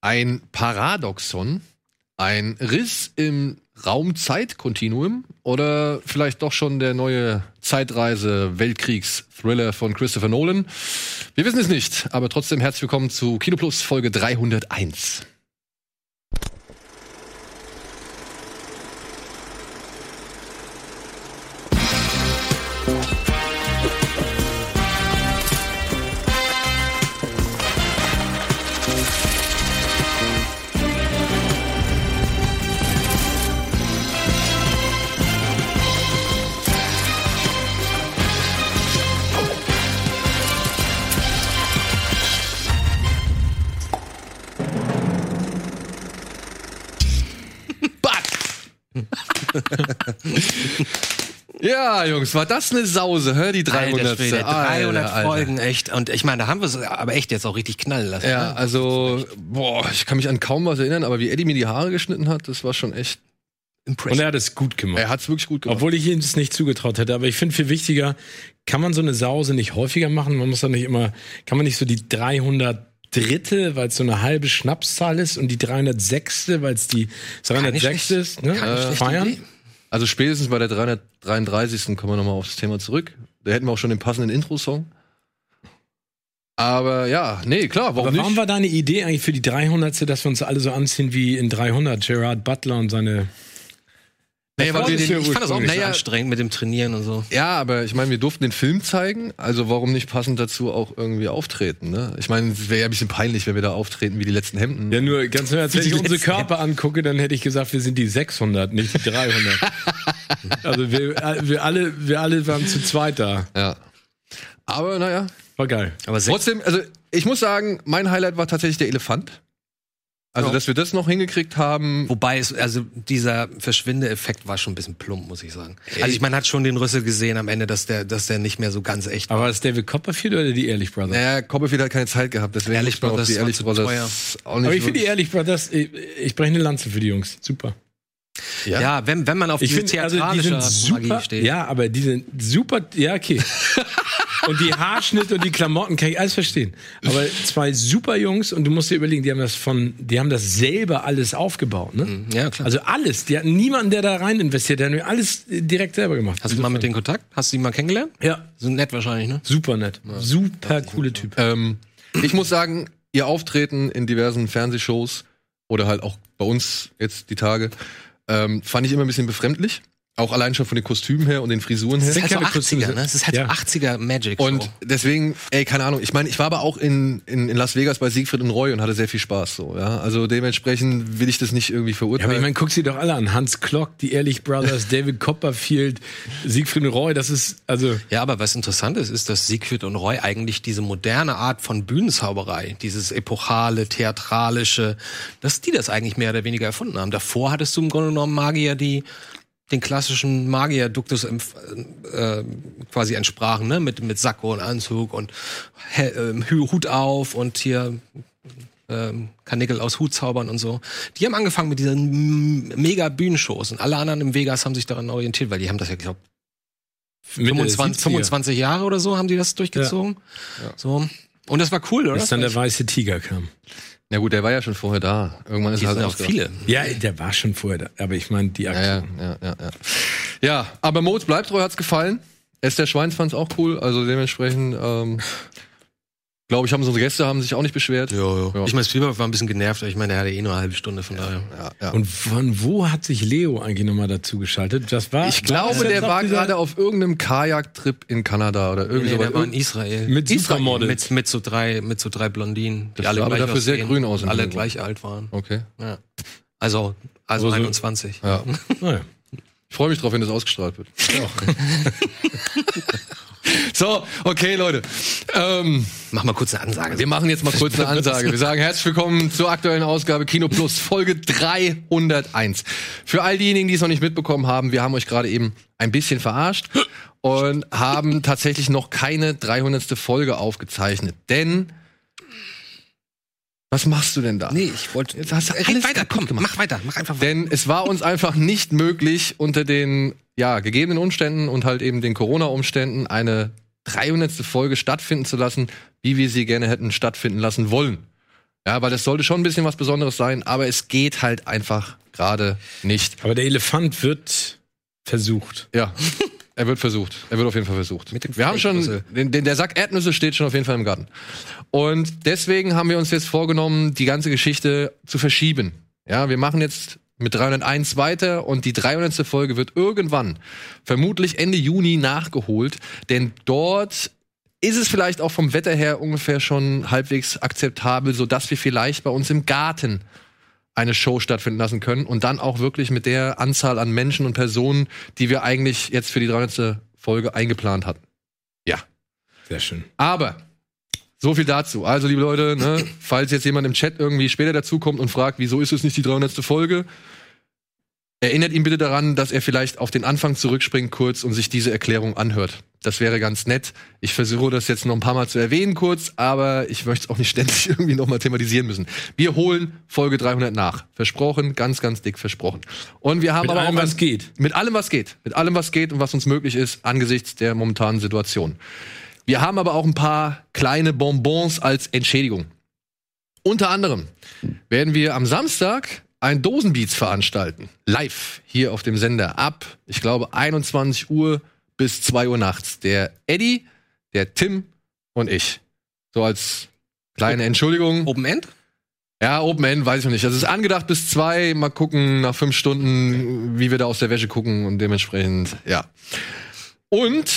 ein Paradoxon, ein Riss im Raum-Zeit-Kontinuum oder vielleicht doch schon der neue Zeitreise-Weltkriegs-Thriller von Christopher Nolan. Wir wissen es nicht, aber trotzdem herzlich willkommen zu Kino Plus Folge 301. Ja, Jungs, war das eine Sause, hör die 300. Alter Schwede, 300 Alter, Alter. Folgen, echt. Und ich meine, da haben wir es aber echt jetzt auch richtig knallen lassen. Ja, ne? also, boah, ich kann mich an kaum was erinnern, aber wie Eddie mir die Haare geschnitten hat, das war schon echt. Und Impressive. er hat es gut gemacht. Er hat's wirklich gut gemacht. Obwohl ich ihm das nicht zugetraut hätte. Aber ich finde viel wichtiger, kann man so eine Sause nicht häufiger machen? Man muss doch nicht immer, kann man nicht so die 300 Dritte, weil es so eine halbe Schnapszahl ist und die 306. weil es die 306. ist, ne? keine äh, schlechte feiern? Idee. Also spätestens bei der 333. kommen wir nochmal aufs Thema zurück. Da hätten wir auch schon den passenden Intro-Song. Aber ja, nee, klar, warum Aber warum nicht? war deine Idee eigentlich für die 300. dass wir uns alle so anziehen wie in 300? Gerard Butler und seine. Nee, weil Ich wir den, fand das- ich fand das auch ein bisschen naja, anstrengend mit dem Trainieren und so. ja, aber ich meine, wir durften den Film zeigen, also warum nicht passend dazu auch irgendwie auftreten, ne? Ich meine, es wäre ja ein bisschen peinlich, wenn wir da auftreten wie die letzten Hemden. Ja, nur ganz nur, als wenn die ich unsere letzte. Körper angucke, dann hätte ich gesagt, wir sind die 600, nicht die 300. also wir, äh, wir, alle, wir alle waren zu zweit da. ja. Aber naja, War geil. Aber sechs, Trotzdem, also ich muss sagen, mein Highlight war tatsächlich der Elefant. Also, Ja. dass wir das noch hingekriegt haben. wobei es, also dieser Verschwinde-Effekt war schon ein bisschen plump, muss ich sagen. Also ich meine, hat schon den Rüssel gesehen am Ende, dass der, dass der nicht mehr so ganz echt Aber ist David Copperfield oder die Ehrlich Brothers? Naja, Copperfield hat keine Zeit gehabt, deswegen Ehrlich muss man auf Brothers die war Ehrlich zu Brothers auch nicht. Aber ich finde die wirklich- Ehrlich Brothers, ich, ich breche eine Lanze für die Jungs. Super. Ja, wenn, wenn man auf Ich diese finde, also die theatralische sind Magie super. steht. Ja, aber die sind super. Ja, okay. und die Haarschnitte und die Klamotten kann ich alles verstehen. Aber zwei super Jungs und du musst dir überlegen, die haben das von, die haben das selber alles aufgebaut, ne? ja, klar. Also alles. Die hatten niemanden, der da rein investiert. Die haben alles äh, direkt selber gemacht. Hast du mal mit denen Kontakt? Hast du die mal kennengelernt? Ja. Sind nett wahrscheinlich, ne? Super nett. Super coole Typ. ähm, ich muss sagen, ihr Auftreten in diversen Fernsehshows oder halt auch bei uns jetzt die Tage, ähm, fand ich immer ein bisschen befremdlich. Auch allein schon von den Kostümen her und den Frisuren her. Das ist halt keine so 80er, ne? Das ist halt Ja. so 80er Magic. Und so. deswegen, ey, keine Ahnung. Ich meine, ich war aber auch in, in, in Las Vegas bei Siegfried und Roy und hatte sehr viel Spaß so, ja. Also dementsprechend will ich das nicht irgendwie Ja, aber ich verurteilen. meine, guck sie doch alle an. Hans Klock, die Ehrlich Brothers, David Copperfield, Siegfried und Roy, das ist, also. Ja, aber was interessant ist, ist, dass Siegfried und Roy eigentlich diese moderne Art von Bühnenzauberei, dieses epochale, theatralische, dass die das eigentlich mehr oder weniger erfunden haben. Davor hattest du im Grunde genommen Magier, die den klassischen Magier-Duktus empf- äh, quasi entsprachen, ne? mit, mit Sakko und Anzug und Hä- ähm, Hü- Hut auf und hier ähm, Karnickel aus Hut zaubern und so. Die haben angefangen mit diesen m- mega Bühnenshows und alle anderen im Vegas haben sich daran orientiert, weil die haben das ja, ich glaub, Mitte 25, 70er. 25 Jahre oder so haben die das durchgezogen. So. Und das war cool, oder? Bis dann der weiße Tiger kam. Na gut, der war ja schon vorher da. Irgendwann ist die er sind halt auch ausgegangen. viele. Ja, der war schon vorher da. Aber ich meine, die Aktion. Ja, ja, ja, ja, ja. Ja, aber Modes bleibt treu, hat's gefallen. Esther Schweins fand's auch cool. Also dementsprechend, ähm, glaube ich, haben unsere Gäste haben sich auch nicht beschwert. Ja. Ich meine, Spielberg war ein bisschen genervt, aber ich meine, der hatte eh nur eine halbe Stunde, von daher. Ja, ja. Und von wo hat sich Leo eigentlich nochmal dazu geschaltet? Das war. ich glaube, der war gerade auf irgendeinem Kajaktrip in Kanada oder irgendwie Nee, sowas. der war in Israel. Mit Israel. Supermodels. Mit, mit so drei, mit so drei Blondinen, die Das sah aber gleich dafür sehr aussehen, grün aus im Alle Hintergrund. gleich alt waren. okay. Ja. Also, also Aber so- 21. Ja. Naja. Ich freue mich drauf, wenn das ausgestrahlt wird. so, okay, Leute. Ähm, Mach mal kurz eine Ansage. wir machen jetzt mal kurz eine Ansage. Wir sagen herzlich willkommen zur aktuellen Ausgabe Kino Plus, Folge 301. Für all diejenigen, die es noch nicht mitbekommen haben, wir haben euch gerade eben ein bisschen verarscht und haben tatsächlich noch keine 300. Folge aufgezeichnet. Denn, was machst du denn da? Nee, ich wollte. Jetzt hast du Red alles weiter, kaputt komm, gemacht. mach weiter, mach einfach weiter. Denn es war uns einfach nicht möglich, unter den ja, gegebenen Umständen und halt eben den Corona-Umständen eine 300. Folge stattfinden zu lassen, wie wir sie gerne hätten stattfinden lassen wollen. Ja, weil das sollte schon ein bisschen was Besonderes sein, aber es geht halt einfach gerade nicht. Aber der Elefant wird versucht. Ja. Er wird versucht. Er wird auf jeden Fall versucht. Mit dem wir haben schon, Erdnüsse. den, den, der Sack Erdnüsse steht schon auf jeden Fall im Garten. Und deswegen haben wir uns jetzt vorgenommen, die ganze Geschichte zu verschieben. Ja, wir machen jetzt mit 301 weiter und die 300. Folge wird irgendwann, vermutlich Ende Juni, nachgeholt. Denn dort ist es vielleicht auch vom Wetter her ungefähr schon halbwegs akzeptabel, sodass wir vielleicht bei uns im Garten eine Show stattfinden lassen können und dann auch wirklich mit der Anzahl an Menschen und Personen, die wir eigentlich jetzt für die 300. Folge eingeplant hatten. Sehr schön. Aber so viel dazu. Also, liebe Leute, ne, falls jetzt jemand im Chat irgendwie später dazukommt und fragt, wieso ist es nicht die 300. Folge, erinnert ihn bitte daran, dass er vielleicht auf den Anfang zurückspringt kurz und sich diese Erklärung anhört. Das wäre ganz nett. Ich versuche das jetzt noch ein paar Mal zu erwähnen kurz, aber ich möchte es auch nicht ständig irgendwie nochmal thematisieren müssen. Wir holen Folge 300 nach. Versprochen, ganz, ganz dick versprochen. Und wir haben Mit aber allem, auch was ein- geht. mit allem, was geht. Mit allem, was geht und was uns möglich ist angesichts der momentanen Situation. Wir haben aber auch ein paar kleine Bonbons als Entschädigung. Unter anderem werden wir am Samstag ein Dosenbeats veranstalten. Live hier auf dem Sender ab, ich glaube, 21 Uhr bis 2 Uhr nachts. Der Eddie, der Tim und ich. So als kleine Entschuldigung. Open End? Ja, Open End weiß ich noch nicht. Das ist angedacht bis zwei. Mal gucken nach fünf Stunden, wie wir da aus der Wäsche gucken und dementsprechend, ja. Und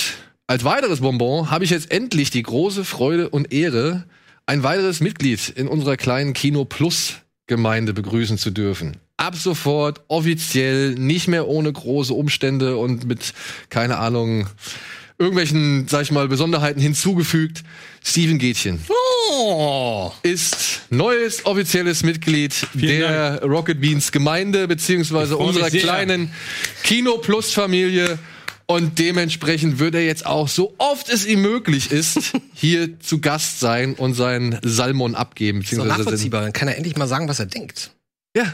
als weiteres Bonbon habe ich jetzt endlich die große Freude und Ehre, ein weiteres Mitglied in unserer kleinen Kino Plus Gemeinde begrüßen zu dürfen. Ab sofort offiziell, nicht mehr ohne große Umstände und mit, keine Ahnung, irgendwelchen, sag ich mal, Besonderheiten hinzugefügt. Steven Gätchen Oh. ist neues offizielles Mitglied der Rocket Beans Gemeinde beziehungsweise mich unserer sehr. kleinen Kino Plus Familie und dementsprechend wird er jetzt auch so oft es ihm möglich ist hier zu Gast sein und seinen Salmon abgeben Ist doch beziehungsweise seinen- nachvollziehbar. Dann kann er endlich mal sagen, was er denkt. ja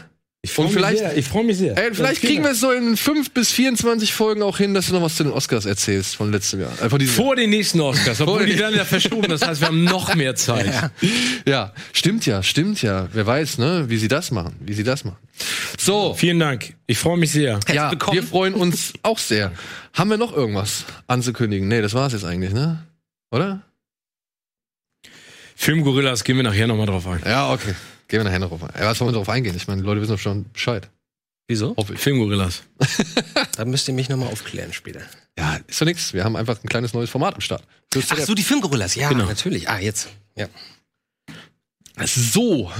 Ich freue Und mich vielleicht- sehr. Ich freue mich sehr. Ey, vielleicht kriegen wir es so in 5 bis 24 Folgen auch hin, dass du noch was zu den Oscars erzählst von letztem Jahr. Äh, von diesem vor den nächsten Oscars, Vor obwohl den- die werden ja verschoben. Das heißt, wir haben noch mehr Zeit. Ja, stimmt ja, stimmt ja. Wer weiß, ne, wie sie das machen, wie sie das machen. So. Vielen Dank. Ich freue mich sehr. Ja, bekommen. wir freuen uns auch sehr. Haben wir noch irgendwas anzukündigen? Nee, das war's jetzt eigentlich, ne? Oder? Filmgorillas gehen wir nachher nochmal drauf ein. Ja, okay. Gehen wir nachher noch drauf ein. Ja, Was wollen wir drauf eingehen? Ich meine, die Leute wissen doch schon Bescheid. Wieso? Filmgorillas. Da müsst ihr mich nochmal aufklären später. Ja, ist doch nichts. Wir haben einfach ein kleines neues Format am Start. Plus Ach so, die Filmgorillas. Ja, Genau. natürlich. Ah, jetzt. Ja. So.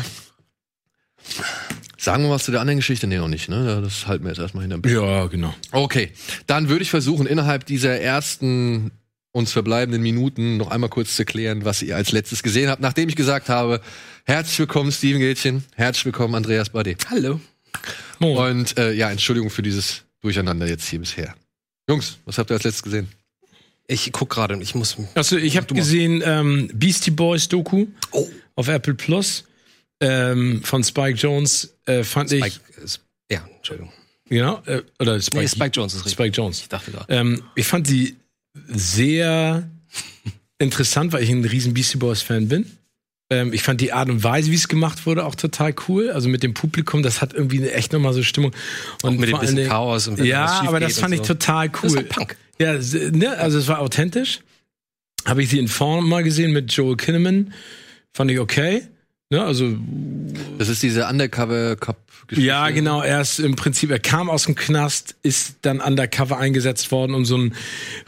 Sagen wir was zu der anderen Geschichte? Nee, noch nicht, ne? Das halten wir jetzt erstmal hinterm Ja, genau. Okay, dann würde ich versuchen, innerhalb dieser ersten uns verbleibenden Minuten noch einmal kurz zu klären, was ihr als letztes gesehen habt, nachdem ich gesagt habe, herzlich willkommen Steven Gätchen, herzlich willkommen Andreas Bade. Hallo. Oh. Und äh, ja, Entschuldigung für dieses Durcheinander jetzt hier bisher. Jungs, was habt ihr als letztes gesehen? Ich guck gerade und ich muss. Also, ich habe gesehen ähm, Beastie Boys Doku Oh. auf Apple Plus ähm, von Spike Jones. Äh, fand ich. Spike, ist- ja, Entschuldigung. Genau. Äh, oder Spike, Nee, Spike Jones ist richtig. Spike Jones. Ich dachte gerade. Ähm, ich fand sie sehr interessant, weil ich ein riesen Beastie Boys Fan bin. Ähm, ich fand die Art und Weise, wie es gemacht wurde, auch total cool. Also mit dem Publikum, das hat irgendwie eine- echt nochmal so Stimmung. Und Mit dem vor allen bisschen Dingen- Chaos und wenn Ja, was schief aber geht das und fand ich so. total Das ist cool. halt Punk. Ja, s- ne, also es war authentisch. Habe ich sie in Form mal gesehen mit Joel Kinnaman. Fand ich okay. Ne, also Das ist diese Undercover Cup Geschichte. ja, genau. Er ist im Prinzip, er kam aus dem Knast, ist dann undercover eingesetzt worden, um so einen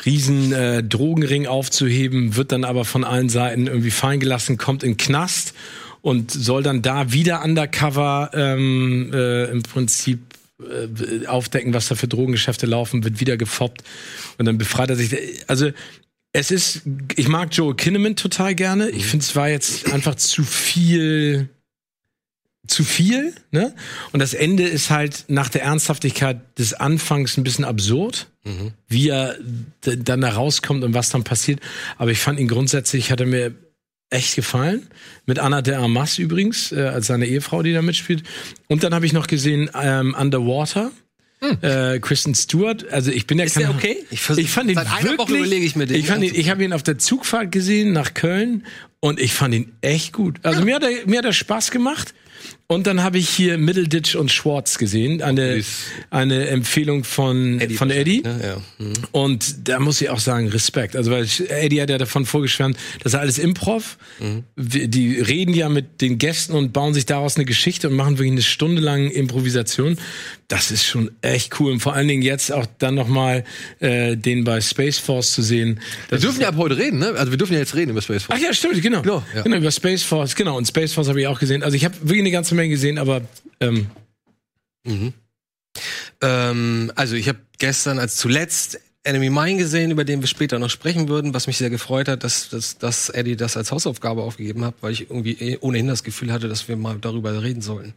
riesen äh, Drogenring aufzuheben, wird dann aber von allen Seiten irgendwie fallen gelassen, kommt in den Knast und soll dann da wieder undercover ähm, äh, im Prinzip äh, aufdecken, was da für Drogengeschäfte laufen, wird wieder gefoppt und dann befreit er sich. Also es ist, ich mag Joe Kinneman total gerne. Ich finde, es war jetzt einfach zu viel zu viel, ne? Und das Ende ist halt nach der Ernsthaftigkeit des Anfangs ein bisschen absurd, Mhm. wie er d- dann da rauskommt und was dann passiert. Aber ich fand ihn grundsätzlich, hat er mir echt gefallen. Mit Anna de Armas übrigens, äh, als seine Ehefrau, die da mitspielt. Und dann habe ich noch gesehen ähm, Underwater Äh, Kristen Stewart, also ich bin ja Hm. Ist kein- der okay? Ich, Ich vers- fand ihn seit einer wirklich, Woche überlege ich mir den Ich, fand ihn, ich habe ihn auf der Zugfahrt gesehen nach Köln und ich fand ihn echt gut. Also mir, hat er, mir hat er Spaß gemacht. Und dann habe ich hier Middleditch und Schwartz gesehen, eine, eine Empfehlung von Eddie. ne? Mhm. Von Eddie. Ja. Und da muss ich auch sagen, Respekt. Also, weil ich- Eddie hat ja davon vorgeschwärmt, das ist alles Improv. Wir- Die reden ja mit den Gästen und bauen sich daraus eine Geschichte und machen wirklich eine Stunde lang Improvisation. Das ist schon echt cool. Und vor allen Dingen jetzt auch dann nochmal äh, den bei Space Force zu sehen. Wir Das dürfen ja ab heute reden, ne? Also wir dürfen ja jetzt reden über Space Ach Force. ja, stimmt, genau. Ja, Genau, ja. über Space Force, genau. Und Space Force habe ich auch gesehen. Also ich habe wirklich eine ganze Menge gesehen, aber ähm, Ähm, also ich habe gestern als zuletzt Enemy Mine gesehen, über den wir später noch sprechen würden, was mich sehr gefreut hat, dass, dass, dass Eddie das als Hausaufgabe aufgegeben hat, weil ich irgendwie eh ohnehin das Gefühl hatte, dass wir mal darüber reden sollten.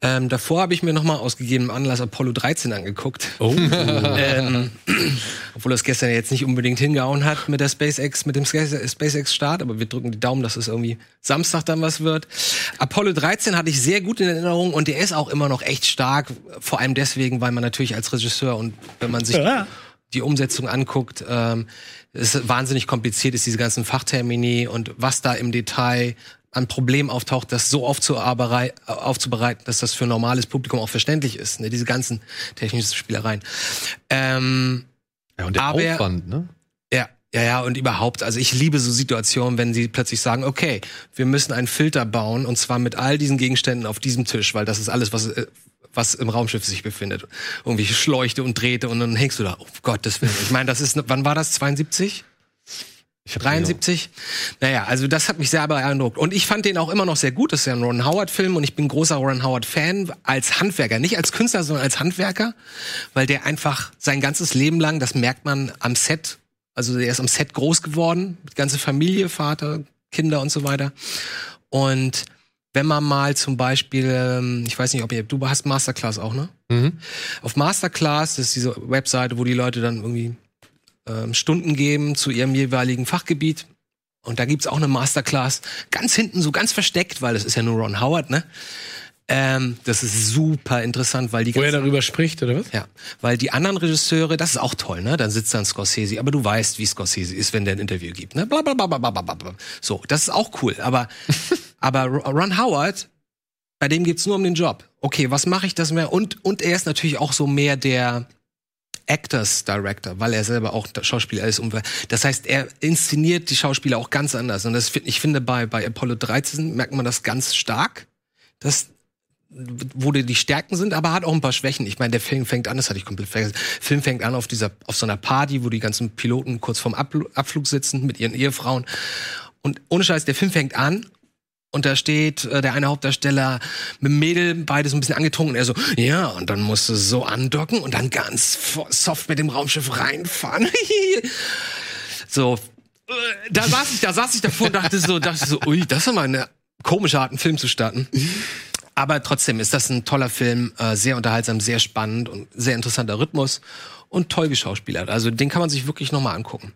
Ähm, davor habe ich mir nochmal aus gegebenem Anlass Apollo 13 angeguckt. oh. Ähm, obwohl das gestern jetzt nicht unbedingt hingehauen hat mit der SpaceX, mit dem SpaceX-Start, aber wir drücken die Daumen, dass es irgendwie Samstag dann was wird. Apollo 13 hatte ich sehr gut in Erinnerung und der ist auch immer noch echt stark, vor allem deswegen, weil man natürlich als Regisseur und wenn man sich Ja. die Umsetzung anguckt, ähm, es wahnsinnig kompliziert ist, diese ganzen Fachtermini und was da im Detail an Problemen auftaucht, das so aufzuarberei- aufzubereiten, dass das für normales Publikum auch verständlich ist. Ne? Diese ganzen technischen Spielereien. Ähm, Ja, und der Aber- Aufwand, ne? ja, ja, ja, und überhaupt, also ich liebe so Situationen, wenn sie plötzlich sagen, okay, wir müssen einen Filter bauen und zwar mit all diesen Gegenständen auf diesem Tisch, weil das ist alles, was, äh, was im Raumschiff sich befindet. Irgendwelche Schleuchte und Drähte und dann hängst du da, oh Gottes Willen. Ich meine, das ist, wann war das, 72? Ich hab 73? Naja, also das hat mich sehr beeindruckt. Und ich fand den auch immer noch sehr gut. Das ist ja ein Ron Howard-Film und ich bin großer Ron Howard-Fan als Handwerker. Nicht als Künstler, sondern als Handwerker, weil der einfach sein ganzes Leben lang, das merkt man am Set, also der ist am Set groß geworden, mit ganze Familie, Vater, Kinder und so weiter. Und wenn man mal zum Beispiel, ähm, ich weiß nicht, ob ihr, du hast Masterclass auch, ne? Mhm. Auf Masterclass, das ist diese Webseite, wo die Leute dann irgendwie ähm, Stunden geben zu ihrem jeweiligen Fachgebiet. Und da gibt's auch eine Masterclass, ganz hinten, so ganz versteckt, weil das ist ja nur Ron Howard, ne? Ähm, das ist super interessant, weil die Wo er ganzen darüber spricht, oder was? ja, weil die anderen Regisseure, das ist auch toll, ne? Dann sitzt dann Scorsese, aber du weißt, wie Scorsese ist, wenn der ein Interview gibt, ne? Bla, bla, bla, bla, bla, bla, bla, bla. So, das ist auch cool, aber aber Ron Howard, bei dem geht's nur um den Job. Okay, was mache ich das mehr? Und und er ist natürlich auch so mehr der Actors Director, weil er selber auch Schauspieler ist. Und das heißt, er inszeniert die Schauspieler auch ganz anders. Und das, find- ich finde, bei, bei Apollo 13 merkt man das ganz stark, dass, wo die die Stärken sind, aber hat auch ein paar Schwächen. Ich meine, der Film fängt an, das hatte ich komplett vergessen. Der Film fängt an auf dieser, auf so einer Party, wo die ganzen Piloten kurz vorm Abfl- Abflug sitzen mit ihren Ehefrauen. Und ohne Scheiß, der Film fängt an und da steht äh, der eine Hauptdarsteller mit dem Mädel, beides ein bisschen angetrunken. Und er so, ja, und dann musst du so andocken und dann ganz fo- soft mit dem Raumschiff reinfahren. so, äh, da saß ich, da saß ich davor und dachte so, dachte so, ui, das ist mal eine komische Art, einen Film zu starten. Aber trotzdem ist das ein toller Film, äh, sehr unterhaltsam, sehr spannend und sehr interessanter Rhythmus und toll geschauspielert. Also den kann man sich wirklich nochmal angucken.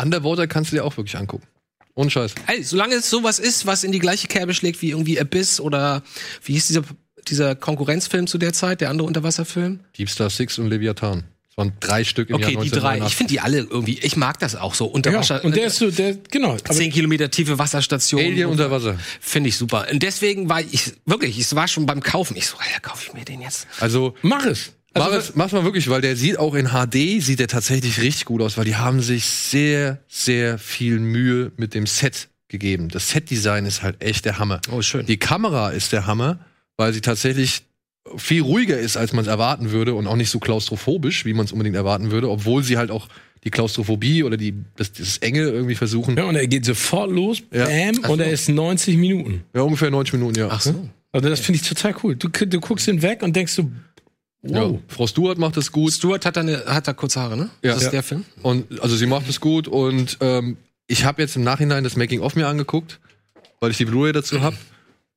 Underwater kannst du dir auch wirklich angucken. Ohne Scheiß. Ey, solange es sowas ist, was in die gleiche Kerbe schlägt wie irgendwie Abyss oder wie hieß dieser, dieser Konkurrenzfilm zu der Zeit, der andere Unterwasserfilm? Deep Star Six und Leviathan. Das waren drei Stück im Okay, Jahr die drei. Ich 1989. finde die alle irgendwie, ich mag das auch so. Ja, Unterwasser. und der äh, ist so, der, genau. Aber 10 Kilometer tiefe Wasserstation. Alien unter Wasser. Finde ich super. Und deswegen war ich, wirklich, ich war schon beim Kaufen. Ich so, ja, kaufe ich mir den jetzt? Also, mach es. mach es, mach's mal wirklich, weil der sieht auch in HD, sieht der tatsächlich richtig gut aus, weil die haben sich sehr, sehr viel Mühe mit dem Set gegeben. Das Set-Design ist halt echt der Hammer. Oh, schön. Die Kamera ist der Hammer, weil sie tatsächlich viel ruhiger ist, als man es erwarten würde und auch nicht so klaustrophobisch, wie man es unbedingt erwarten würde, obwohl sie halt auch die Klaustrophobie oder die, das, dieses Enge irgendwie versuchen. Ja, und er geht sofort los, Ja. bam, und er ist 90 Minuten. Ja, ungefähr 90 Minuten, ja. Ach so. Also das finde ich total cool. Du, k- du guckst ihn weg und denkst so, wow. ja. Frau Stewart macht das gut. Stuart hat da, eine, hat da kurze Haare, ne? Ja. Das ist Ja. der Film. Und also sie macht es gut und ähm, ich habe jetzt im Nachhinein das Making of mir angeguckt, weil ich die Blu-ray dazu habe.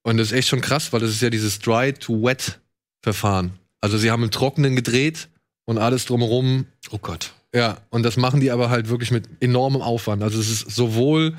Und das ist echt schon krass, weil das ist ja dieses Dry to Wet Verfahren. Also sie haben im Trockenen gedreht und alles drumherum. Oh Gott. Ja, und das machen die aber halt wirklich mit enormem Aufwand. Also es ist sowohl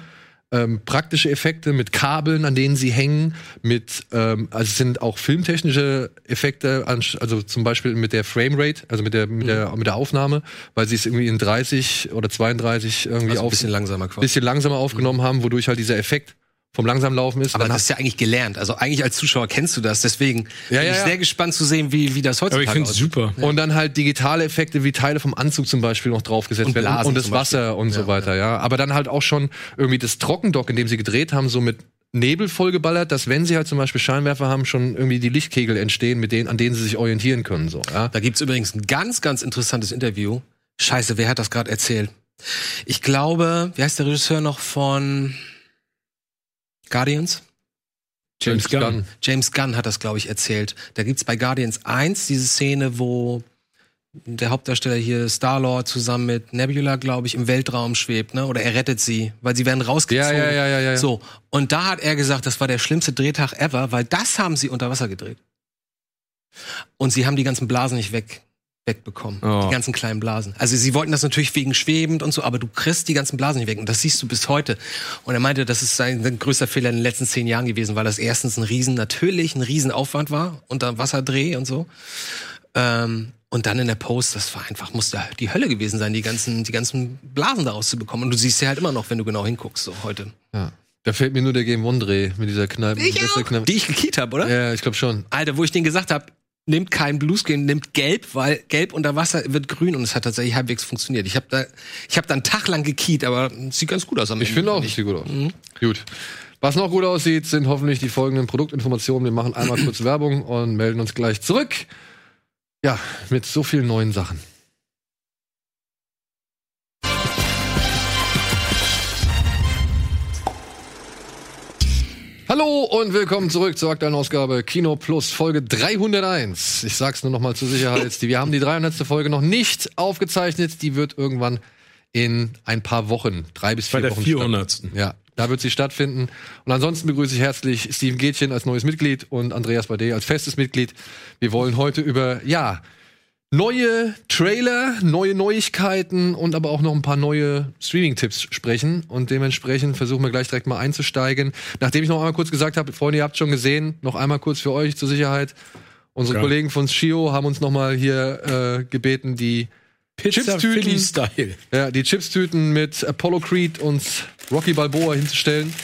ähm, praktische Effekte mit Kabeln, an denen sie hängen, mit ähm, also es sind auch filmtechnische Effekte, ansch- also zum Beispiel mit der Framerate, also mit der mit Mhm. der, mit der Aufnahme, weil sie es irgendwie in 30 oder 32 irgendwie Also ein auf, bisschen langsamer quasi. bisschen langsamer aufgenommen haben, wodurch halt dieser Effekt vom langsamen Laufen ist. Aber Weil dann hast du ja eigentlich gelernt. Also eigentlich als Zuschauer kennst du das. Deswegen Ja, bin ja, ich ja. sehr gespannt zu sehen, wie, wie das Aber heutzutage ich finde es aussieht. super. Und dann halt digitale Effekte wie Teile vom Anzug zum Beispiel noch draufgesetzt Und werden Blasen und das zum Beispiel. Wasser und so weiter, ja. Aber dann halt auch schon irgendwie das Trockendock, in dem sie gedreht haben, so mit Nebel vollgeballert, dass wenn sie halt zum Beispiel Scheinwerfer haben, schon irgendwie die Lichtkegel entstehen, mit denen, an denen sie sich orientieren können, so, ja. Da gibt's übrigens ein ganz, ganz interessantes Interview. Scheiße, wer hat das gerade erzählt? Ich glaube, wie heißt der Regisseur noch von Guardians? James Gunn. James Gunn hat das, glaube ich, erzählt. Da gibt's bei Guardians 1 diese Szene, wo der Hauptdarsteller hier Star-Lord zusammen mit Nebula, glaube ich, im Weltraum schwebt, ne? Oder er rettet sie, weil sie werden rausgezogen. Ja, ja, ja, ja, ja, ja. So. Und da hat er gesagt, das war der schlimmste Drehtag ever, weil das haben sie unter Wasser gedreht. Und sie haben die ganzen Blasen nicht weg, wegbekommen. Oh. Die ganzen kleinen Blasen. Also sie wollten das natürlich wegen schwebend und so, aber du kriegst die ganzen Blasen nicht weg. Und das siehst du bis heute. Und er meinte, das ist sein sein größter Fehler in den letzten zehn Jahren gewesen, weil das erstens ein Riesen, natürlich ein Riesenaufwand war, unter Wasserdreh und so. Ähm, und dann in der Post, das war einfach, muss da die Hölle gewesen sein, die ganzen, die ganzen Blasen daraus zu bekommen. Und du siehst sie halt immer noch, wenn du genau hinguckst, so heute. Ja. Da fällt mir nur der Game One Dreh mit dieser Kneipe. mit dieser Kneipe. Die ich gekickt habe, oder? Ja, ich glaube schon. Alter, wo ich denen gesagt habe, nehmt kein Bluescreen, nehmt gelb, weil gelb unter Wasser wird grün und es hat tatsächlich halbwegs funktioniert. Ich habe da, ich habe dann taglang gekiet, aber es sieht ganz gut aus am Ich finde auch, es sieht gut aus. Gut. Was noch gut aussieht, sind hoffentlich die folgenden Produktinformationen. Wir machen einmal kurz Werbung und melden uns gleich zurück. Ja, mit so vielen neuen Sachen. Hallo und willkommen zurück zur aktuellen Ausgabe Kino Plus Folge 301. Ich sag's nur noch mal zur Sicherheit, die- wir haben die 300. Folge noch nicht aufgezeichnet, die wird irgendwann in ein paar Wochen, drei bis vier Bei der Wochen 400. ja, da wird sie stattfinden. Und ansonsten begrüße ich herzlich Steven Gätchen als neues Mitglied und Andreas Bade als festes Mitglied. Wir wollen heute über, ja, neue Trailer, neue Neuigkeiten und aber auch noch ein paar neue Streaming-Tipps sprechen. Und dementsprechend versuchen wir gleich direkt mal einzusteigen. Nachdem ich noch einmal kurz gesagt habe, Freunde, ihr habt schon gesehen, noch einmal kurz für euch zur Sicherheit. Unsere Ja. Kollegen von Shio haben uns noch mal hier äh, gebeten, die Pizza Chips-Tüten. Philly Style. ja, die Chipstüten mit Apollo Creed und Rocky Balboa hinzustellen.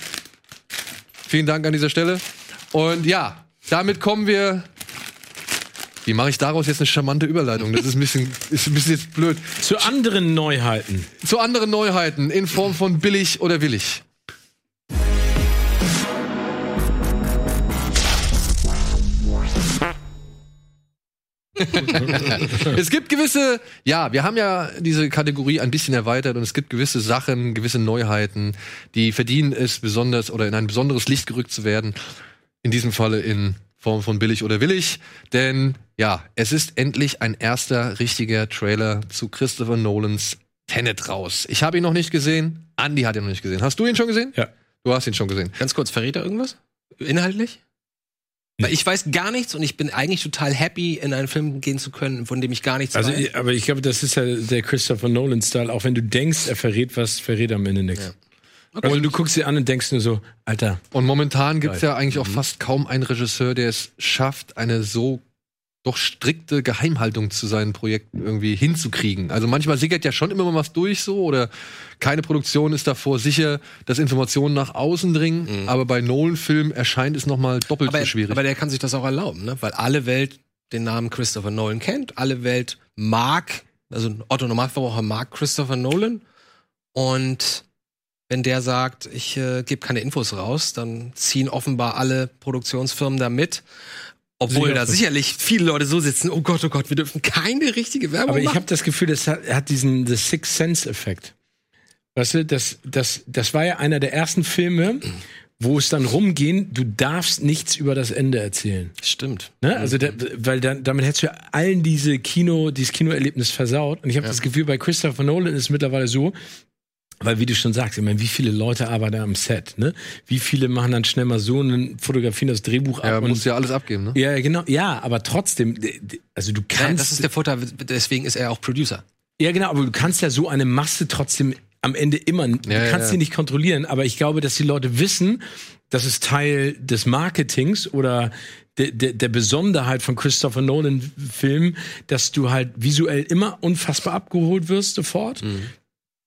Vielen Dank an dieser Stelle. Und ja, damit kommen wir. Wie mache ich daraus jetzt eine charmante Überleitung? Das ist ein bisschen, ist ein bisschen jetzt blöd. Zu anderen Neuheiten. Zu anderen Neuheiten in Form von billig oder willig. es gibt gewisse, ja, wir haben ja diese Kategorie ein bisschen erweitert und es gibt gewisse Sachen, gewisse Neuheiten, die verdienen es besonders oder in ein besonderes Licht gerückt zu werden. In diesem Falle in Form von billig oder willig. Denn ja, es ist endlich ein erster richtiger Trailer zu Christopher Nolans Tenet raus. Ich habe ihn noch nicht gesehen. Andy hat ihn noch nicht gesehen. Hast du ihn schon gesehen? Ja. Du hast ihn schon gesehen. Ganz kurz, verrät er irgendwas? Inhaltlich? Weil ich weiß gar nichts und ich bin eigentlich total happy, in einen Film gehen zu können, von dem ich gar nichts Also, weiß. ich- aber ich glaube, das ist ja der Christopher Nolan-Style. Auch wenn du denkst, er verrät was, verrät er am Ende nichts. Und du guckst sie an und denkst nur so, Alter, Und momentan gibt es ja eigentlich auch Mhm. fast kaum einen Regisseur, der es schafft, eine so doch strikte Geheimhaltung zu seinen Projekten irgendwie hinzukriegen. Also manchmal sickert ja schon immer mal was durch so oder keine Produktion ist davor sicher, dass Informationen nach außen dringen, aber bei Nolan-Filmen erscheint es nochmal doppelt Mhm. aber, so schwierig. aber der kann sich das auch erlauben, ne? weil alle Welt den Namen Christopher Nolan kennt, alle Welt mag, also ein Otto Normalverbraucher mag Christopher Nolan und wenn der sagt, ich äh, gebe keine Infos raus, dann ziehen offenbar alle Produktionsfirmen da mit. Obwohl Sicher. da sicherlich viele Leute so sitzen, oh Gott, oh Gott, wir dürfen keine richtige Werbung Aber ich machen. habe das Gefühl, das hat, hat diesen The Sixth Sense-Effekt. Weißt du, das, das, das war ja einer der ersten Filme, wo es dann rumging, du darfst nichts über das Ende erzählen. Stimmt. Mhm. Ne? Also, da, weil dann, damit hättest du ja allen diese Kino, dieses Kinoerlebnis versaut. Und ich habe das Gefühl, bei Christopher Nolan ist es mittlerweile so, weil wie du schon sagst, ich meine, wie viele Leute arbeiten am Set, ne? Wie viele machen dann schnell mal so einen Fotografien das Drehbuch ja, ab muss und ja alles abgeben, ne? ja, genau. Ja, aber trotzdem, also du Ja, kannst. das ist der Vorteil, deswegen ist er auch Producer. Ja, genau, aber du kannst ja so eine Masse trotzdem am Ende immer, du Ja, ja, kannst ja. sie nicht kontrollieren, aber ich glaube, dass die Leute wissen, das ist Teil des Marketings oder der, der, der Besonderheit von Christopher Nolan Filmen, dass du halt visuell immer unfassbar abgeholt wirst sofort. Mhm.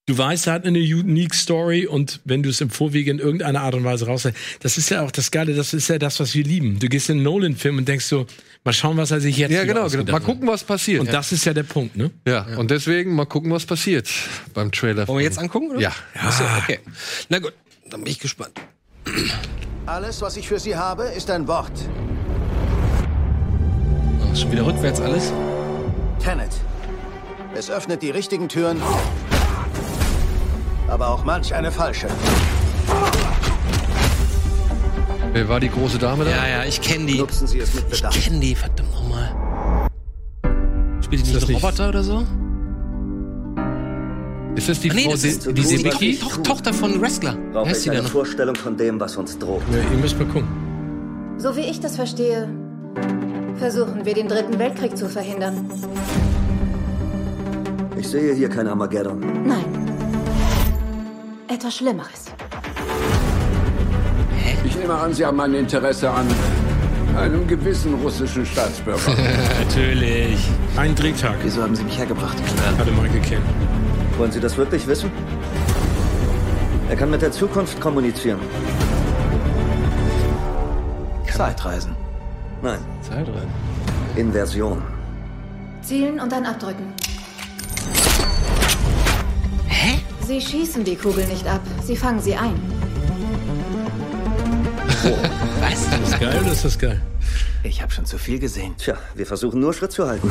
Du weißt, er hat eine unique Story und wenn du es im Vorwege in irgendeiner Art und Weise raus, das ist ja auch das Geile, das ist ja das, was wir lieben. Du gehst in einen Nolan-Film und denkst so, mal schauen, was er sich jetzt Ja, wieder genau. genau. ausgedacht Mal hat. gucken, was passiert. Und das ist ja der Punkt, ne? ja. und deswegen mal gucken, was passiert beim Trailer. Wollen wir jetzt angucken? Oder? Ja. Achso, okay. Na gut, dann bin ich gespannt. Alles, was ich für Sie habe, ist ein Wort. Oh, ist schon wieder rückwärts alles. Tenet. Es öffnet die richtigen Türen, aber auch manch eine falsche. Wer war die große Dame da? Ja, ja, ich kenne die. Nutzen Sie es mit Bedacht. Ich kenne die, verdammt nochmal. Spielt die das nicht nicht- Roboter oder so? Ist das die Ah, nee, Frau, das ist die, die, die Susi Sebeki? Baki. To To Tochter von Wrestler. Wer brauche ist ich die denn eine noch? Vorstellung von dem, was uns droht. Ja, ihr müsst mal gucken. So wie ich das verstehe, versuchen wir den Dritten Weltkrieg zu verhindern. Ich sehe hier kein Armageddon. Nein. Etwas Schlimmeres. Ich nehme an, Sie haben ein Interesse an einem gewissen russischen Staatsbürger. Natürlich. Ein Drehtag, Wieso haben Sie mich hergebracht? hatte Michael Caine. Wollen Sie das wirklich wissen? Er kann mit der Zukunft kommunizieren. Zeitreisen. Nein. Inversion. Zielen und dann abdrücken. Hä? Sie schießen die Kugel nicht ab, sie fangen sie ein. Was? Ist das geil oder ist das geil? Ich habe schon zu viel gesehen. Tja, wir versuchen nur Schritt zu halten.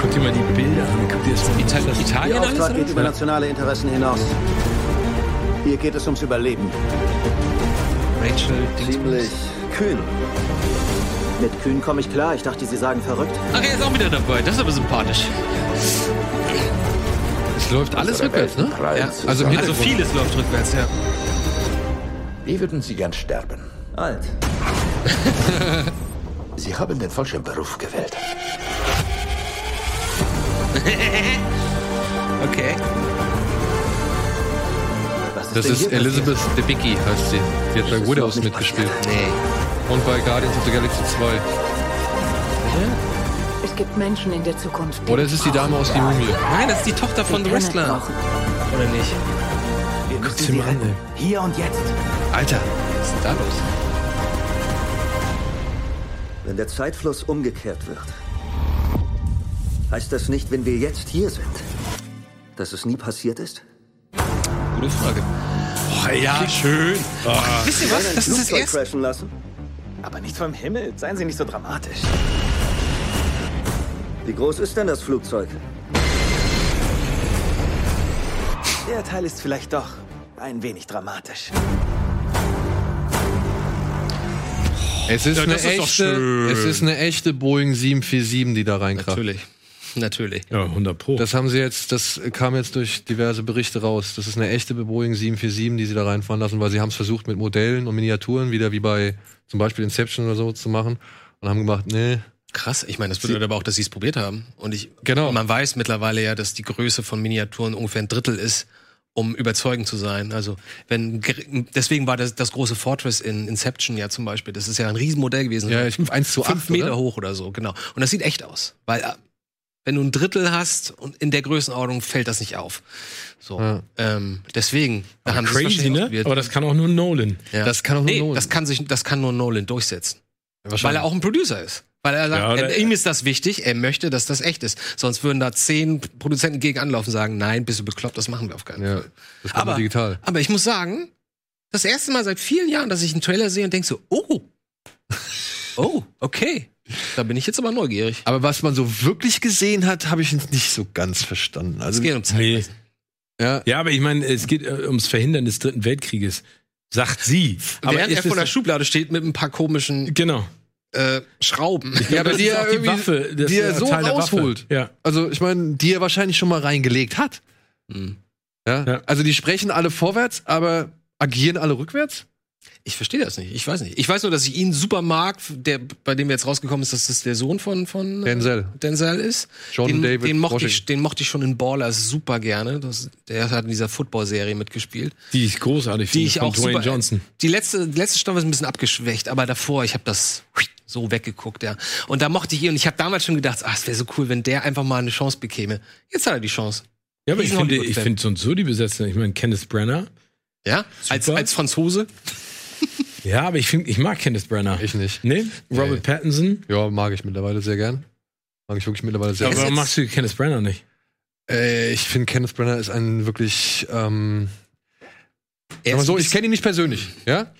Guck dir mal die Bilder an. Guck dir das mal Ita an. Ihr Italien alles? Auftrag Oder? geht über nationale Interessen hinaus. Hier geht es ums Überleben. Rachel Ziemlich kühn. Mit Kühn komme ich klar. Ich dachte, Sie sagen verrückt. Ach, er ist auch wieder dabei. Das ist aber sympathisch. Es läuft alles rückwärts, ne? Ja. Also im Also Hintergrund. vieles läuft rückwärts, ja. Wie würden Sie gern sterben? Alt. Sie haben den falschen Beruf gewählt. Okay. Was Das denn ist hier Elizabeth Debicki, heißt sie. Sie hat bei Widows noch nicht mitgespielt. Nee. Und bei Guardians of the Galaxy 2. Es gibt Menschen in der Zukunft. Oder es ist die Dame aus Die Mumie. Nein, das ist die Tochter von The Wrestler. Oder nicht? passiert? Wir müssen dir Sie mal an, retten. Hier und jetzt. Alter. Was ist denn da los? Wenn der Zeitfluss umgekehrt wird, heißt das nicht, wenn wir jetzt hier sind, dass es nie passiert ist? Gute Frage. Oh, ja, schön. Ah. Wisst ihr was? Das ist das Flugzeug erste. crashen lassen? Aber nicht vom Himmel. Seien Sie nicht so dramatisch. Wie groß ist denn das Flugzeug? Der Teil ist vielleicht doch ein wenig dramatisch. Es ist, Ja, eine das ist doch echte, schön. es ist eine echte Boeing 747, die da reinkracht. Natürlich. Natürlich. Ja, 100 Pro. Das haben sie jetzt, das kam jetzt durch diverse Berichte raus. Das ist eine echte Boeing 747, die sie da reinfahren lassen, weil sie haben es versucht mit Modellen und Miniaturen wieder wie bei zum Beispiel Inception oder so zu machen und haben gemacht, nee. Krass, ich meine, das bedeutet aber auch, dass sie es probiert haben. Und ich, Genau. man weiß mittlerweile ja, dass die Größe von Miniaturen ungefähr ein Drittel ist, um überzeugend zu sein. Also wenn gering- deswegen war das, das große Fortress in Inception ja zum Beispiel, das ist ja ein Riesenmodell gewesen, Ja, ich, 1 zu 8, fünf Meter oder? hoch oder so, genau. Und das sieht echt aus, weil äh, wenn du ein Drittel hast und in der Größenordnung fällt das nicht auf. So, Ja. ähm, deswegen da haben sie es Crazy, wahrscheinlich ne? ausprobiert. Aber das kann auch nur Nolan. ja. Das kann auch nur nee, Nolan. das kann sich, das kann nur Nolan durchsetzen. Weil Wahrscheinlich. er auch ein Producer ist. Weil er sagt, Ja, oder- er, ihm ist das wichtig, er möchte, dass das echt ist. Sonst würden da zehn Produzenten gegen anlaufen und sagen, nein, bist du bekloppt, das machen wir auf keinen Fall. ja, das kann Aber- man digital. Aber ich muss sagen, das erste Mal seit vielen Jahren, dass ich einen Trailer sehe und denke so, oh, oh, okay. Da bin ich jetzt aber neugierig. Aber was man so wirklich gesehen hat, habe ich nicht so ganz verstanden. Also Es geht um Zeit. Nee. Ja. Ja, aber ich meine, es geht äh, ums Verhindern des Dritten Weltkrieges. Sagt sie. Aber Während er ist von der es- Schublade steht mit ein paar komischen Genau. äh, Schrauben. Ja, aber Das die ist ja auch die irgendwie, Waffe, das die ist er ja so Teil der Waffe. rausholt. Ja. Also ich meine, die er wahrscheinlich schon mal reingelegt hat. Hm. Ja? Ja. Also die sprechen alle vorwärts, aber agieren alle rückwärts? Ich verstehe das nicht. Ich weiß nicht. Ich weiß nur, dass ich ihn super mag, der, bei dem jetzt rausgekommen ist, dass das der Sohn von, von äh, Denzel. Denzel ist. John den, David den mochte ich, Washington. den mochte ich schon in Ballers super gerne. Das, der hat in dieser Football-Serie mitgespielt. Die ich großartig Die finde, ich von auch Dwayne super, Johnson. Die letzte, die letzte Staffel ist ein bisschen abgeschwächt, aber davor, ich habe das so weggeguckt, ja. Und da mochte ich ihn und ich habe damals schon gedacht, ach, es wäre so cool, wenn der einfach mal eine Chance bekäme. Jetzt hat er die Chance. Ja, aber ich Riesen finde, ich Hollywood-Fan. finde so und so die Besetzung. Ich meine, Kenneth Brenner. Ja? Als, Super. als Franzose. Ja, aber ich finde, ich mag Kenneth Brenner. Ich nicht. nee? Robert Nee. Pattinson. Ja, mag ich mittlerweile sehr gern. Mag ich wirklich mittlerweile sehr Aber gern. warum magst du Kenneth Brenner nicht? Äh, ich finde, Kenneth Brenner ist ein wirklich. Ähm, Er sag mal ist so, ein ich kenne ihn nicht persönlich, ja?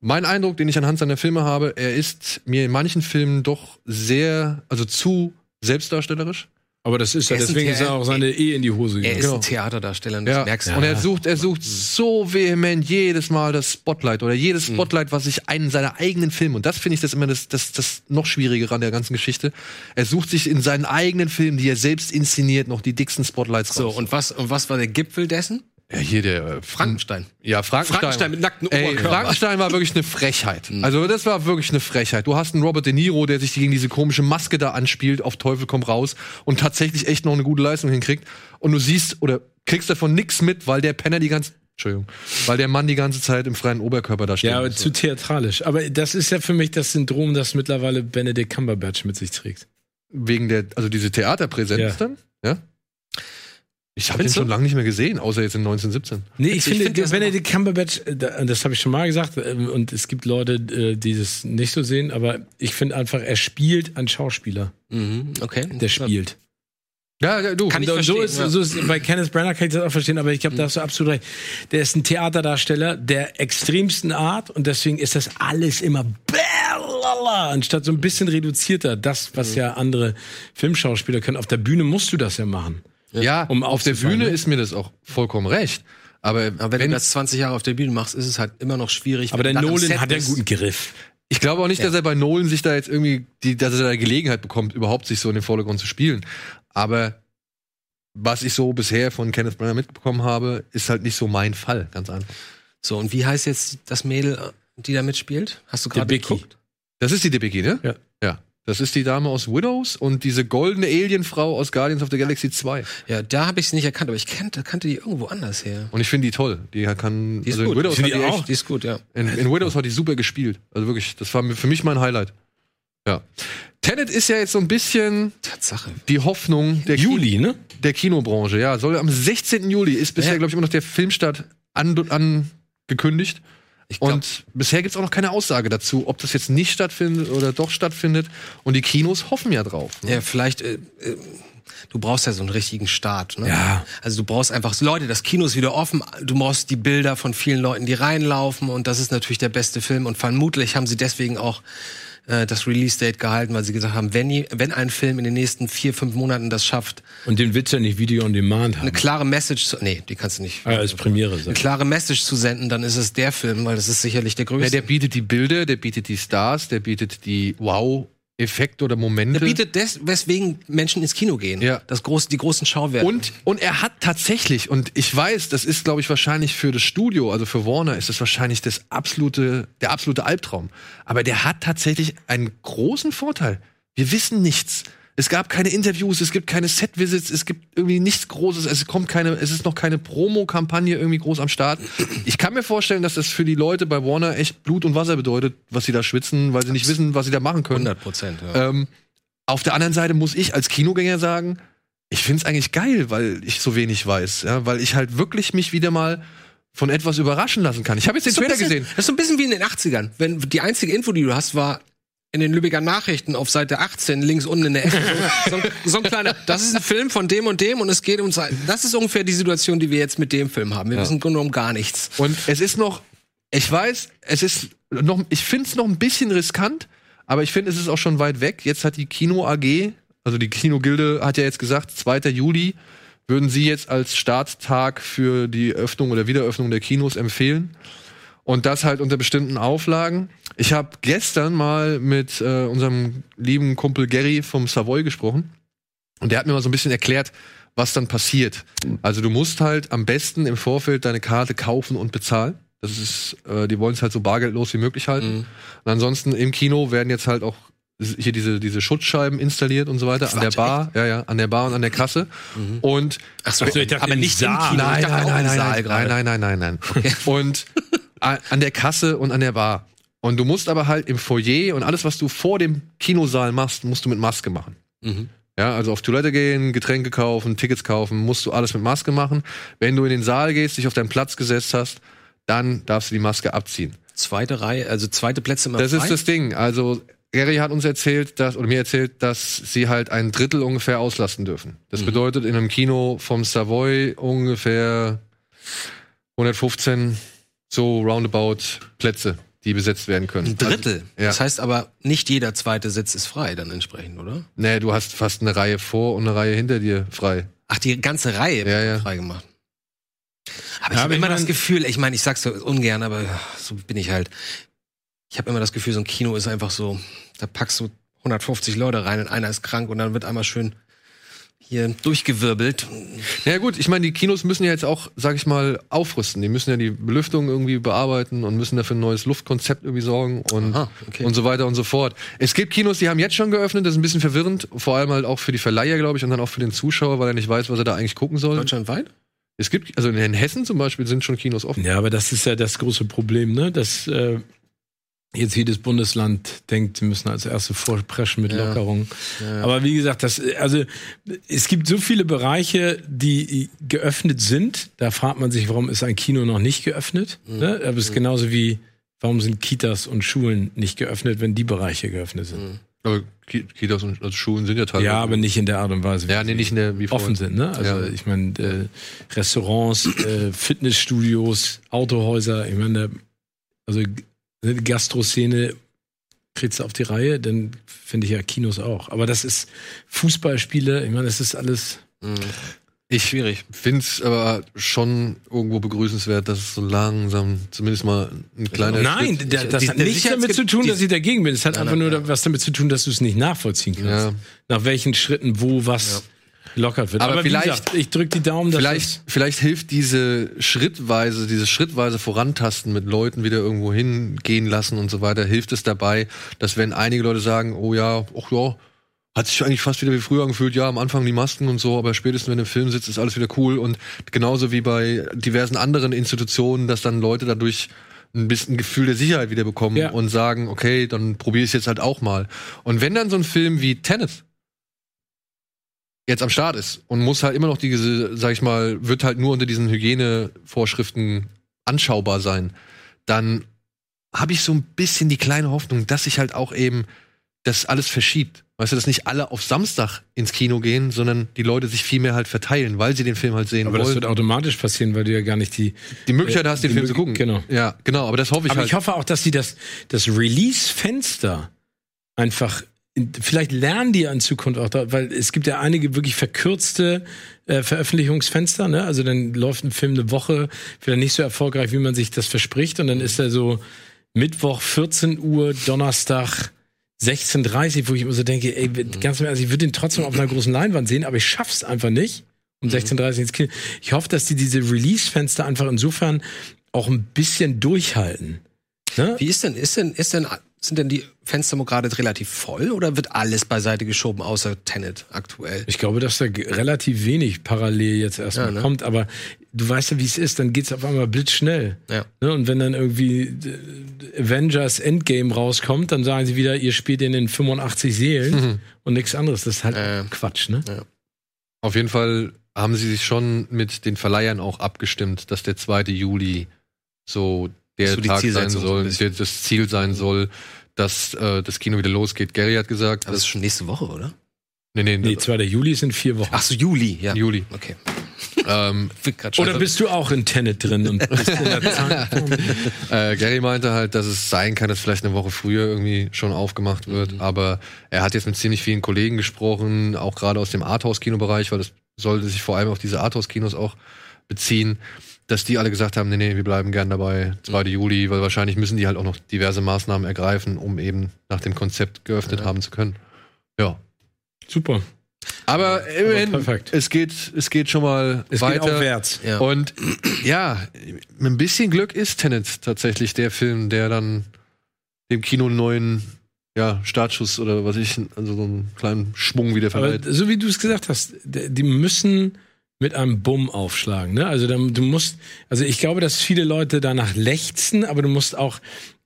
Mein Eindruck, den ich anhand seiner Filme habe, er ist mir in manchen Filmen doch sehr, also zu selbstdarstellerisch. Aber das ist ja- ja, Er ist ein deswegen ist er Kerl. auch seine E in die Hose Er gegangen. ist ein Theaterdarsteller, und Genau. Ja. das merkst du. Und er sucht, er sucht so vehement jedes Mal das Spotlight oder jedes Spotlight, was sich einen seiner eigenen Filme, und das finde ich das immer das, das, das noch Schwierigere an der ganzen Geschichte. Er sucht sich in seinen eigenen Filmen, die er selbst inszeniert, noch die dicksten Spotlights So, raus. und was, und was war der Gipfel dessen? ja, hier der äh, Frankenstein. Ja, Frankenstein. Frankenstein mit nacktem Ey, Oberkörper. Frankenstein war wirklich eine Frechheit. Hm. Also das war wirklich eine Frechheit. Du hast einen Robert De Niro, der sich gegen diese komische Maske da anspielt, auf Teufel komm raus und tatsächlich echt noch eine gute Leistung hinkriegt. Und du siehst oder kriegst davon nichts mit, weil der Penner die ganze Entschuldigung, weil der Mann die ganze Zeit im freien Oberkörper da steht. Also Ja, aber zu theatralisch. Aber das ist ja für mich das Syndrom, das mittlerweile Benedict Cumberbatch mit sich trägt. Wegen der, also diese Theaterpräsenz Ja. dann, ja? Ich habe den Findest schon du? lange nicht mehr gesehen, außer jetzt in 1917. Nee, ich, finde, finde das Benedict Cumberbatch, äh, da- das habe ich schon mal gesagt, ähm, und es gibt Leute, äh, die das nicht so sehen, aber ich finde einfach, er spielt ein Schauspieler, Mhm, okay. der spielt. Ja, ja, du. Kann ich Und so verstehen, ist, ja. so ist, bei Kenneth Branagh kann ich das auch verstehen, aber ich glaube, da hast du absolut recht. Der ist ein Theaterdarsteller der extremsten Art und deswegen ist das alles immer blalala, anstatt so ein bisschen reduzierter. Das, was ja andere Filmschauspieler können. Auf der Bühne musst du das ja machen. ja, um auf der aufzufallen, Bühne ne? ist mir das auch vollkommen recht. Aber, Aber wenn, du das 20 Jahre auf der Bühne machst, ist es halt immer noch schwierig. Aber der wenn du dann am Nolan Set hat ja einen bist. guten Griff. Ich glaube auch nicht, dass er bei Nolan sich da jetzt irgendwie, die, dass er da Gelegenheit bekommt, überhaupt sich so in den Vordergrund zu spielen. Aber was ich so bisher von Kenneth Branagh mitbekommen habe, ist halt nicht so mein Fall, ganz einfach. So, und wie heißt jetzt das Mädel, die da mitspielt? Hast du Der gerade Becky. geguckt? Das ist die DBG, ne? Ja. Ja. Das ist die Dame aus Widows und diese goldene Alienfrau aus Guardians of the Galaxy 2. Ja, da habe ich sie nicht erkannt, aber ich kannte, kannte die irgendwo anders her. Und ich finde die toll. Die kann, Die ist also in gut. Widows hat die echt, Die ist gut, ja. In, in Widows hat die super gespielt. Also wirklich, das war für mich mein Highlight. Ja. Tenet ist ja jetzt so ein bisschen Tatsache. die Hoffnung der Juli, ne? der Kinobranche, ja. Soll am 16. Juli ist bisher, Ja. glaube ich, immer noch der Filmstart an- angekündigt. Ich glaub- Und bisher gibt es auch noch keine Aussage dazu, ob das jetzt nicht stattfindet oder doch stattfindet. Und die Kinos hoffen ja drauf. Ne? Ja, vielleicht, äh, äh, du brauchst ja so einen richtigen Start. Ne? Ja. Also du brauchst einfach Leute, das Kino ist wieder offen, du brauchst die Bilder von vielen Leuten, die reinlaufen und das ist natürlich der beste Film und vermutlich haben sie deswegen auch äh, das Release-Date gehalten, weil sie gesagt haben, wenn, je- wenn ein Film in den nächsten vier, fünf Monaten das schafft, Und den Witz ja nicht Video on Demand Mhm. haben. eine klare Message zu... Nee, die kannst du nicht. Ah, als Premiere Eine sein. klare Message zu senden, dann ist es der Film, weil das ist sicherlich der Ja, größte. der bietet die Bilder, der bietet die Stars, der bietet die Wow-Effekte oder Momente. Der bietet des, weswegen Menschen ins Kino gehen. Ja. Das große, die großen Schauwerte. Und, und er hat tatsächlich, und ich weiß, das ist, glaube ich, wahrscheinlich für das Studio, also für Warner, ist das wahrscheinlich das absolute, der absolute Albtraum. Aber der hat tatsächlich einen großen Vorteil. Wir wissen nichts. Es gab keine Interviews, es gibt keine Set-Visits, es gibt irgendwie nichts Großes, es kommt keine, es ist noch keine Promo-Kampagne irgendwie groß am Start. Ich kann mir vorstellen, dass das für die Leute bei Warner echt Blut und Wasser bedeutet, was sie da schwitzen, weil sie nicht wissen, was sie da machen können. 100 Prozent. Ja. Ähm, auf der anderen Seite muss ich als Kinogänger sagen, ich find's eigentlich geil, weil ich so wenig weiß, ja, weil ich halt wirklich mich wieder mal von etwas überraschen lassen kann. Ich habe jetzt den so ein Trailer bisschen- gesehen. Das ist so ein bisschen wie in den 80ern. Wenn die einzige Info, die du hast, war in den Lübecker Nachrichten auf Seite 18, links unten in der Ecke. So, so, ein- so ein kleiner, das ist ein Film von dem und dem und es geht um sein. Das ist ungefähr die Situation, die wir jetzt mit dem Film haben. Wir wissen im Grunde genommen gar nichts. Und es ist noch, ich weiß, es ist noch, ich find's noch ein bisschen riskant, aber ich finde, es ist auch schon weit weg. Jetzt hat die Kino AG, also die Kinogilde, hat ja jetzt gesagt, 2. Juli würden sie jetzt als Starttag für die Öffnung oder Wiederöffnung der Kinos empfehlen. Und das halt unter bestimmten Auflagen. Ich habe gestern mal mit äh, unserem lieben Kumpel Gary vom Savoy gesprochen. Und der hat mir mal so ein bisschen erklärt, was dann passiert. Also du musst halt am besten im Vorfeld deine Karte kaufen und bezahlen. Das ist, äh, die wollen es halt so bargeldlos wie möglich halten. Und ansonsten im Kino werden jetzt halt auch hier diese, diese Schutzscheiben installiert und so weiter an der Quatsch, Bar, ja, ja, an der Bar und an der Kasse. Und Achso, ich dachte, aber im nicht im Saal. Kino. Ah, nein, ich dachte nein, auch nein, im nein, Saal nein, gerade. nein, nein, nein, nein. Und a- an der Kasse und an der Bar. Und du musst aber halt im Foyer und alles, was du vor dem Kinosaal machst, musst du mit Maske machen. Mhm. Ja, also auf Toilette gehen, Getränke kaufen, Tickets kaufen, musst du alles mit Maske machen. Wenn du in den Saal gehst, dich auf deinen Platz gesetzt hast, dann darfst du die Maske abziehen. Zweite Reihe, also zweite Plätze immer Das ist frei? das Ding. Also Gary hat uns erzählt, dass, oder mir erzählt, dass sie halt ein Drittel ungefähr auslasten dürfen. Das Mhm. bedeutet in einem Kino vom Savoy ungefähr 115 so roundabout Plätze, die besetzt werden können. Ein Drittel. Also, ja. Das heißt aber, nicht jeder zweite Sitz ist frei dann entsprechend, oder? nee, du hast fast eine Reihe vor und eine Reihe hinter dir frei. Ach, die ganze Reihe Ja, wird ja. frei gemacht. Aber ich Ja, habe aber ich immer das mein- Gefühl, ich meine, ich sag's so ungern, aber so bin ich halt. Ich habe immer das Gefühl, so ein Kino ist einfach so, da packst du 150 Leute rein und einer ist krank und dann wird einmal schön hier durchgewirbelt. Ja gut, ich meine, die Kinos müssen ja jetzt auch, sag ich mal, aufrüsten. Die müssen ja die Belüftung irgendwie bearbeiten und müssen dafür ein neues Luftkonzept irgendwie sorgen und, Aha, okay. und so weiter und so fort. Es gibt Kinos, die haben jetzt schon geöffnet, das ist ein bisschen verwirrend, vor allem halt auch für die Verleiher, glaube ich, und dann auch für den Zuschauer, weil er nicht weiß, was er da eigentlich gucken soll. Deutschlandweit? Es gibt, also in Hessen zum Beispiel sind schon Kinos offen. Ja, aber das ist ja das große Problem, ne? Dass äh, jetzt jedes Bundesland denkt, sie müssen als erste vorpreschen mit Ja. Lockerungen. Aber wie gesagt, das, also es gibt so viele Bereiche, die geöffnet sind. Da fragt man sich, warum ist ein Kino noch nicht geöffnet? Mhm. Ne? Aber es ist genauso wie, warum sind Kitas und Schulen nicht geöffnet, wenn die Bereiche geöffnet sind? Mhm. Aber Ki- Kitas und also Schulen sind ja teilweise. Ja, aber nicht in der Art und Weise, wie Ja, nee, nicht in der, wie vorhin. offen sind. Ne? Also Ja. ich meine, äh, Restaurants, äh, Fitnessstudios, Autohäuser, ich meine, da- also g- die Gastroszene kriegst du auf die Reihe, dann finde ich ja Kinos auch. Aber das ist Fußballspiele, ich meine, das ist alles. Ich schwierig. Finde es aber schon irgendwo begrüßenswert, dass es so langsam zumindest mal ein kleiner. Nein, Schritt- da- das die- hat der nichts damit Sicherheits- zu tun, die- dass ich dagegen bin. Es hat Nein, einfach nein, nur da- was damit zu tun, dass du es nicht nachvollziehen kannst. Ja. Nach welchen Schritten wo was lockert wird. Aber wie vielleicht- gesagt, ich drücke die Daumen, dass Vielleicht, vielleicht hilft diese schrittweise, dieses schrittweise Vorantasten mit Leuten wieder irgendwo hingehen lassen und so weiter, hilft es dabei, dass wenn einige Leute sagen, oh ja, ach ja, hat sich eigentlich fast wieder wie früher angefühlt, ja, am Anfang die Masken und so, aber spätestens wenn du im Film sitzt, ist alles wieder cool und genauso wie bei diversen anderen Institutionen, dass dann Leute dadurch ein bisschen Gefühl der Sicherheit wieder bekommen Ja. und sagen, okay, dann probiere ich es jetzt halt auch mal. Und wenn dann so ein Film wie Tenet jetzt am Start ist und muss halt immer noch diese, sag ich mal, wird halt nur unter diesen Hygienevorschriften anschaubar sein, dann habe ich so ein bisschen die kleine Hoffnung, dass sich halt auch eben das alles verschiebt. Weißt du, dass nicht alle auf Samstag ins Kino gehen, sondern die Leute sich viel mehr halt verteilen, weil sie den Film halt sehen Aber das wollen. wird automatisch passieren, weil du ja gar nicht die äh, die Möglichkeit hast, den die Film zu Möglich- gucken. genau. Ja, genau, aber das hoffe ich Aber halt. ich hoffe auch, dass sie das, das Release-Fenster einfach. in- Vielleicht lernen die ja in Zukunft auch da, weil es gibt ja einige wirklich verkürzte äh, Veröffentlichungsfenster, ne? Also dann läuft ein Film eine Woche, vielleicht nicht so erfolgreich, wie man sich das verspricht, und dann ist er so Mittwoch 14 Uhr, Donnerstag 16.30 wo ich immer so denke, ey, Mhm. ganz im Ernst, ich würde den trotzdem auf einer großen Leinwand sehen, aber ich schaff's einfach nicht. Mhm. Um 16.30 ins Kino. Ich hoffe, dass die diese Release-Fenster einfach insofern auch ein bisschen durchhalten. Ne? Wie ist denn, ist denn, ist denn, sind denn die Fenster gerade relativ voll oder wird alles beiseite geschoben, außer Tenet aktuell? Ich glaube, dass da g- relativ wenig parallel jetzt erstmal Ja, ne? kommt, aber du weißt ja, wie es ist, dann geht's auf einmal blitzschnell. Ja. Ne? Und wenn dann irgendwie äh, Avengers Endgame rauskommt, dann sagen sie wieder, ihr spielt in den 85 Seelen Mhm. und nichts anderes. Das ist halt Äh. Quatsch, ne? Auf jeden Fall haben sie sich schon mit den Verleihern auch abgestimmt, dass der 2. Juli so der So die Tag sein Zielsetzung so ein soll, bisschen. der- das Ziel sein soll, dass äh, das Kino wieder losgeht. Gary hat gesagt, Aber das ist schon nächste Woche, oder? nee, nee, Nee, 2. Juli sind vier Wochen. Ach so, Juli, ja. Juli. Okay. Ähm, Wird grad schon- Oder bist du auch in Tenet drin und bist in der Zeit? äh, Gary meinte halt, dass es sein kann, dass vielleicht eine Woche früher irgendwie schon aufgemacht wird, Mhm. aber er hat jetzt mit ziemlich vielen Kollegen gesprochen, auch gerade aus dem Arthouse-Kinobereich, weil das sollte sich vor allem auf diese Arthouse-Kinos auch beziehen, dass die alle gesagt haben, nee, nee, wir bleiben gern dabei, 2. Mhm. Juli, weil wahrscheinlich müssen die halt auch noch diverse Maßnahmen ergreifen, um eben nach dem Konzept geöffnet haben zu können. Ja. Super. Aber immerhin, perfekt. es geht, es geht schon mal Es geht weiter. aufwärts. Ja. Und ja, mit ein bisschen Glück ist Tenet tatsächlich der Film, der dann dem Kino einen neuen ja, Startschuss oder was ich, also so einen kleinen Schwung wieder Aber verleiht. so wie du es gesagt hast, d- die müssen mit einem Bumm aufschlagen. Ne? Also dann, du musst, also ich glaube, dass viele Leute danach lechzen, aber du musst auch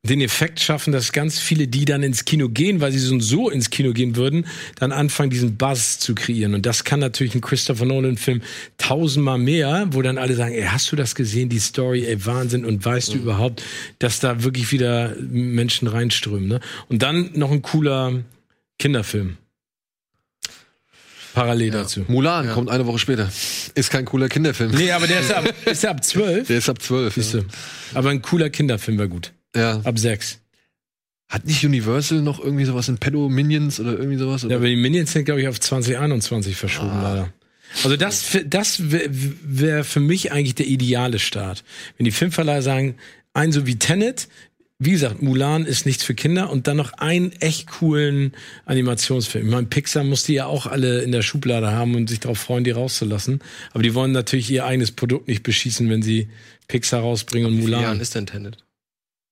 den Effekt schaffen, dass ganz viele, die dann ins Kino gehen, weil sie so und so ins Kino gehen würden, dann anfangen, diesen Buzz zu kreieren. Und das kann natürlich ein Christopher Nolan-Film tausendmal mehr, wo dann alle sagen, ey, hast du das gesehen, die Story, ey, Wahnsinn, und weißt du überhaupt, dass da wirklich wieder Menschen reinströmen. Ne? Und dann noch ein cooler Kinderfilm. Parallel dazu. Mulan kommt eine Woche später. Ist kein cooler Kinderfilm. Nee, aber der ist ab, ist der ab 12. Der ist ab 12. Ja. Siehste. Aber ein cooler Kinderfilm war gut. Ja. Ab 6. Hat nicht Universal noch irgendwie sowas in Pedo Minions oder irgendwie sowas? Ja, Oder? aber die Minions sind, glaube ich, auf 2021 verschoben, Ah. leider. Also das, f- das wäre wär für mich eigentlich der ideale Start. Wenn die Filmverleiher sagen, ein so wie Tenet, wie gesagt, Mulan ist nichts für Kinder und dann noch einen echt coolen Animationsfilm. Ich meine, Pixar muss die ja auch alle in der Schublade haben und sich darauf freuen, die rauszulassen. Aber die wollen natürlich ihr eigenes Produkt nicht beschießen, wenn sie Pixar rausbringen und Wie Mulan. Jahren ist denn Tenet?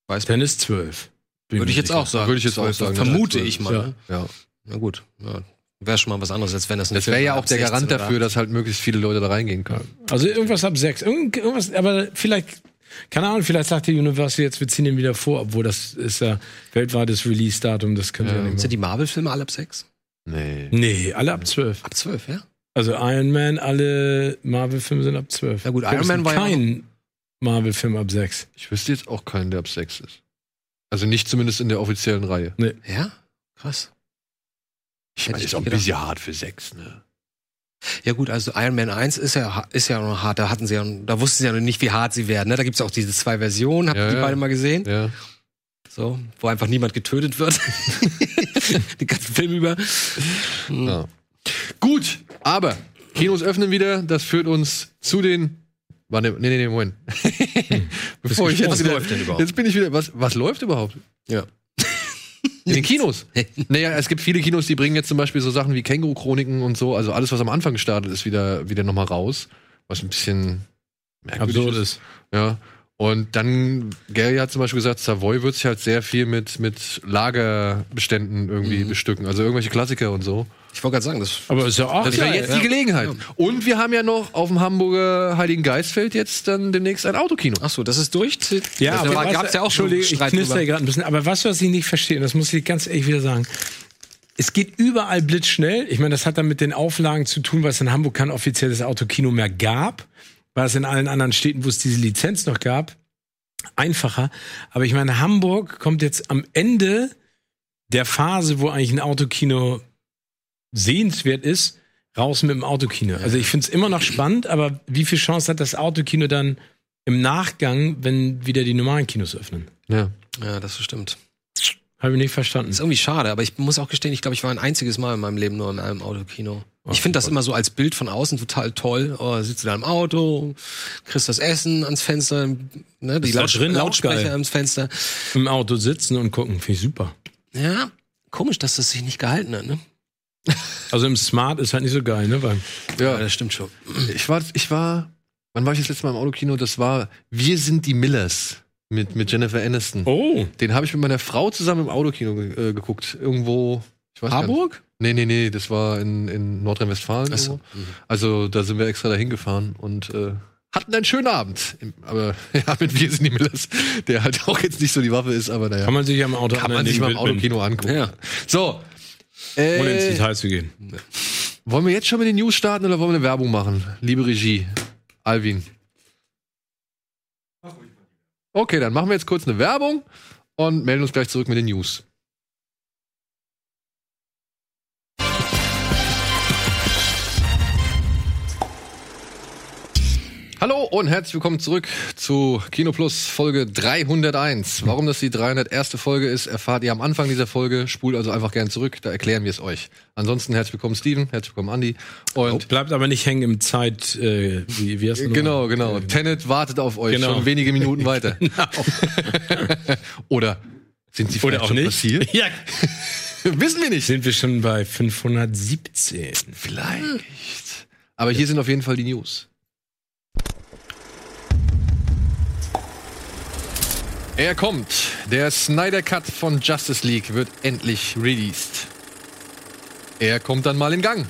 Dann ist 12. Bin Würde ich mir jetzt sicher. auch sagen. Würde ich jetzt auch sagen, Vermute ja. ich mal. Ja. ne? ja. Na gut. Ja. Wäre schon mal was anderes, als wenn das ein Das Film wäre ja ab auch der 16 Garant oder dafür, dass halt möglichst viele Leute da reingehen können. Also irgendwas ab sechs. Irgend, irgendwas, aber vielleicht, keine Ahnung, vielleicht sagt die Universal jetzt, wir ziehen ihn wieder vor, obwohl das ist ja weltweites Release-Datum, das können sie ja nicht Sind machen. die Marvel-Filme alle ab sechs? Nee. Nee, alle ab zwölf. Ab zwölf, ja? Also Iron Man, alle Marvel-Filme sind ab zwölf. Na gut, Ich Iron glaub, es Man gibt war ja kein Marvel-Film ab sechs. Ich wüsste jetzt auch keinen, der ab 6 ist. Also nicht zumindest in der offiziellen Reihe. Ja? Krass. Ich Hätte meine, ich ist auch ein nicht bisschen hart für 6, ne? Ja gut, also Iron Man 1 ist ja, ist ja noch hart, da hatten sie ja, da wussten sie ja noch nicht, wie hart sie werden. Ne? Da gibt's auch diese zwei Versionen, habt ihr Ja, die ja. beide mal gesehen? Ja. So, wo einfach niemand getötet wird. Den ganzen Film über. ja. Gut, aber Kinos öffnen wieder, das führt uns zu den. Warte, nee, nee, nee, Moment. Bevor ich jetzt Was wieder, läuft denn überhaupt? Jetzt bin ich wieder. Was, was läuft überhaupt? Ja. In den Kinos. naja, es gibt viele Kinos, die bringen jetzt zum Beispiel so Sachen wie Känguru-Chroniken und so, also alles, was am Anfang gestartet ist, wieder, wieder nochmal raus. Was ein bisschen merkwürdig Absurd ist. ist. Ja. Und dann, Gary hat zum Beispiel gesagt, Savoy wird sich halt sehr viel mit, mit Lagerbeständen irgendwie Mhm. bestücken. Also irgendwelche Klassiker und so. Ich wollte gerade sagen, das Aber ist ja auch Das wäre geil. jetzt die Gelegenheit. Und wir haben ja noch auf dem Hamburger Heiligen Geistfeld jetzt dann demnächst ein Autokino. Ach so, das ist durch. Ja, da aber war- was- gab's ja auch schon Entschuldige, ich Streit knister drüber. gerade ein bisschen. Aber was, was ich nicht verstehe, und das muss ich ganz ehrlich wieder sagen. Es geht überall blitzschnell. Ich meine, das hat dann mit den Auflagen zu tun, weil es in Hamburg kein offizielles Autokino mehr gab, weil es in allen anderen Städten, wo es diese Lizenz noch gab, einfacher. Aber ich meine, Hamburg kommt jetzt am Ende der Phase, wo eigentlich ein Autokino sehenswert ist, raus mit dem Autokino. Also ich finde es immer noch spannend, aber wie viel Chance hat das Autokino dann im Nachgang, wenn wieder die normalen Kinos öffnen? Ja. Ja, das stimmt. Habe ich nicht verstanden. Ist irgendwie schade, aber ich muss auch gestehen, ich glaube, ich war ein einziges Mal in meinem Leben nur in einem Autokino. Ich finde das immer so als Bild von außen total toll. Oh, sitzt du da im Auto, kriegst das Essen ans Fenster, ne, die Ist da Lauts drin auch Lautsprecher geil. ans Fenster. Im Auto sitzen und gucken, finde ich super. Ja, komisch, dass das sich nicht gehalten hat, ne? Also im Smart ist halt nicht so geil, ne? Weil Ja, ja. das stimmt schon. Ich war, ich war, wann war ich das letzte Mal im Autokino? Das war Wir sind die Millers mit, mit Jennifer Aniston. oh, Den habe ich mit meiner Frau zusammen im Autokino ge äh, geguckt. Irgendwo. Ich weiß gar nicht. Harburg? Nee, nee, nee, das war in, in Nordrhein-Westfalen. Ach so. irgendwo. Also da sind wir extra dahin gefahren und äh, hatten einen schönen Abend. Im, aber ja, mit wir sind die Millers, der halt auch jetzt nicht so die Waffe ist, aber naja. kann man sich ja im Auto Kann man sich mal im widmen, Autokino angucken. Ja. So. ohne ins Äh, Detail zu gehen. wollen wir jetzt schon mit den News starten oder wollen wir eine Werbung machen? Liebe Regie, Alvin. Okay, dann machen wir jetzt kurz eine Werbung und melden uns gleich zurück mit den News. Hallo und herzlich willkommen zurück zu Kino Plus Folge 301. Warum das die 301. Folge ist, erfahrt ihr am Anfang dieser Folge. Spult also einfach gern zurück, da erklären wir es euch. Ansonsten herzlich willkommen Steven, herzlich willkommen Andy und Bleibt aber nicht hängen im Zeit, äh, wie, wie heißt das Genau, nochmal? genau. Tenet wartet auf euch Genau. schon wenige Minuten weiter. Oder sind sie vielleicht Oder auch schon nicht. passiert? Ja. Wissen wir nicht. Sind wir schon bei 517? Vielleicht. Aber hier sind auf jeden Fall die News. Er kommt. Der Snyder Cut von Justice League wird endlich released. Er kommt dann mal in Gang.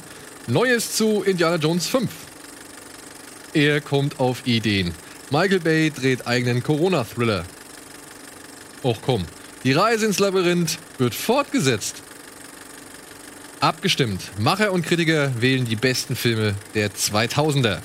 Neues zu Indiana Jones 5. Er kommt auf Ideen. Michael Bay dreht eigenen Corona-Thriller. Och komm. Die Reise ins Labyrinth wird fortgesetzt. Abgestimmt. Macher und Kritiker wählen die besten Filme der 2000er.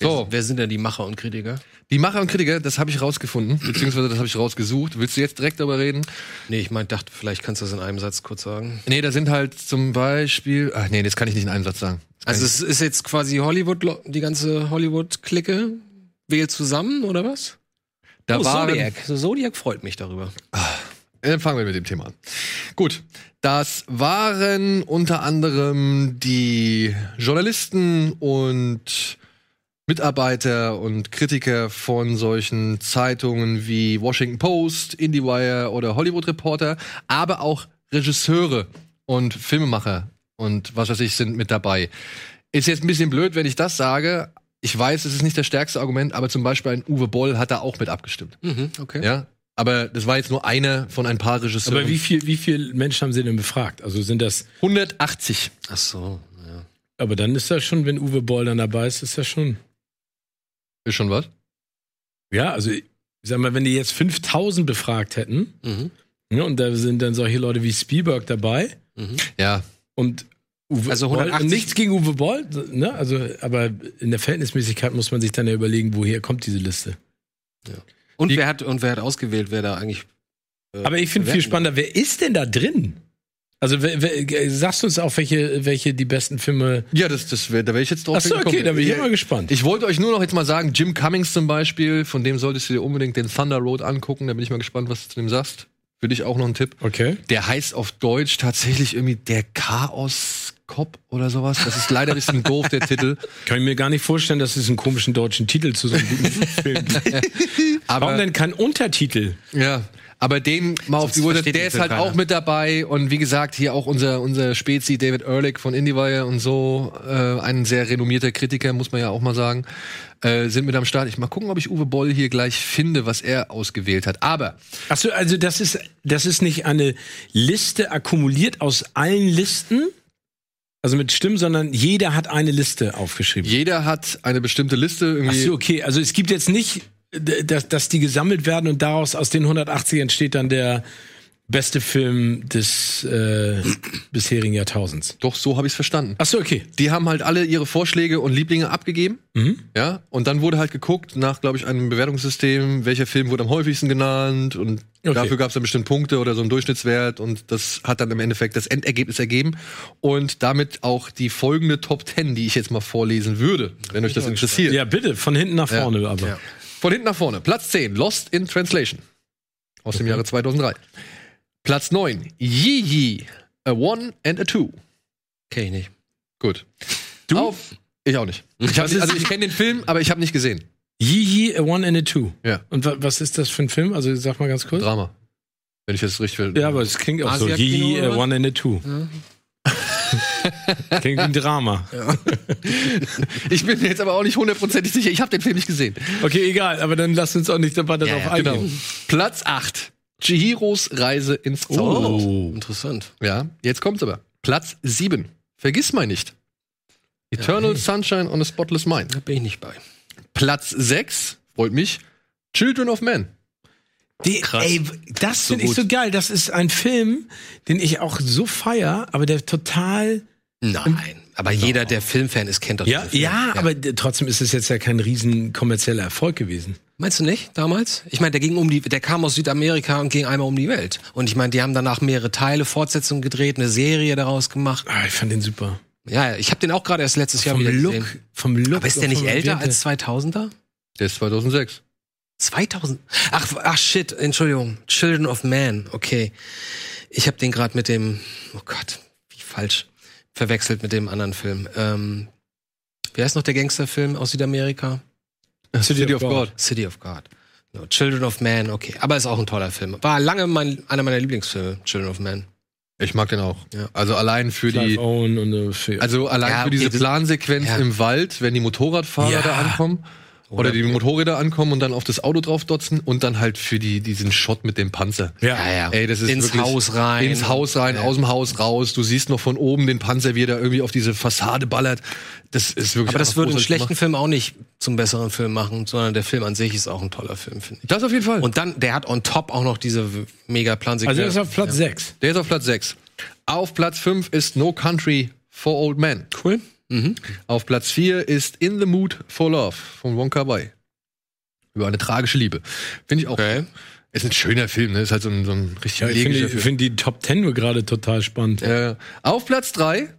So, Wer sind denn die Macher und Kritiker? die Macher und Kritiker, das habe ich rausgefunden, beziehungsweise das habe ich rausgesucht. Willst du jetzt direkt darüber reden? Nee, ich meine, dachte, vielleicht kannst du das in einem Satz kurz sagen. Nee, da sind halt zum Beispiel. Ach nee, das kann ich nicht in einem Satz sagen. Das kann Also es ist jetzt quasi Hollywood, die ganze Hollywood-Clique wählt zusammen, oder was? ich, da oh, waren- Zodiac. So, Zodiac freut mich darüber. Dann Äh, fangen wir mit dem Thema an. Gut, das waren unter anderem die Journalisten und Mitarbeiter und Kritiker von solchen Zeitungen wie Washington Post, IndieWire oder Hollywood Reporter, aber auch Regisseure und Filmemacher und was weiß ich sind mit dabei. Ist jetzt ein bisschen blöd, wenn ich das sage. Ich weiß, es ist nicht das stärkste Argument, aber zum Beispiel ein Uwe Boll hat da auch mit abgestimmt. Mhm, okay. Ja, aber das war jetzt nur einer von ein paar Regisseuren. Aber wie viel, wie viel Menschen haben sie denn befragt? Also sind das, 180. Ach so, ja. aber dann ist das schon, wenn Uwe Boll dann dabei ist, ist das schon. Ist schon was? Ja, also ich sag mal, wenn die jetzt 5000 befragt hätten, Mhm. ja, und da sind dann solche Leute wie Spielberg dabei Ja. und Uwe Also Boll, 180 und nichts gegen Uwe Boll, ne? Also, aber in der Verhältnismäßigkeit muss man sich dann ja überlegen, woher kommt diese Liste. Und wer hat und wer hat ausgewählt, wer da eigentlich? äh, Aber ich finde viel bewerten spannender, wer ist denn da drin? Also wer, wer, sagst du uns auch, welche, welche die besten Filme. Ja, das, das wär, da wäre ich jetzt drauf Achso, okay, da bin ich immer gespannt. Ich wollte euch nur noch jetzt mal sagen, Jim Cummings zum Beispiel, von dem solltest du dir unbedingt den Thunder Road angucken. Da bin ich mal gespannt, was du zu dem sagst. Für dich auch noch ein Tipp. Okay. Der heißt auf Deutsch tatsächlich irgendwie der Chaos Cop oder sowas. Das ist leider ein bisschen doof, der Titel. Kann ich mir gar nicht vorstellen, dass es einen komischen deutschen Titel zu so einem guten Film gibt. Warum Aber, denn kein Untertitel? ja, aber den mal auf die Uhr, versteht der den ist Film halt keiner. auch mit dabei. Und wie gesagt, hier auch unser, unser Spezi David Ehrlich von IndieWire und so, äh, ein sehr renommierter Kritiker, muss man ja auch mal sagen, äh, sind mit am Start. Ich mal gucken, ob ich Uwe Boll hier gleich finde, was er ausgewählt hat. Aber Achso, also das ist, das ist nicht eine Liste akkumuliert aus allen Listen, also mit Stimmen, sondern jeder hat eine Liste aufgeschrieben. jeder hat eine bestimmte Liste. Irgendwie Achso, okay, also es gibt jetzt nicht, d- dass, dass die gesammelt werden und daraus aus den 180 entsteht dann der beste Film des äh, bisherigen Jahrtausends. Doch, so habe ich es verstanden. Achso, okay. Die haben halt alle ihre Vorschläge und Lieblinge abgegeben. Mhm. Ja, und dann wurde halt geguckt nach, glaube ich, einem Bewertungssystem, welcher Film wurde am häufigsten genannt und Okay. dafür gab es dann bestimmt Punkte oder so einen Durchschnittswert und das hat dann im Endeffekt das Endergebnis ergeben und damit auch die folgende Top 10, die ich jetzt mal vorlesen würde, wenn euch das interessiert. Ja, bitte, von hinten nach vorne aber. Von hinten nach vorne. Platz 10, Lost in Translation. Aus dem Jahre 2003. Platz 9, Yi Yi, A One and a Two. Kenn ich nicht. Gut. Du? Auf, ich auch nicht. Ich hab, Was ist- also ich kenne den Film, aber ich habe nicht gesehen. Yee Yee, a One and a Two. Ja. Und wa was ist das für ein Film? Also sag mal ganz kurz. Drama. Wenn ich das richtig will. Ja, aber es klingt auch so. Asia-Kino Yee Yee, a oder was? One and a Two. klingt wie ein Drama. Ich bin mir jetzt aber auch nicht hundertprozentig sicher. Ich habe den Film nicht gesehen. Okay, egal, aber dann lass uns auch nicht dabei darauf ja, Genau. eingehen. Platz 8. Chihiros Reise ins Zauberland. Oh, interessant. Ja, jetzt kommt's aber. Platz 7. Vergiss mal nicht. Eternal Sunshine on a Spotless Mind. Da bin ich nicht bei. Platz 6. Freut mich. Children of Men. Die, Ey, das finde ich gut. so geil. Das ist ein Film, den ich auch so feier, aber der total. Nein. Aber jeder, der Filmfan ist, kennt doch Ja, diesen Film. ja, aber d- trotzdem ist es jetzt ja kein riesen kommerzieller Erfolg gewesen. Meinst du nicht damals? Ich meine, der ging um die, der kam aus Südamerika und ging einmal um die Welt. Und ich meine, die haben danach mehrere Teile, Fortsetzungen gedreht, eine Serie daraus gemacht. Ah, ich fand den super. Ja, ja, ich habe den auch gerade erst letztes Jahr Vom wieder Look, gesehen. vom Look. Aber ist der und nicht vom älter als Ambiente. 2000er? Der ist 2006. 2000? Ach, ach shit, Entschuldigung. Children of Man, okay. Ich habe den gerade mit dem, oh Gott, wie falsch, verwechselt mit dem anderen Film. Ähm, wie heißt noch der Gangsterfilm aus Südamerika? Äh, City of God. City of God. Ja, Children of Man, okay. Aber ist auch ein toller Film. War lange mein, einer meiner Lieblingsfilme, Children of Man. Ich mag den auch. Also allein für die, Clive Owen und äh, für- also allein Ja, für okay, diese das- Plansequenz ja. im Wald, wenn die Motorradfahrer Ja. da ankommen oder die Motorräder ankommen und dann auf das Auto draufdotzen und dann halt für die diesen Shot mit dem Panzer. ja, ja. Ey, das ist Ins wirklich Haus rein. Ins Haus rein, Ja. aus dem Haus raus. Du siehst noch von oben den Panzer, wie er da irgendwie auf diese Fassade ballert. Das ist wirklich. Aber das einfach würde einen großartig schlechten gemacht. Film auch nicht zum besseren Film machen, sondern der Film an sich ist auch ein toller Film, finde ich. Das auf jeden Fall. Und dann, der hat on top auch noch diese w- mega Plansequenz. Also er ist auf Platz 6. der ist auf Platz 6. Auf Platz 5 ist No Country for Old Men. cool. Auf Platz 4 ist In the Mood for Love von Wonka Wai. Über eine tragische Liebe. Finde ich auch. Okay. Ist ein schöner Film, ne? Ist halt so ein, so ein richtig Ja, ich finde elegischer Film. find die Top 10 nur gerade total spannend. Äh, auf Platz 3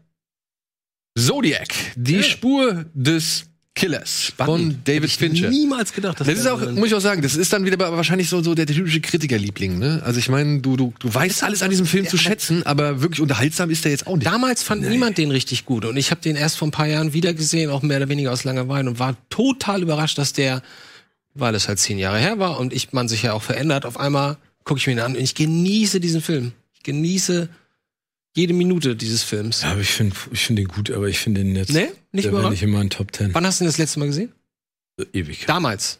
Zodiac, die Spur des Killers von David Fincher. Niemals gedacht, dass Das ist der- auch, muss ich auch sagen, das ist dann wieder aber wahrscheinlich so, so der typische Kritikerliebling, ne? Also ich meine, du, du, du weißt alles an diesem Film zu schätzen, aber wirklich unterhaltsam ist der jetzt auch nicht. Damals fand niemand den richtig gut und ich habe den erst vor ein paar Jahren wieder gesehen, auch mehr oder weniger aus Langeweile und war total überrascht, dass der, weil es halt zehn Jahre her war und ich man sich ja auch verändert, auf einmal gucke ich mir ihn an und ich genieße diesen Film. Ich genieße jede Minute dieses Films. Ja, aber ich finde ich find den gut, aber ich finde den jetzt Nee, nicht der wär überrascht? nicht in meinen Top 10. Wann hast du ihn das letzte Mal gesehen? Ewig. Damals.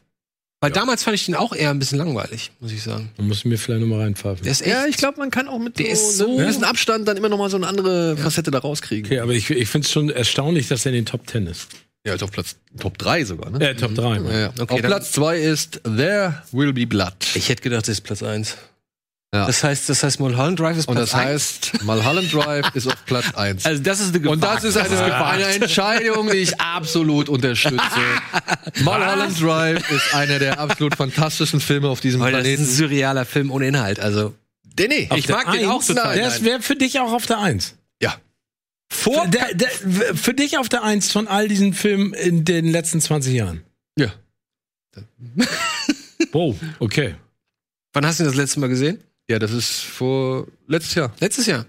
Weil damals fand ich den auch eher ein bisschen langweilig, muss ich sagen. Man muss mir vielleicht nochmal reinpfeifen. Der ist echt. ja, ich glaube, man kann auch mit Der ist so- einem gewissen Abstand dann immer noch mal so eine andere Facette da rauskriegen. okay, aber ich, ich finde es schon erstaunlich, dass er in den Top 10 ist. Ja, ist auf Platz Top 3 sogar, ne? Äh, Mhm. Top 3. Ja, ja. Okay, auf dann- Platz 2 ist There Will Be Blood. ich hätte gedacht, das ist Platz 1. Ja. Das heißt, das heißt, Mulholland Drive ist Und Platz das 1. heißt, Mulholland Drive ist auf Platz 1. Also das ist eine Gefahr. Und das ist eine, eine Entscheidung, die ich absolut unterstütze. Mulholland Drive ist einer der absolut fantastischen Filme auf diesem Weil das ist ein Planeten. surrealer Film ohne Inhalt. Also Nee, nee, Ich mag den auch total. Der wäre für dich auch auf der 1. Ja. Vor der, der, w- für dich auf der 1 von all diesen Filmen in den letzten 20 Jahren. Ja. Wow, okay. Wann hast du ihn das letzte Mal gesehen? Ja, das ist vor letztes Jahr. Letztes Jahr.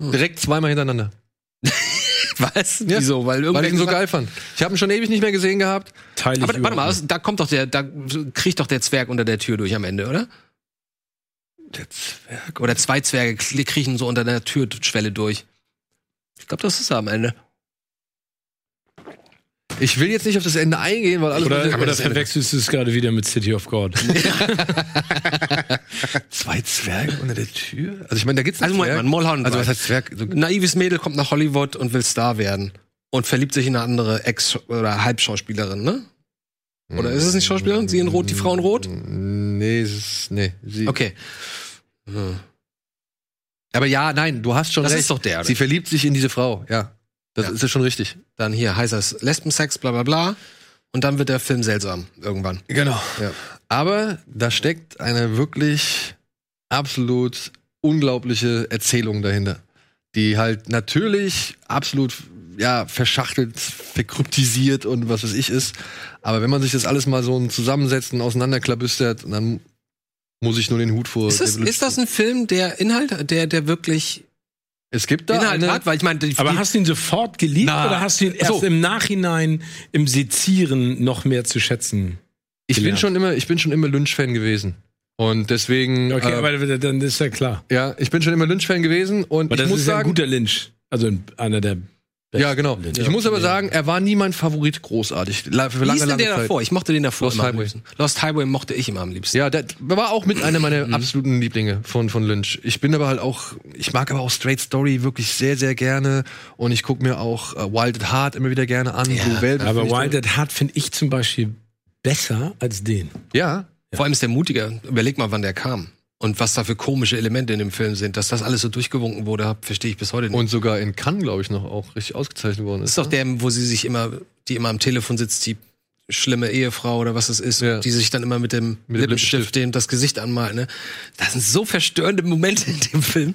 Direkt zweimal hintereinander. Was? Ja. Wieso? Weil Weil irgendwie ich ihn so geil fand. Ich habe ihn schon ewig nicht mehr gesehen gehabt. Teile ich Aber warte überhaupt mal, also- nicht. aus- da kommt doch der, da kriegt doch der Zwerg unter der Tür durch am Ende, oder? Der Zwerg. Oder zwei Zwerge kli- kriechen so unter der Türschwelle durch. Ich glaube, das ist er am Ende. Ich will jetzt nicht auf das Ende eingehen, weil alles Oder, Kann man oder das Ende- verwechselst du es gerade wieder mit City of God? zwei Zwerge unter der Tür. Also ich meine, da gibt's einen Also Moment mal, Zwerg. Mulholland Also was Drive. heißt Zwerg? So, Ein naives Mädel kommt nach Hollywood und will Star werden und verliebt sich in eine andere Ex- oder Halbschauspielerin, ne? Oder ist es nicht Schauspielerin? Sie in Rot, die Frau in Rot? nee, es ist, nee. Sie, Okay. Aber ja, nein, du hast schon Das recht. ist doch der, oder? Sie verliebt sich in diese Frau, ja. Das Ja. ist ja schon richtig. Dann hier heißt es Lesbensex, bla bla bla. Und dann wird der Film seltsam irgendwann. Genau. Ja. Aber da steckt eine wirklich absolut unglaubliche Erzählung dahinter, die halt natürlich absolut ja verschachtelt, verkryptisiert und was weiß ich ist. Aber wenn man sich das alles mal so zusammensetzt und auseinanderklabüstert, dann muss ich nur den Hut vor. Ist das, David ist das ein Film, der Inhalt, der, der wirklich Es gibt da Inhalt eine, hat? Weil ich meine, die, Aber die, hast du ihn sofort geliebt Na, oder hast du ihn erst so. im Nachhinein im Sezieren noch mehr zu schätzen? ich bin gelernt. schon immer, ich bin schon immer Lynch-Fan gewesen und deswegen. Okay, äh, aber dann ist ja klar. Ja, ich bin schon immer Lynch-Fan gewesen und Aber ich das muss ist ja ein sagen, guter Lynch. Also ein- einer der besten ja genau. Lynch. Ich muss aber sagen, er war nie mein Favorit großartig. La- Für wie lange, hieß denn lange der Zeit. davor? Ich mochte den davor Lost immer am Highway. liebsten. Lost Highway mochte ich immer am liebsten. Ja, der war auch mit einer Mhm. meiner absoluten Lieblinge von, von Lynch. Ich bin aber halt auch, ich mag aber auch Straight Story wirklich sehr, sehr gerne und ich guck mir auch äh, Wild at Heart immer wieder gerne an. Ja, Blue Velvet Aber find ich Wild at Heart finde ich zum Beispiel besser als den. toll. Ja, Vor allem ist der mutiger. Überleg mal, wann der kam. Und was da für komische Elemente in dem Film sind. Dass das alles so durchgewunken wurde, verstehe ich bis heute nicht. und sogar in Cannes, glaube ich, noch auch richtig ausgezeichnet worden Das ist. ist doch der, wo sie sich immer, die immer am Telefon sitzt, die schlimme Ehefrau oder was es ist, Ja. die sich dann immer mit dem Mit dem Lippenstift dem das Gesicht anmalt. Ne? Das sind so verstörende Momente in dem Film.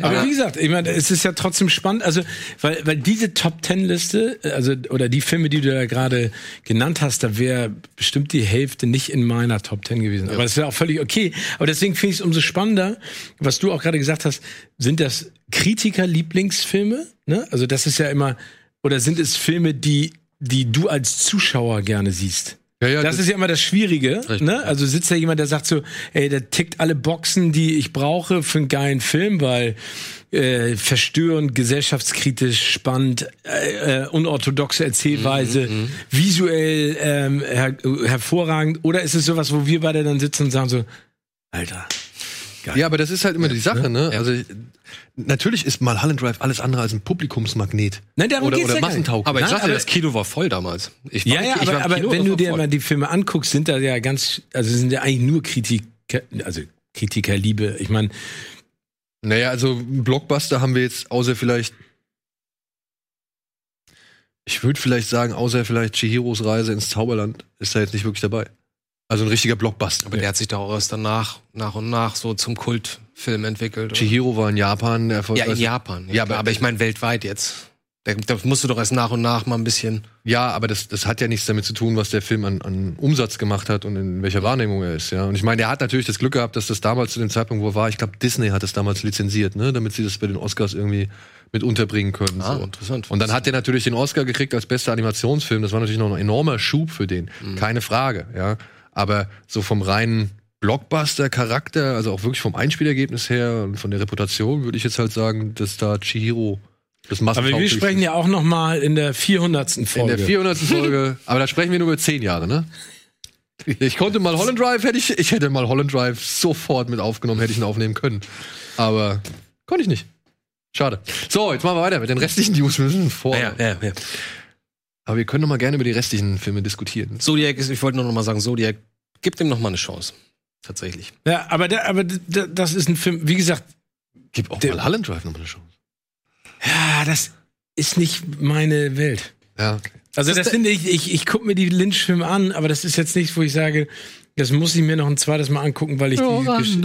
Aber wie gesagt, ich meine, es ist ja trotzdem spannend, also weil, weil diese Top Ten Liste, also oder die Filme, die du da gerade genannt hast, da wäre bestimmt die Hälfte nicht in meiner Top Ten gewesen. Aber das wäre auch völlig okay. Aber deswegen finde ich es umso spannender, was du auch gerade gesagt hast, sind das Kritiker-Lieblingsfilme? Ne? Also das ist ja immer, oder sind es Filme, die, die du als Zuschauer gerne siehst? Ja, ja, Das ist ja immer das Schwierige. Ne? Also sitzt da jemand, der sagt so, ey, der tickt alle Boxen, die ich brauche für einen geilen Film, weil äh, verstörend, gesellschaftskritisch, spannend, äh, äh, unorthodoxe Erzählweise, Mhm, visuell ähm, her hervorragend. Oder ist es sowas, wo wir beide dann sitzen und sagen so, Alter, Ja, aber das ist halt immer die Sache, ne? Also natürlich ist mal Mulholland Drive alles andere als ein Publikumsmagnet. Nein, darum oder, geht's oder ja gar nicht. massentauglich. Aber ich Nein, sagte, aber- das Kino war voll damals. Ich war, Ja, ja, ich war aber, im Kino, aber wenn das du war dir voll. mal die Filme anguckst, sind da ja ganz, also sind ja eigentlich nur Kritiker, also Kritikerliebe. Ich meine, Naja, also einen Blockbuster haben wir jetzt, außer vielleicht. Ich würde vielleicht sagen, außer vielleicht Chihiros Reise ins Zauberland, ist da jetzt nicht wirklich dabei. Also ein richtiger Blockbuster. Aber der hat sich da auch erst danach, nach und nach so zum Kultfilm entwickelt. oder? Chihiro war in Japan Ja, erfolgreich. in Japan. Ja, Ja, aber, aber- aber ich meine weltweit jetzt. Da, da musst du doch erst nach und nach mal ein bisschen. Ja, aber das, das hat ja nichts damit zu tun, was der Film an, an Umsatz gemacht hat und in welcher Wahrnehmung er ist. Ja, und ich meine, der hat natürlich das Glück gehabt, dass das damals zu dem Zeitpunkt, wo er war, ich glaube, Disney hat das damals lizenziert, ne, damit sie das bei den Oscars irgendwie mit unterbringen können. Ah, so. interessant. Und dann hat er natürlich den Oscar gekriegt als bester Animationsfilm. Das war natürlich noch ein enormer Schub für den, Mhm. keine Frage. Ja, aber so vom reinen Blockbuster-Charakter, also auch wirklich vom Einspielergebnis her und von der Reputation, würde ich jetzt halt sagen, dass da Chihiro das aber wir massentauglichste sprechen ja auch noch mal in der 400. in Folge. der 400. Folge. Aber da sprechen wir nur über 10 Jahre, ne? Ich konnte mal Holland Drive, hätte ich, ich hätte mal Holland Drive sofort mit aufgenommen, hätte ich ihn aufnehmen können. Aber konnte ich nicht. Schade. So, jetzt machen wir weiter mit den restlichen News. Wir müssen vor. ja, ja. Aber wir können noch mal gerne über die restlichen Filme diskutieren. Zodiac ist, ich wollte nur noch mal sagen, Zodiac, gib dem noch mal eine Chance. Tatsächlich. ja, aber, da, aber da, das ist ein Film, wie gesagt, Gib auch Der- mal Holland Drive nochmal eine Chance. ah, das ist nicht meine Welt. Ja. Also das finde ich, ich, ich gucke mir die Lynch-Filme an, aber das ist jetzt nichts, wo ich sage, das muss ich mir noch ein zweites Mal angucken, weil ich, die, ich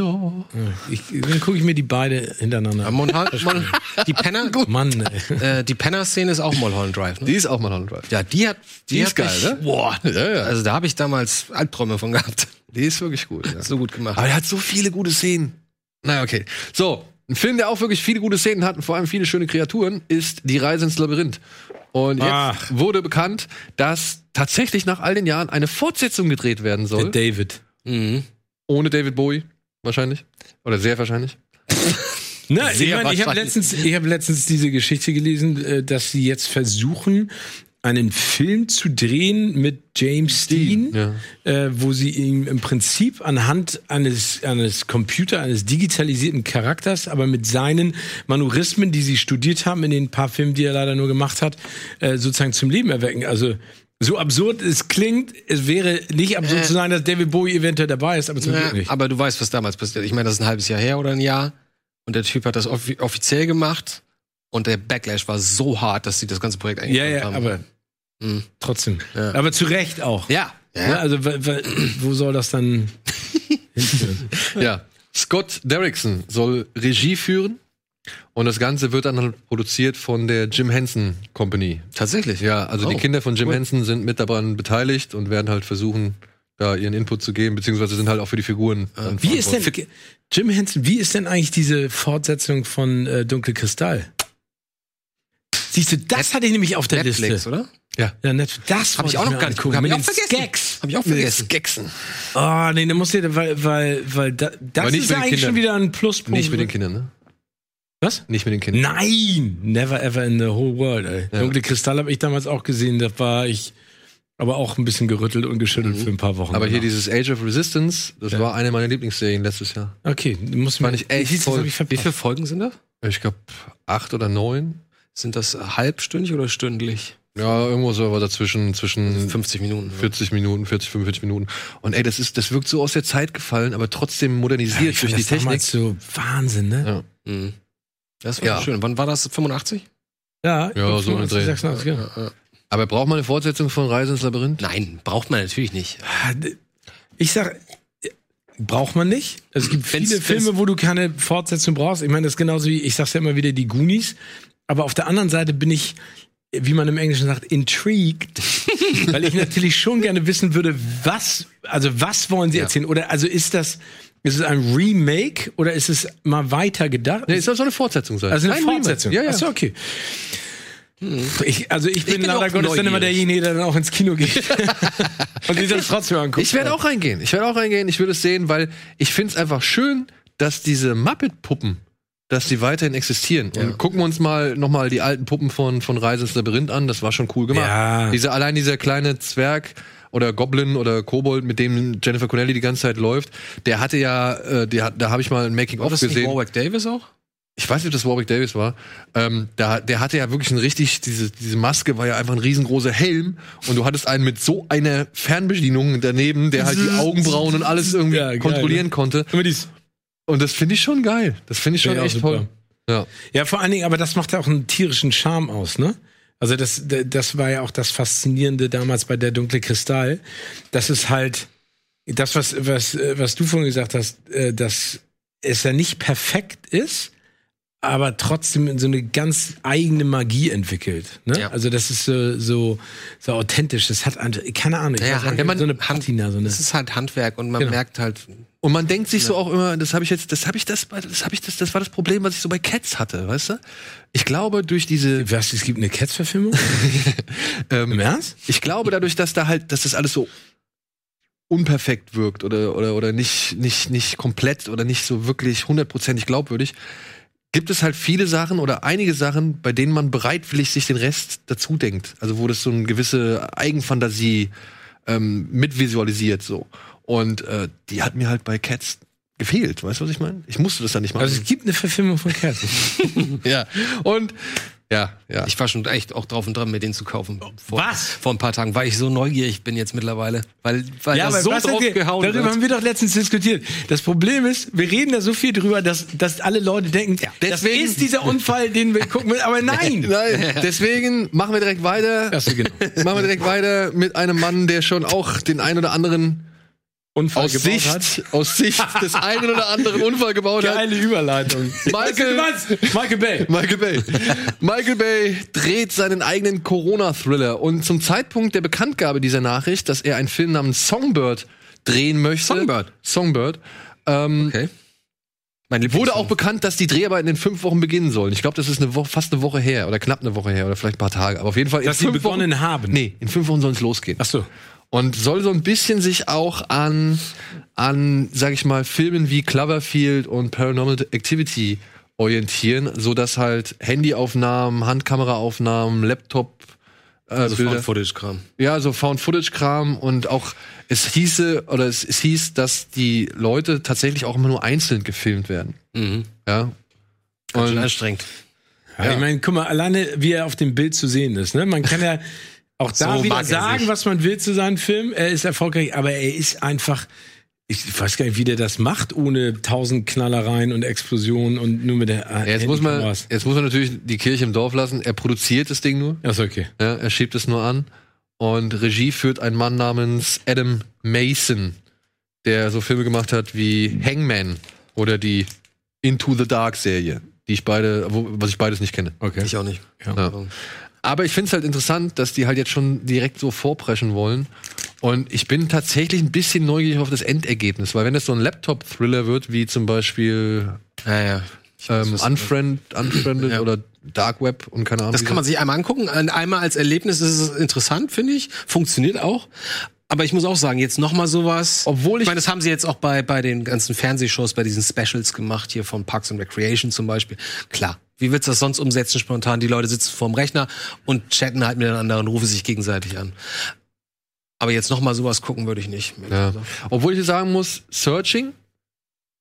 dann gucke ich mir die beide hintereinander an. Monha Mon die Penner, Mann, ey. äh, die Penner-Szene ist auch Mulholland Drive. Ne? Die ist auch mal Holland Drive. ja, die hat, die, ist hat geil, mich, ne? Boah, ja. also da habe ich damals Albträume von gehabt. Die ist wirklich gut. Ja. So gut gemacht. Aber er hat so viele gute Szenen. Na okay. So, ein Film, der auch wirklich viele gute Szenen hat und vor allem viele schöne Kreaturen, ist Die Reise ins Labyrinth. Und jetzt Ach. wurde bekannt, dass tatsächlich nach all den Jahren eine Fortsetzung gedreht werden soll. David. Mhm. ohne David Bowie, wahrscheinlich. Oder sehr wahrscheinlich. Na, ich Sehr mein, ich habe wahrscheinlich. letztens, ich hab letztens diese Geschichte gelesen, äh, dass sie jetzt versuchen, einen Film zu drehen mit James Dean, Ja. äh, wo sie ihm im Prinzip anhand eines, eines Computer, eines digitalisierten Charakters, aber mit seinen Manurismen, die sie studiert haben in den paar Filmen, die er leider nur gemacht hat, äh, sozusagen zum Leben erwecken. Also so absurd es klingt, es wäre nicht absurd zu sein, dass David Bowie eventuell dabei ist, aber zum Glück Äh. Ja, nicht. Äh, aber du weißt, was damals passiert. Ich meine, das ist ein halbes Jahr her oder ein Jahr. Und der Typ hat das offi offiziell gemacht. Und der Backlash war so hart, dass sie das ganze Projekt Ja, eingestellt ja, haben. aber Mhm. trotzdem. Ja. Aber zu Recht auch. ja. Ne, also wa- wa- wo soll das dann hinführen? ja. Scott Derrickson soll Regie führen. Und das Ganze wird dann halt produziert von der Jim Henson Company. Tatsächlich, Ja, also die Oh, Kinder von Jim cool. Henson sind mit daran beteiligt und werden halt versuchen, da ihren Input zu geben, beziehungsweise sind halt auch für die Figuren. dann Wie ist denn verantwortlich. Jim Henson, wie ist denn eigentlich diese Fortsetzung von äh, Dunkle Kristall? Siehst du, das hatte ich nämlich auf der Netflix, Liste. oder? Ja, Netflix, das Hab ich wollte auch noch mir gar nicht angucken, geguckt, Mit hab den ich auch vergessen. Skeks. Hab ich auch vergessen. Gexen. Oh, nee, da musst du, weil, weil, weil da, das Aber nicht ist mit den eigentlich Kindern. schon wieder ein Pluspunkt. Nicht mit den Kindern, ne? Oh, Was? Nicht mit den Kindern. Nein, never ever in the whole world. Ey. Ja. Dunkle Kristall habe ich damals auch gesehen. Da war ich aber auch ein bisschen gerüttelt und geschüttelt für ein paar Wochen. Mhm. Aber hier danach. dieses Age of Resistance, das genau. Ja. war eine meiner Lieblingsserien letztes Jahr. Okay, du musst mir Fand ich echt Siehst du, das voll. hab ich Wie verpasst. viele Folgen sind da? Ich glaube acht oder neun. Sind das halbstündig oder stündlich? Ja, irgendwo so war dazwischen, zwischen 50 Minuten. 40 Minuten, 40, 45 Minuten. Und ey, das ist, das wirkt so aus der Zeit gefallen, aber trotzdem modernisiert Ich durch fand die das damals Technik. so Wahnsinn, ne? Mhm. Das war Ja. schön. Wann war das? 85? Ja, ich Ja, glaub, so ein 85, Dreh. 86, ja. Aber braucht man eine Fortsetzung von Reise ins Labyrinth? Nein, braucht man natürlich nicht. Ah, Ich sag, braucht man nicht. Also Es gibt viele Wenn's- wenn's- Filme, wo du keine Fortsetzung brauchst. Ich meine, das ist genauso wie, ich sag's ja immer wieder, die Goonies. Aber auf der anderen Seite bin ich, wie man im Englischen sagt, intrigued. weil ich natürlich schon gerne wissen würde, was, also was wollen sie erzählen? Oder also ist das, ist es ein Remake oder ist es mal weiter gedacht? Nee, es soll so eine Fortsetzung sein. Also eine Nein, Fortsetzung. Ja, ja. Achso, okay. Ich, also ich bin, bin leider auch Gottes dann immer neugierig. derjenige, der dann auch ins Kino geht. Und sich das trotzdem anguckt. Ich werde auch reingehen. Ich werde auch reingehen. Ich will es sehen, weil ich finde es einfach schön, dass diese Muppet-Puppen, dass die weiterhin existieren. Und gucken wir uns mal nochmal die alten Puppen von, von Reise ins Labyrinth an. Das war schon cool gemacht. Ja. Diese, allein dieser kleine Zwerg oder Goblin oder Kobold, mit dem Jennifer Connelly die ganze Zeit läuft, der hatte ja, äh, die hat, da habe ich mal ein War Making-of das nicht gesehen. Warwick Davis auch? Ich weiß nicht, ob das Warwick Davis war. Ähm, da, der hatte ja wirklich ein richtig, diese, diese Maske war ja einfach ein riesengroßer Helm und du hattest einen mit so einer Fernbedienung daneben, der halt die Augenbrauen und alles irgendwie Ja, geil, kontrollieren ne? konnte. Immer dies. Und das finde ich schon geil. Das finde ich schon Ja, echt super. toll. Ja. Ja, vor allen Dingen, aber das macht ja auch einen tierischen Charme aus, ne? Also das, d- das war ja auch das Faszinierende damals bei der dunkle Kristall. Das ist halt das, was, was, äh, was du vorhin gesagt hast, äh, dass es ja nicht perfekt ist, aber trotzdem so eine ganz eigene Magie entwickelt. Ne? Ja. Also das ist so, so, so authentisch. Das hat ein- keine Ahnung. Ich Ja, weiß auch hat- nicht, wenn man- so eine Patina, so eine. Das ist halt Handwerk und man Genau. merkt halt, Und man denkt sich so auch immer, das habe ich jetzt, das habe ich das, das habe ich das, das war das Problem, was ich so bei Cats hatte, weißt du? Ich glaube durch diese, ähm, Was, es gibt eine Cats-Verfilmung? Im Ernst? ich glaube dadurch, dass da halt, dass das alles so unperfekt wirkt oder, oder, oder nicht, nicht, nicht komplett oder nicht so wirklich hundertprozentig glaubwürdig, gibt es halt viele Sachen oder einige Sachen, bei denen man bereitwillig sich den Rest dazu denkt. Also wo das so eine gewisse Eigenfantasie ähm, mitvisualisiert so. Und äh, die hat mir halt bei Cats gefehlt, weißt du, was ich meine? Ich musste das dann nicht machen. Also es gibt eine Verfilmung von Cats. ja. Und ja, ja. ich war schon echt auch drauf und dran, mir den zu kaufen. Vor, Was? Vor ein paar Tagen, weil ich so neugierig bin jetzt mittlerweile. Weil, weil Ja, da aber so was hat drauf wir, gehauen darüber haben wird. wir doch letztens diskutiert. Das Problem ist, wir reden da so viel drüber, dass, dass alle Leute denken, deswegen- das ist dieser Unfall, den wir gucken müssen. Aber nein! Nein, deswegen machen wir direkt weiter. Ach so, genau. Machen wir direkt weiter mit einem Mann, der schon auch den ein oder anderen Unfall aus Sicht, aus Sicht des einen oder anderen Unfall gebaut hat. Geile Überleitung. Michael- was? Michael Bay. Michael Bay. Michael Bay dreht seinen eigenen Corona-Thriller und zum Zeitpunkt der Bekanntgabe dieser Nachricht, dass er einen Film namens Songbird drehen möchte. Songbird? Songbird. Ähm, Okay. Mein Wurde Lieblingssong. auch bekannt, dass die Dreharbeiten in fünf Wochen beginnen sollen. Ich glaube, das ist eine Woche, fast eine Woche her oder knapp eine Woche her oder vielleicht ein paar Tage. Aber auf jeden Fall in Dass sie fünf begonnen Wochen, haben. Nee, in fünf Wochen soll es losgehen. Ach so. Und soll so ein bisschen sich auch an, an, sag ich mal, Filmen wie Cloverfield und Paranormal Activity orientieren, so dass halt Handyaufnahmen, Handkameraaufnahmen, Laptop, äh, also Bilder, Footage-Kram. ja, so Found Footage Kram und auch es hieße oder es, es hieß, dass die Leute tatsächlich auch immer nur einzeln gefilmt werden. Mhm. Ja. Ganz schön Und- anstrengend. Ja. Ich meine, guck mal, alleine wie er auf dem Bild zu sehen ist. Ne? Man kann ja auch da So mag wieder er sagen, sich. was man will zu seinem Film. Er ist erfolgreich, aber er ist einfach. Ich weiß gar nicht, wie der das macht, ohne tausend Knallereien und Explosionen und nur mit der. äh, Ja, jetzt, muss man, jetzt muss man natürlich die Kirche im Dorf lassen. Er produziert das Ding nur. Achso, okay. Ja, er schiebt es nur an. Und Regie führt ein Mann namens Adam Mason, der so Filme gemacht hat wie Hangman oder die Into the Dark Serie, die ich beide, wo, was ich beides nicht kenne. Okay. Ich auch nicht. Ja. Aber ich finde es halt interessant, dass die halt jetzt schon direkt so vorpreschen wollen. Und ich bin tatsächlich ein bisschen neugierig auf das Endergebnis, weil wenn das so ein Laptop-Thriller wird, wie zum Beispiel Ja, ja. ähm, Unfriend, Unfriended oder Dark Web und keine Ahnung. Das wie kann man sich einmal angucken. Ein- Einmal als Erlebnis ist es interessant, finde ich. Funktioniert auch. Aber ich muss auch sagen, jetzt nochmal sowas. Obwohl ich- Ich meine, das haben sie jetzt auch bei, bei den ganzen Fernsehshows, bei diesen Specials gemacht, hier von Parks and Recreation zum Beispiel. Klar. Wie willst du das sonst umsetzen spontan? Die Leute sitzen vorm Rechner und chatten halt miteinander und rufen sich gegenseitig an. Aber jetzt nochmal sowas gucken würde ich nicht. Ja. Obwohl ich sagen muss, Searching,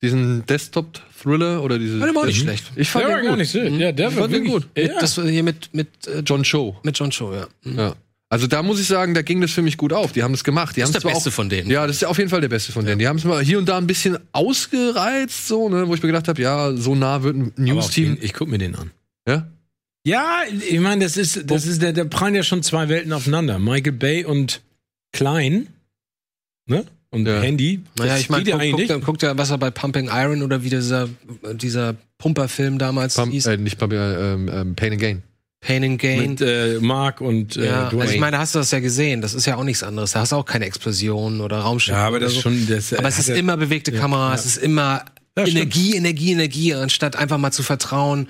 diesen Desktop-Thriller oder diese. War dem auch nicht Mhm. schlecht. Ich fand den gut. so. Ja, der Ich fand den gut. Ja. Das war hier mit, mit, äh, John John, Cho. mit John Cho, ja. Mhm. Ja. Also da muss ich sagen, da ging das für mich gut auf. Die haben es gemacht. Die Das haben ist es der zwar Beste auch, von denen. Ja, das ist auf jeden Fall der Beste von denen. Die haben es mal hier und da ein bisschen ausgereizt, so, ne, wo ich mir gedacht habe, ja, so nah wird ein Aber auch News-Team. den- Ich guck mir den an. Ja? Ja, ich meine, das ist, das ist, der, der prallen ja schon zwei Welten aufeinander. Michael Bay und Klein, ne? Und Ja. Handy. Naja, Das ich meine, geht ja guck, guck, eigentlich. dann guckt er, was er bei Pumping Iron oder wie dieser, dieser Pumper-Film damals Pam, hieß, äh, nicht Pam, äh, ähm, ähm, Pain and Gain. Pain and Gain. mit äh, Mark und äh, ja, also Dwayne. ich meine, da hast du das ja gesehen. Das ist ja auch nichts anderes. Da hast du auch keine Explosionen oder Raumschiffe. ja, aber das oder so. ist schon. Das, äh, aber es ist hat ja- immer bewegte Kamera, es ist immer Ja, stimmt. Energie, Energie, Energie, anstatt einfach mal zu vertrauen.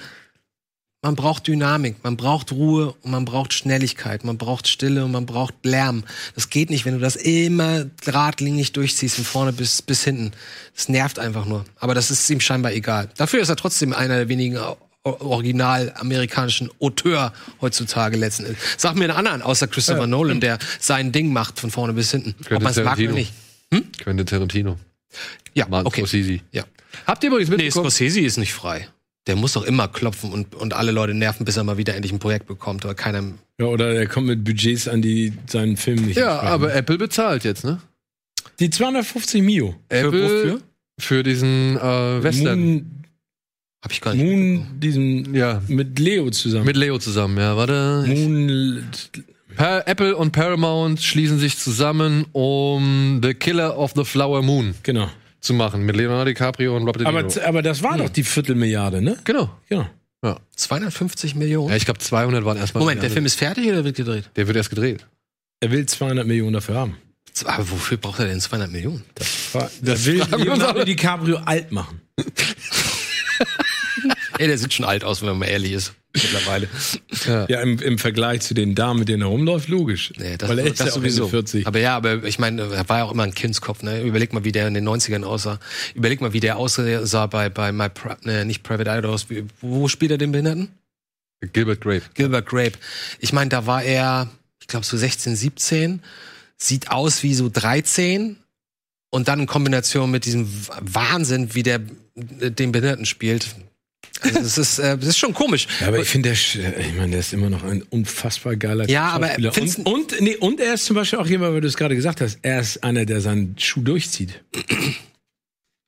Man braucht Dynamik, man braucht Ruhe und man braucht Schnelligkeit, man braucht Stille und man braucht Lärm. Das geht nicht, wenn du das immer geradlinig durchziehst, von vorne bis, bis hinten. Das nervt einfach nur. Aber das ist ihm scheinbar egal. Dafür ist er trotzdem einer der wenigen o- original amerikanischen Auteur heutzutage letzten Endes. Sag mir einen anderen, außer Christopher Nolan, der sein Ding macht von vorne bis hinten. Ob Quentin man es mag oder Tarantino. nicht. Quentin Tarantino. Ja, Martin okay. Scorsese. Ja. Habt ihr übrigens Nee, mitbekommen? Scorsese ist nicht frei. Der muss doch immer klopfen und, und alle Leute nerven, bis er mal wieder endlich ein Projekt bekommt. Aber keiner. Ja, oder er kommt mit Budgets an, die seinen Film nicht ja, entsprechen. aber Apple bezahlt jetzt, ne? Die 250 Mio. Apple wofür? für diesen äh, Western. Moon, Hab ich gar nicht. mitbekommen. Moon diesen, Ja, mit Leo zusammen. mit Leo zusammen, ja, warte. Moon, Pa Apple und Paramount schließen sich zusammen, um The Killer of the Flower Moon genau. zu machen. Mit Leonardo DiCaprio und Robert De Niro. Aber, aber das war doch die Viertelmilliarde, ne? genau. Genau. 250 Millionen. Ja, ich glaube, 200 waren erstmal. Moment, der Film ist fertig oder wird gedreht? Der wird erst gedreht. Er will 200 Millionen dafür haben. Z- Aber ah, wofür braucht er denn 200 Millionen? Das will wir uns Leonardo alle. DiCaprio alt machen. Ey, der sieht schon alt aus, wenn man mal ehrlich ist. Mittlerweile. Ja, im, im Vergleich zu den Damen, mit denen er rumläuft, logisch. Nee, das, Weil er das ist ja sowieso 40. Aber ja, aber ich meine, er war ja auch immer ein Kindskopf. Ne? Überleg mal, wie der in den 90ern aussah. Überleg mal, wie der aussah bei, bei My Pri ne, nicht Private Idols. Wie- Wo spielt er den Behinderten? Gilbert Grape. Gilbert Grape. Ich meine, da war er, ich glaube, so 16, 17, sieht aus wie so 13 und dann in Kombination mit diesem Wah- Wahnsinn, wie der äh, den Behinderten spielt. Also es ist, äh, es ist schon komisch. Ja, aber ich finde, der, Sch- äh, ich meine, der ist immer noch ein unfassbar geiler Ja, aber Schauspieler. findest- und, und, nee, und er ist zum Beispiel auch jemand, weil du es gerade gesagt hast, er ist einer, der seinen Schuh durchzieht.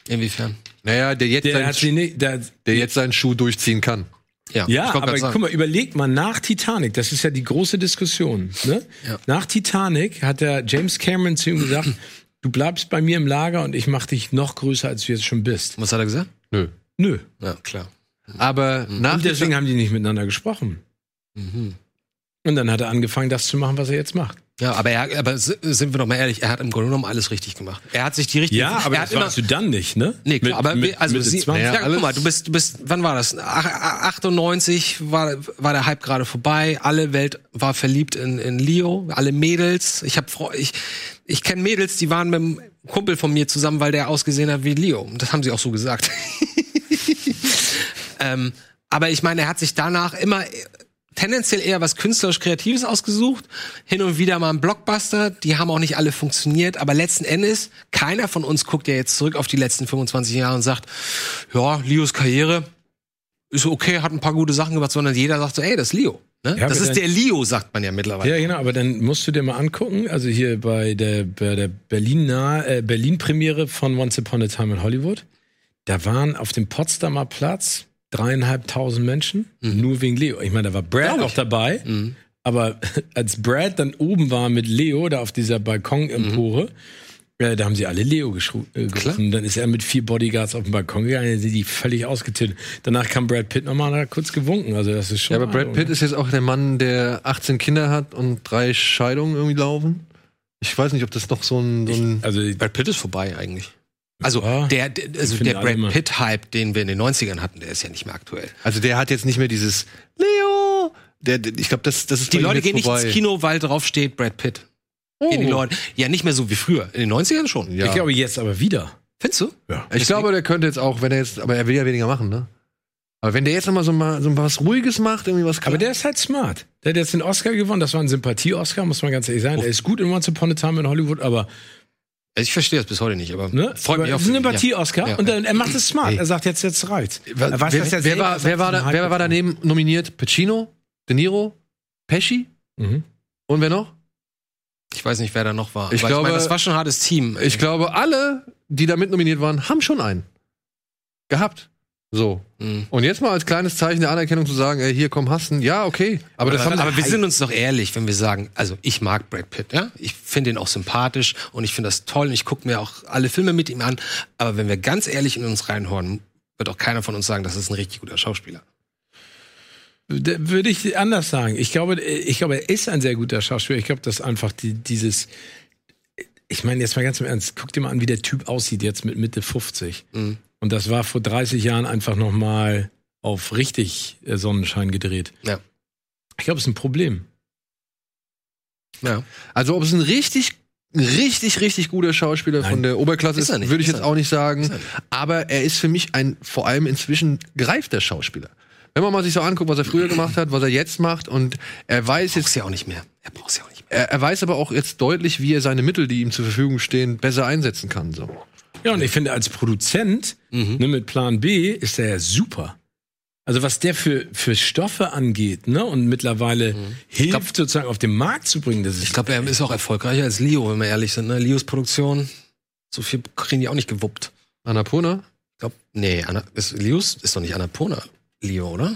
Inwiefern? Naja, der jetzt, Der seinen, hat sie nicht, der, der jetzt seinen Schuh durchziehen kann. Ja, ja, ich wollt grad aber sagen. guck mal, überleg mal, nach Titanic, das ist ja die große Diskussion, ne? Ja. Nach Titanic hat der James Cameron zu ihm gesagt, du bleibst bei mir im Lager und ich mach dich noch größer, als du jetzt schon bist. Was hat er gesagt? Nö. Nö. Ja, klar. Aber Mhm. nach Und deswegen haben die Mhm. nicht miteinander gesprochen. Und dann hat er angefangen, das zu machen, was er jetzt macht. Ja, aber, er, aber s- sind wir doch mal ehrlich, er hat im Grunde genommen alles richtig gemacht. Er hat sich die richtige er hat immer, dann nicht, ne? Nee, klar, aber mit, also Mitte sie, 20. ja, guck mal, du bist, du bist, wann war das? Ach, ach, 98 war, war der Hype gerade vorbei. Alle Welt war verliebt in, in Leo, alle Mädels. Ich habe ich, ich kenne Mädels, die waren mit einem Kumpel von mir zusammen, weil der ausgesehen hat wie Leo. Und Das haben sie auch so gesagt. ähm, aber ich meine, er hat sich danach immer tendenziell eher was künstlerisch-kreatives ausgesucht. Hin und wieder mal ein Blockbuster. Die haben auch nicht alle funktioniert. Aber letzten Endes, keiner von uns guckt ja jetzt zurück auf die letzten 25 Jahre und sagt, ja, Leos Karriere ist okay, hat ein paar gute Sachen gemacht, sondern jeder sagt so, ey, das ist Leo. Ne? Ja, das aber ist der Leo, sagt man ja mittlerweile. Ja, genau, aber dann musst du dir mal angucken, also hier bei der, bei der Berlin äh, Berlin Premiere von Once Upon a Time in Hollywood, da waren auf dem Potsdamer Platz dreieinhalbtausend Menschen, Mhm. nur wegen Leo. Ich meine, da war Brad auch dabei, aber als Brad dann oben war mit Leo, da auf dieser Balkonempore, Mhm. äh, da haben sie alle Leo geschru- äh, gerufen. Dann ist er mit vier Bodyguards auf den Balkon gegangen, dann sind die völlig ausgetillt. Danach kam Brad Pitt nochmal und hat kurz gewunken. Also das ist schon. ja, aber Brad Pitt ist jetzt auch der Mann, der 18 Kinder hat und drei Scheidungen irgendwie laufen. Ich weiß nicht, ob das noch so ein. So ein also Brad Pitt ist vorbei eigentlich. Also Ja, der, der, also finde der alle Brad immer. Pitt-Hype, den wir in den 90ern hatten, der ist ja nicht mehr aktuell. also der hat jetzt nicht mehr dieses Leo. Der, der- ich glaube, das, das ist Die bei ihm Leute jetzt gehen nicht vorbei. ins Kino, weil drauf steht Brad Pitt. Gehen die Leute. Ja, nicht mehr so wie früher. In den 90ern schon. Ja. ich glaube jetzt aber wieder. Findest du? Ich glaube, der könnte jetzt auch, wenn er jetzt, aber er will ja weniger machen, ne? Aber wenn der jetzt nochmal so mal so was Ruhiges macht, irgendwie was Aber der ist halt smart. Der hat jetzt den Oscar gewonnen. Das war ein Sympathie-Oscar, muss man ganz ehrlich Oh. sagen. Er ist gut in Once Upon a Time in Hollywood, aber Also ich verstehe das bis heute nicht, aber ne? freut mich aber auch. Das ist ein für ihn, ja. Sympathie-Oscar Ja, und ja. dann, er macht es smart. Er sagt jetzt, jetzt reizt. wer, wer, wer, war, wer, war da, wer war daneben nominiert? Pacino, De Niro, Pesci Mhm. und wer noch? Ich weiß nicht, wer da noch war. Ich Aber glaube- meine, das war schon ein hartes Team. Ich glaube, alle, die da mit nominiert waren, haben schon einen gehabt. So. Mhm. Und jetzt mal als kleines Zeichen der Anerkennung zu sagen, ey, hier komm, hassen. Ja, okay. Aber das haben aber, sie- aber wir sind uns doch ehrlich, wenn wir sagen, also ich mag Brad Pitt, ja? Ich finde ihn auch sympathisch und ich finde das toll und ich gucke mir auch alle Filme mit ihm an. Aber wenn wir ganz ehrlich in uns reinhören, wird auch keiner von uns sagen, das ist ein richtig guter Schauspieler. Da Würde ich anders sagen. Ich glaube, äh, ich glaube, er ist ein sehr guter Schauspieler. Ich glaube, dass einfach die, dieses. Ich meine, jetzt mal ganz im Ernst, guck dir mal an, Mhm. wie der Typ aussieht jetzt mit Mitte 50. Und das war vor 30 Jahren einfach nochmal auf richtig äh, Sonnenschein gedreht. Ja. Ich glaube, es ist ein Problem. Ja. Also ob es ein richtig, richtig, richtig guter Schauspieler Nein. von der Oberklasse Ist ist, er nicht, würde ich ist jetzt er auch nicht sagen. Ist er nicht. Aber er ist für mich ein vor allem inzwischen gereifter Schauspieler. Wenn man mal sich so anguckt, was er früher gemacht hat, was er jetzt macht und er weiß Brauchst jetzt, ja auch nicht mehr. Er braucht ja auch nicht mehr. er, er weiß aber auch jetzt deutlich, wie er seine Mittel, die ihm zur Verfügung stehen, besser einsetzen kann. So. Ja, und ich finde, als Produzent Mhm. ne, mit Plan B ist er ja super. Also was der für, für Stoffe angeht ne, und mittlerweile hilft, sozusagen auf den Markt zu bringen, das ist Mhm. Ich glaube, er ist auch erfolgreicher als Leo, wenn wir ehrlich sind. Ne? Leos Produktion, so viel kriegen die auch nicht gewuppt. Annapurna? Ich glaube, nee, Anna, ist, Leos ist doch nicht Annapurna, Leo, oder?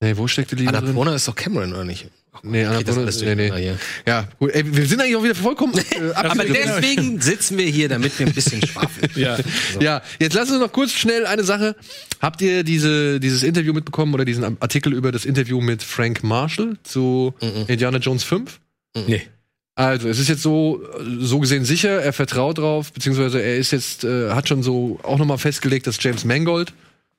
Nee, wo steckt die Liebe drin? Annapurna ist doch Cameron, oder nicht? Ach, Nee, ich krieg das Annapurna alles ist- nee, nee. durcheinander hier. Ja, gut. Ey, wir sind eigentlich auch wieder vollkommen äh, Aber abgedriftet. deswegen sitzen wir hier, damit wir ein bisschen schwafeln. ja. Ja, jetzt lassen Sie noch kurz schnell eine Sache. Habt ihr diese, dieses Interview mitbekommen oder diesen Artikel über das Interview mit Frank Marshall zu Indiana Jones 5? mhm. Nee. Also, es ist jetzt so, äh, so gesehen sicher, er vertraut drauf, beziehungsweise er ist jetzt, äh, hat schon so auch nochmal festgelegt, dass James Mangold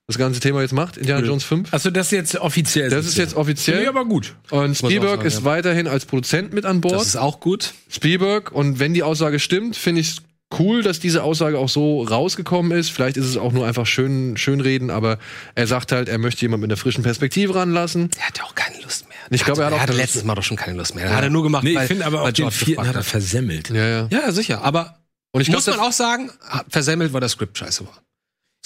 das ganze Thema jetzt macht, Indiana Jones 5. Achso, das ist jetzt offiziell. Das ist jetzt offiziell. Nee, offiziell. aber gut. Und auch Spielberg sagen, ist ja. weiterhin als Produzent mit an Bord. Das ist auch gut. Spielberg. Und wenn die Aussage stimmt, finde ich es cool, dass diese Aussage auch so rausgekommen ist. Vielleicht ist es auch nur einfach schön, schönreden, aber er sagt halt, er möchte jemand mit einer frischen Perspektive ranlassen. Er hat ja auch keine Lust mehr. Ich glaube, er hat auch hatte keine letztes Mal doch schon keine Lust mehr. Er hat er nur gemacht, Nee, ich weil- finde aber auch weil den George vierten gefragt hat er versemmelt. Ja, ja. Ja, sicher. Aber Und ich muss glaube, man auch sagen, versemmelt, weil das Skript scheiße war.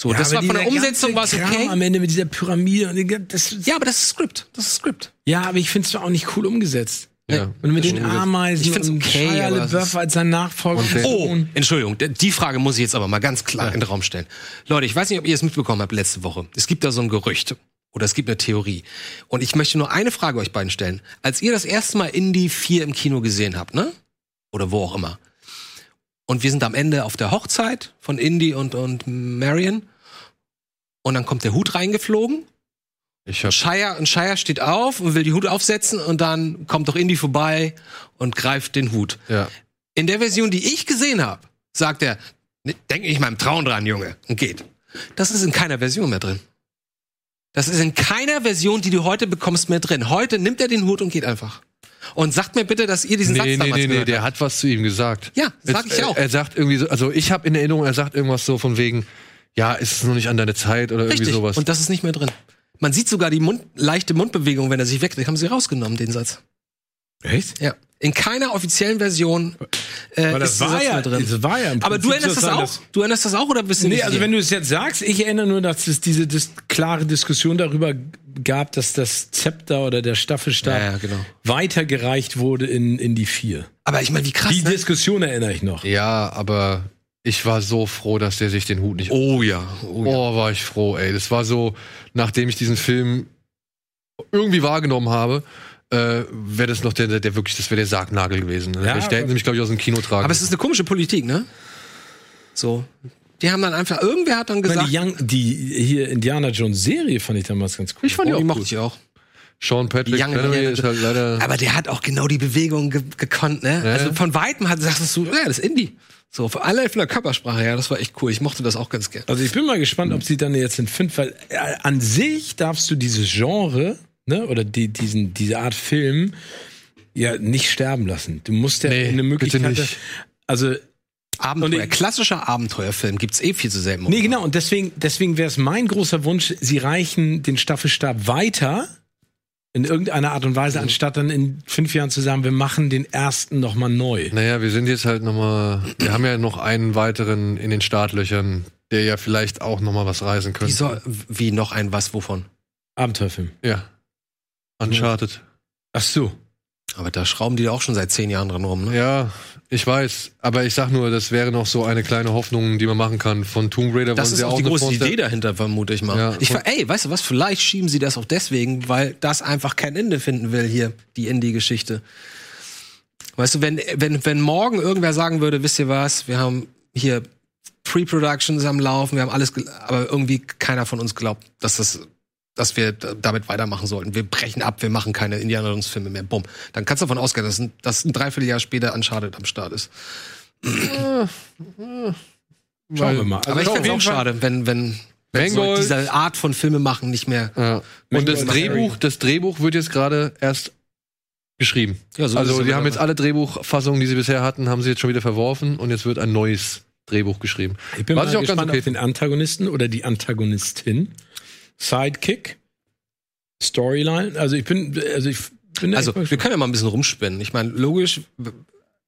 So, Ja, das aber war von der dieser Umsetzung war es ganze Kram okay. Am Ende mit dieser Pyramide und den gan- das, Ja, aber das ist Skript. Das ist Skript. ja, aber ich finde es auch nicht cool umgesetzt. ja. Und mit das den stimmt. Ameisen Ich find's und okay, Shia aber es LaBeouf ist- als sein Nachfolger. Und- Oh, Entschuldigung, d- die Frage muss ich jetzt aber mal ganz klar in den Raum stellen. Leute, ich weiß nicht, ob ihr es mitbekommen habt letzte Woche. Es gibt da so ein Gerücht oder es gibt eine Theorie. Und ich möchte nur eine Frage euch beiden stellen. Als ihr das erste Mal Indie 4 im Kino gesehen habt, ne? Oder wo auch immer. Und wir sind am Ende auf der Hochzeit von Indy und, und Marion. Und dann kommt der Hut reingeflogen Ich hab, Shire, und Shire steht auf und will die Hut aufsetzen und dann kommt doch Indy vorbei und greift den Hut. ja. In der Version, die ich gesehen habe, sagt er, "Ne, denk nicht mal im Traum dran, Junge, und geht. Das ist in keiner Version mehr drin. Das ist in keiner Version, die du heute bekommst, mehr drin. Heute nimmt er den Hut und geht einfach. Und sagt mir bitte, dass ihr diesen Nee, Satz nee, damals nee, nee, gehört der hat was zu ihm gesagt. Ja, sag Es- ich er- auch. Er sagt irgendwie so, also ich habe in Erinnerung, er sagt irgendwas so von wegen, ja, ist es noch nicht an deine Zeit oder Richtig. irgendwie sowas. Und das ist nicht mehr drin. Man sieht sogar die Mund, leichte Mundbewegung, wenn er sich wegdreht. Haben sie rausgenommen, den Satz. Oh, Echt? Ja. In keiner offiziellen Version äh, Weil das ist war dieser Satz ja- mehr drin. das war ja im Aber du Prinzip erinnerst das sozusagen auch? das- Du erinnerst das auch oder bist du Nee, nicht also hier? wenn du es jetzt sagst, ich erinnere nur, dass es diese dis klare Diskussion darüber g- gab, dass das Zepter oder der Staffelstab Ja, ja, genau. weitergereicht wurde in, in die Vier. Aber ich meine, wie krass. Die ne? Diskussion erinnere ich noch. ja, aber ich war so froh, dass der sich den Hut nicht Oh ja. Oh, ja. Oh, war ich froh, ey. Das war so, nachdem ich diesen Film irgendwie wahrgenommen habe, äh, wäre das noch der, der, der wirklich, das wäre der Sargnagel gewesen. Ne? Ja, ich, der hätten sie mich, glaube ich, aus dem Kino tragen. Aber es ist eine komische Politik, ne? So. Die haben dann einfach, irgendwer hat dann Ich meine, gesagt, die, Young, die hier Indiana Jones Serie fand ich damals ganz cool. ich fand die oh, die auch mochte gut. ich auch. Sean Patrick Young Connery Indiana ist halt leider. Aber der hat auch genau die Bewegung ge gekonnt, ne? Also von Weitem hat, sagst du, ja, das ist Indie. So, für alle von der Körpersprache, ja, das war echt cool. Ich mochte das auch ganz gerne. Also ich bin mal gespannt, ob sie dann jetzt in fünf, weil äh, an sich darfst du dieses Genre, ne, oder die, diesen, diese Art Film ja nicht sterben lassen. Du musst ja Nee, eine Möglichkeit. bitte nicht. Also Und Abenteuer, ich- klassischer Abenteuerfilm gibt's eh viel zu selten. Nee, genau. Und deswegen, deswegen wäre es mein großer Wunsch, sie reichen den Staffelstab weiter in irgendeiner Art und Weise, Mhm. anstatt dann in fünf Jahren zu sagen, wir machen den ersten nochmal neu. Naja, wir sind jetzt halt nochmal. Wir haben ja noch einen weiteren in den Startlöchern, der ja vielleicht auch nochmal was reißen Wie, könnte. soll, wie noch ein was wovon? Abenteuerfilm. Ja. Uncharted. Ach so. Aber da schrauben die da auch schon seit zehn Jahren dran rum, ne? Ja, ich weiß. Aber ich sag nur, das wäre noch so eine kleine Hoffnung, die man machen kann. Von Tomb Raider Das wollen ist sie auch die eine große Fortsetzung- Idee dahinter, vermute ich mal. Ja. ich, ver- ey, weißt du was? Vielleicht schieben sie das auch deswegen, weil das einfach kein Ende finden will hier, die Indie-Geschichte. Weißt du, wenn, wenn, wenn morgen irgendwer sagen würde, wisst ihr was, wir haben hier Pre-Productions am Laufen, wir haben alles, gel- aber irgendwie keiner von uns glaubt, dass das dass wir d- damit weitermachen sollten. Wir brechen ab, wir machen keine Indiana Jones Filme mehr. Bumm. Dann kannst du davon ausgehen, dass ein, dass ein Dreivierteljahr später Uncharted am Start ist. Schauen wir mal. Aber ich auf finde es jeden auch Fall- schade, wenn, wenn Also Mangold. soll dieser Art von Filme machen nicht mehr. Ja. Äh, Und das Mangold Drehbuch, das Drehbuch wird jetzt gerade erst geschrieben. Ja, so ist also es die haben mittlerweile. jetzt alle Drehbuchfassungen, die sie bisher hatten, haben sie jetzt schon wieder verworfen und jetzt wird ein neues Drehbuch geschrieben. Ich bin Was mal ich auch ganz gespannt okay auf den Antagonisten oder die Antagonistin. Sidekick. Storyline. Also ich bin, also ich bin Also, wir können ja mal ein bisschen rumspinnen. Ich meine, logisch,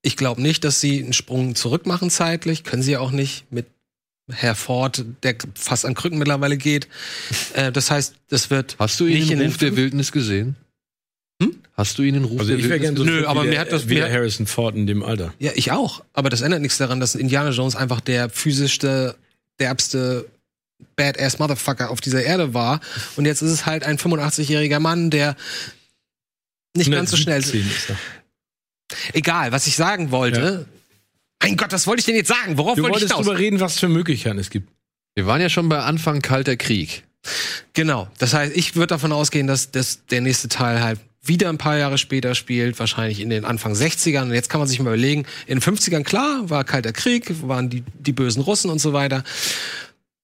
ich glaube nicht, dass sie einen Sprung zurück machen zeitlich. Können sie ja auch nicht mit Herr Ford, der fast an Krücken mittlerweile geht. Äh, das heißt, das wird. Hast du Nicht ihn in in den Ruf der Film? Wildnis gesehen? Hm? Hast du ihn in Ruf also der ich wäre Wildnis gerne so Nö, fit wie aber der, mir hat das- wie der mir- Harrison Ford in dem Alter. Ja, ich auch. Aber das ändert nichts daran, dass Indiana Jones einfach der physischste, derbste Badass Motherfucker auf dieser Erde war. Und jetzt ist es halt ein 85-jähriger Mann, der nicht Ne, ganz so schnell ist. 117 ist er. Egal, was ich sagen wollte. Mein Gott, was wollte ich denn jetzt sagen? Worauf Du wollte ich wolltest hinaus? drüber reden, was für Möglichkeiten es gibt. Wir waren ja schon bei Anfang Kalter Krieg. Genau. Das heißt, ich würde davon ausgehen, dass das, der nächste Teil halt wieder ein paar Jahre später spielt, wahrscheinlich in den Anfang 60ern. Und jetzt kann man sich mal überlegen, in den 50ern, klar, war Kalter Krieg, waren die, die bösen Russen und so weiter.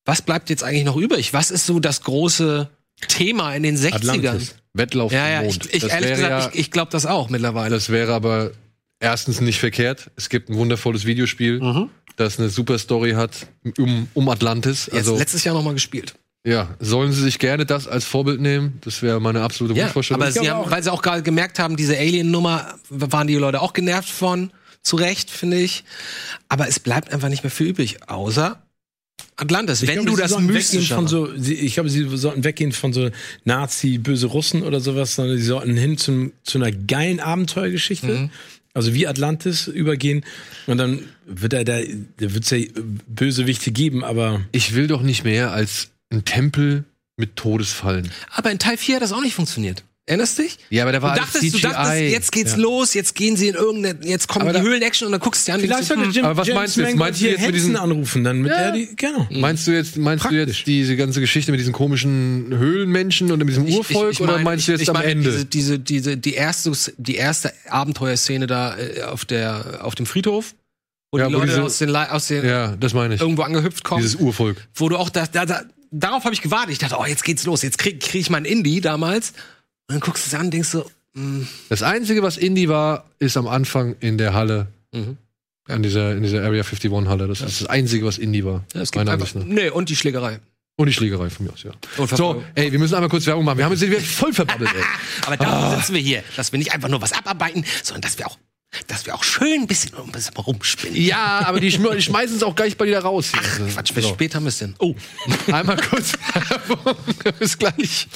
Was bleibt jetzt eigentlich noch übrig? Was ist so das große Thema in den 60ern? Atlantis. Wettlauf Ja, ja, im ich, Mond. ich das ehrlich wäre gesagt, ja, ich, ich glaube das auch mittlerweile. das wäre aber erstens nicht verkehrt. Es gibt ein wundervolles Videospiel, Mhm. das eine super Story hat um, um Atlantis. Jetzt Also letztes Jahr nochmal gespielt. ja, sollen Sie sich gerne das als Vorbild nehmen? Das wäre meine absolute Ja, Wunschvorstellung. aber sie haben, weil sie auch gerade gemerkt haben, diese Alien-Nummer waren die Leute auch genervt von. Zu Recht, finde ich. Aber es bleibt einfach nicht mehr viel übrig, außer Atlantis. Wenn Ich glaube, du sie das sollten weggehen mystische von so, sie, ich glaube, sie sollten weggehen von so Nazi, böse Russen oder sowas, sondern sie sollten hin zum, zu einer geilen Abenteuergeschichte. Mhm. Also wie Atlantis übergehen und dann wird er da, da wird's ja Bösewichte geben, aber ich will doch nicht mehr als ein Tempel mit Todesfallen. Aber in Teil 4 hat das auch nicht funktioniert. Erinnerst dich? Ja, aber da war du alles dachtest, du CGI. dachtest, jetzt geht's los, jetzt gehen sie in irgendeine, jetzt kommen Aber die da- Höhlen-Action und dann guckst du dir an. denkst vielleicht du, sollte Jim, aber was James meinst du jetzt? Mangold Meinst du hier jetzt mit Also Hansen diesen- anrufen, dann mit der die, genau. Meinst du jetzt, meinst du Praktisch. jetzt diese ganze Geschichte mit diesen komischen Höhlenmenschen und mit diesem Ich- ich- Urvolk ich oder meine, meinst du jetzt ich- ich am meine, Ende? Diese, diese, diese, die erste, die erste Abenteuerszene da äh, auf der, auf dem Friedhof, wo Ja, die wo Leute diese- aus den, Le- aus den ja, das meine ich. irgendwo angehüpft kommen. Dieses Urvolk. wo du auch da, da, da darauf habe ich gewartet. Ich dachte, oh, jetzt geht's los, jetzt krieg, krieg ich meinen Indie damals. Und dann guckst du es an und denkst so, mm, Das Einzige, was Indie war, ist am Anfang in der Halle. Mhm. An dieser, in dieser Area 51 Halle. Das ist das Einzige, was Indie war. ja, es gibt Meiner einfach, Ansicht nach. ne? nee, und die Schlägerei. Und die Schlägerei von mir aus, ja. Und So, Verfolgung. ey, wir müssen einmal kurz Werbung machen. Wir haben uns wieder voll verbabbelt, ey. Aber Ah. da sitzen wir hier, dass wir nicht einfach nur was abarbeiten, sondern dass wir auch, dass wir auch schön ein bisschen, ein bisschen rumspinnen. Ja, aber die schme- die schmeißen es auch gleich bei dir da raus. Ach, Quatsch, bis später haben wir es denn. Oh, Einmal kurz Werbung. Bis gleich.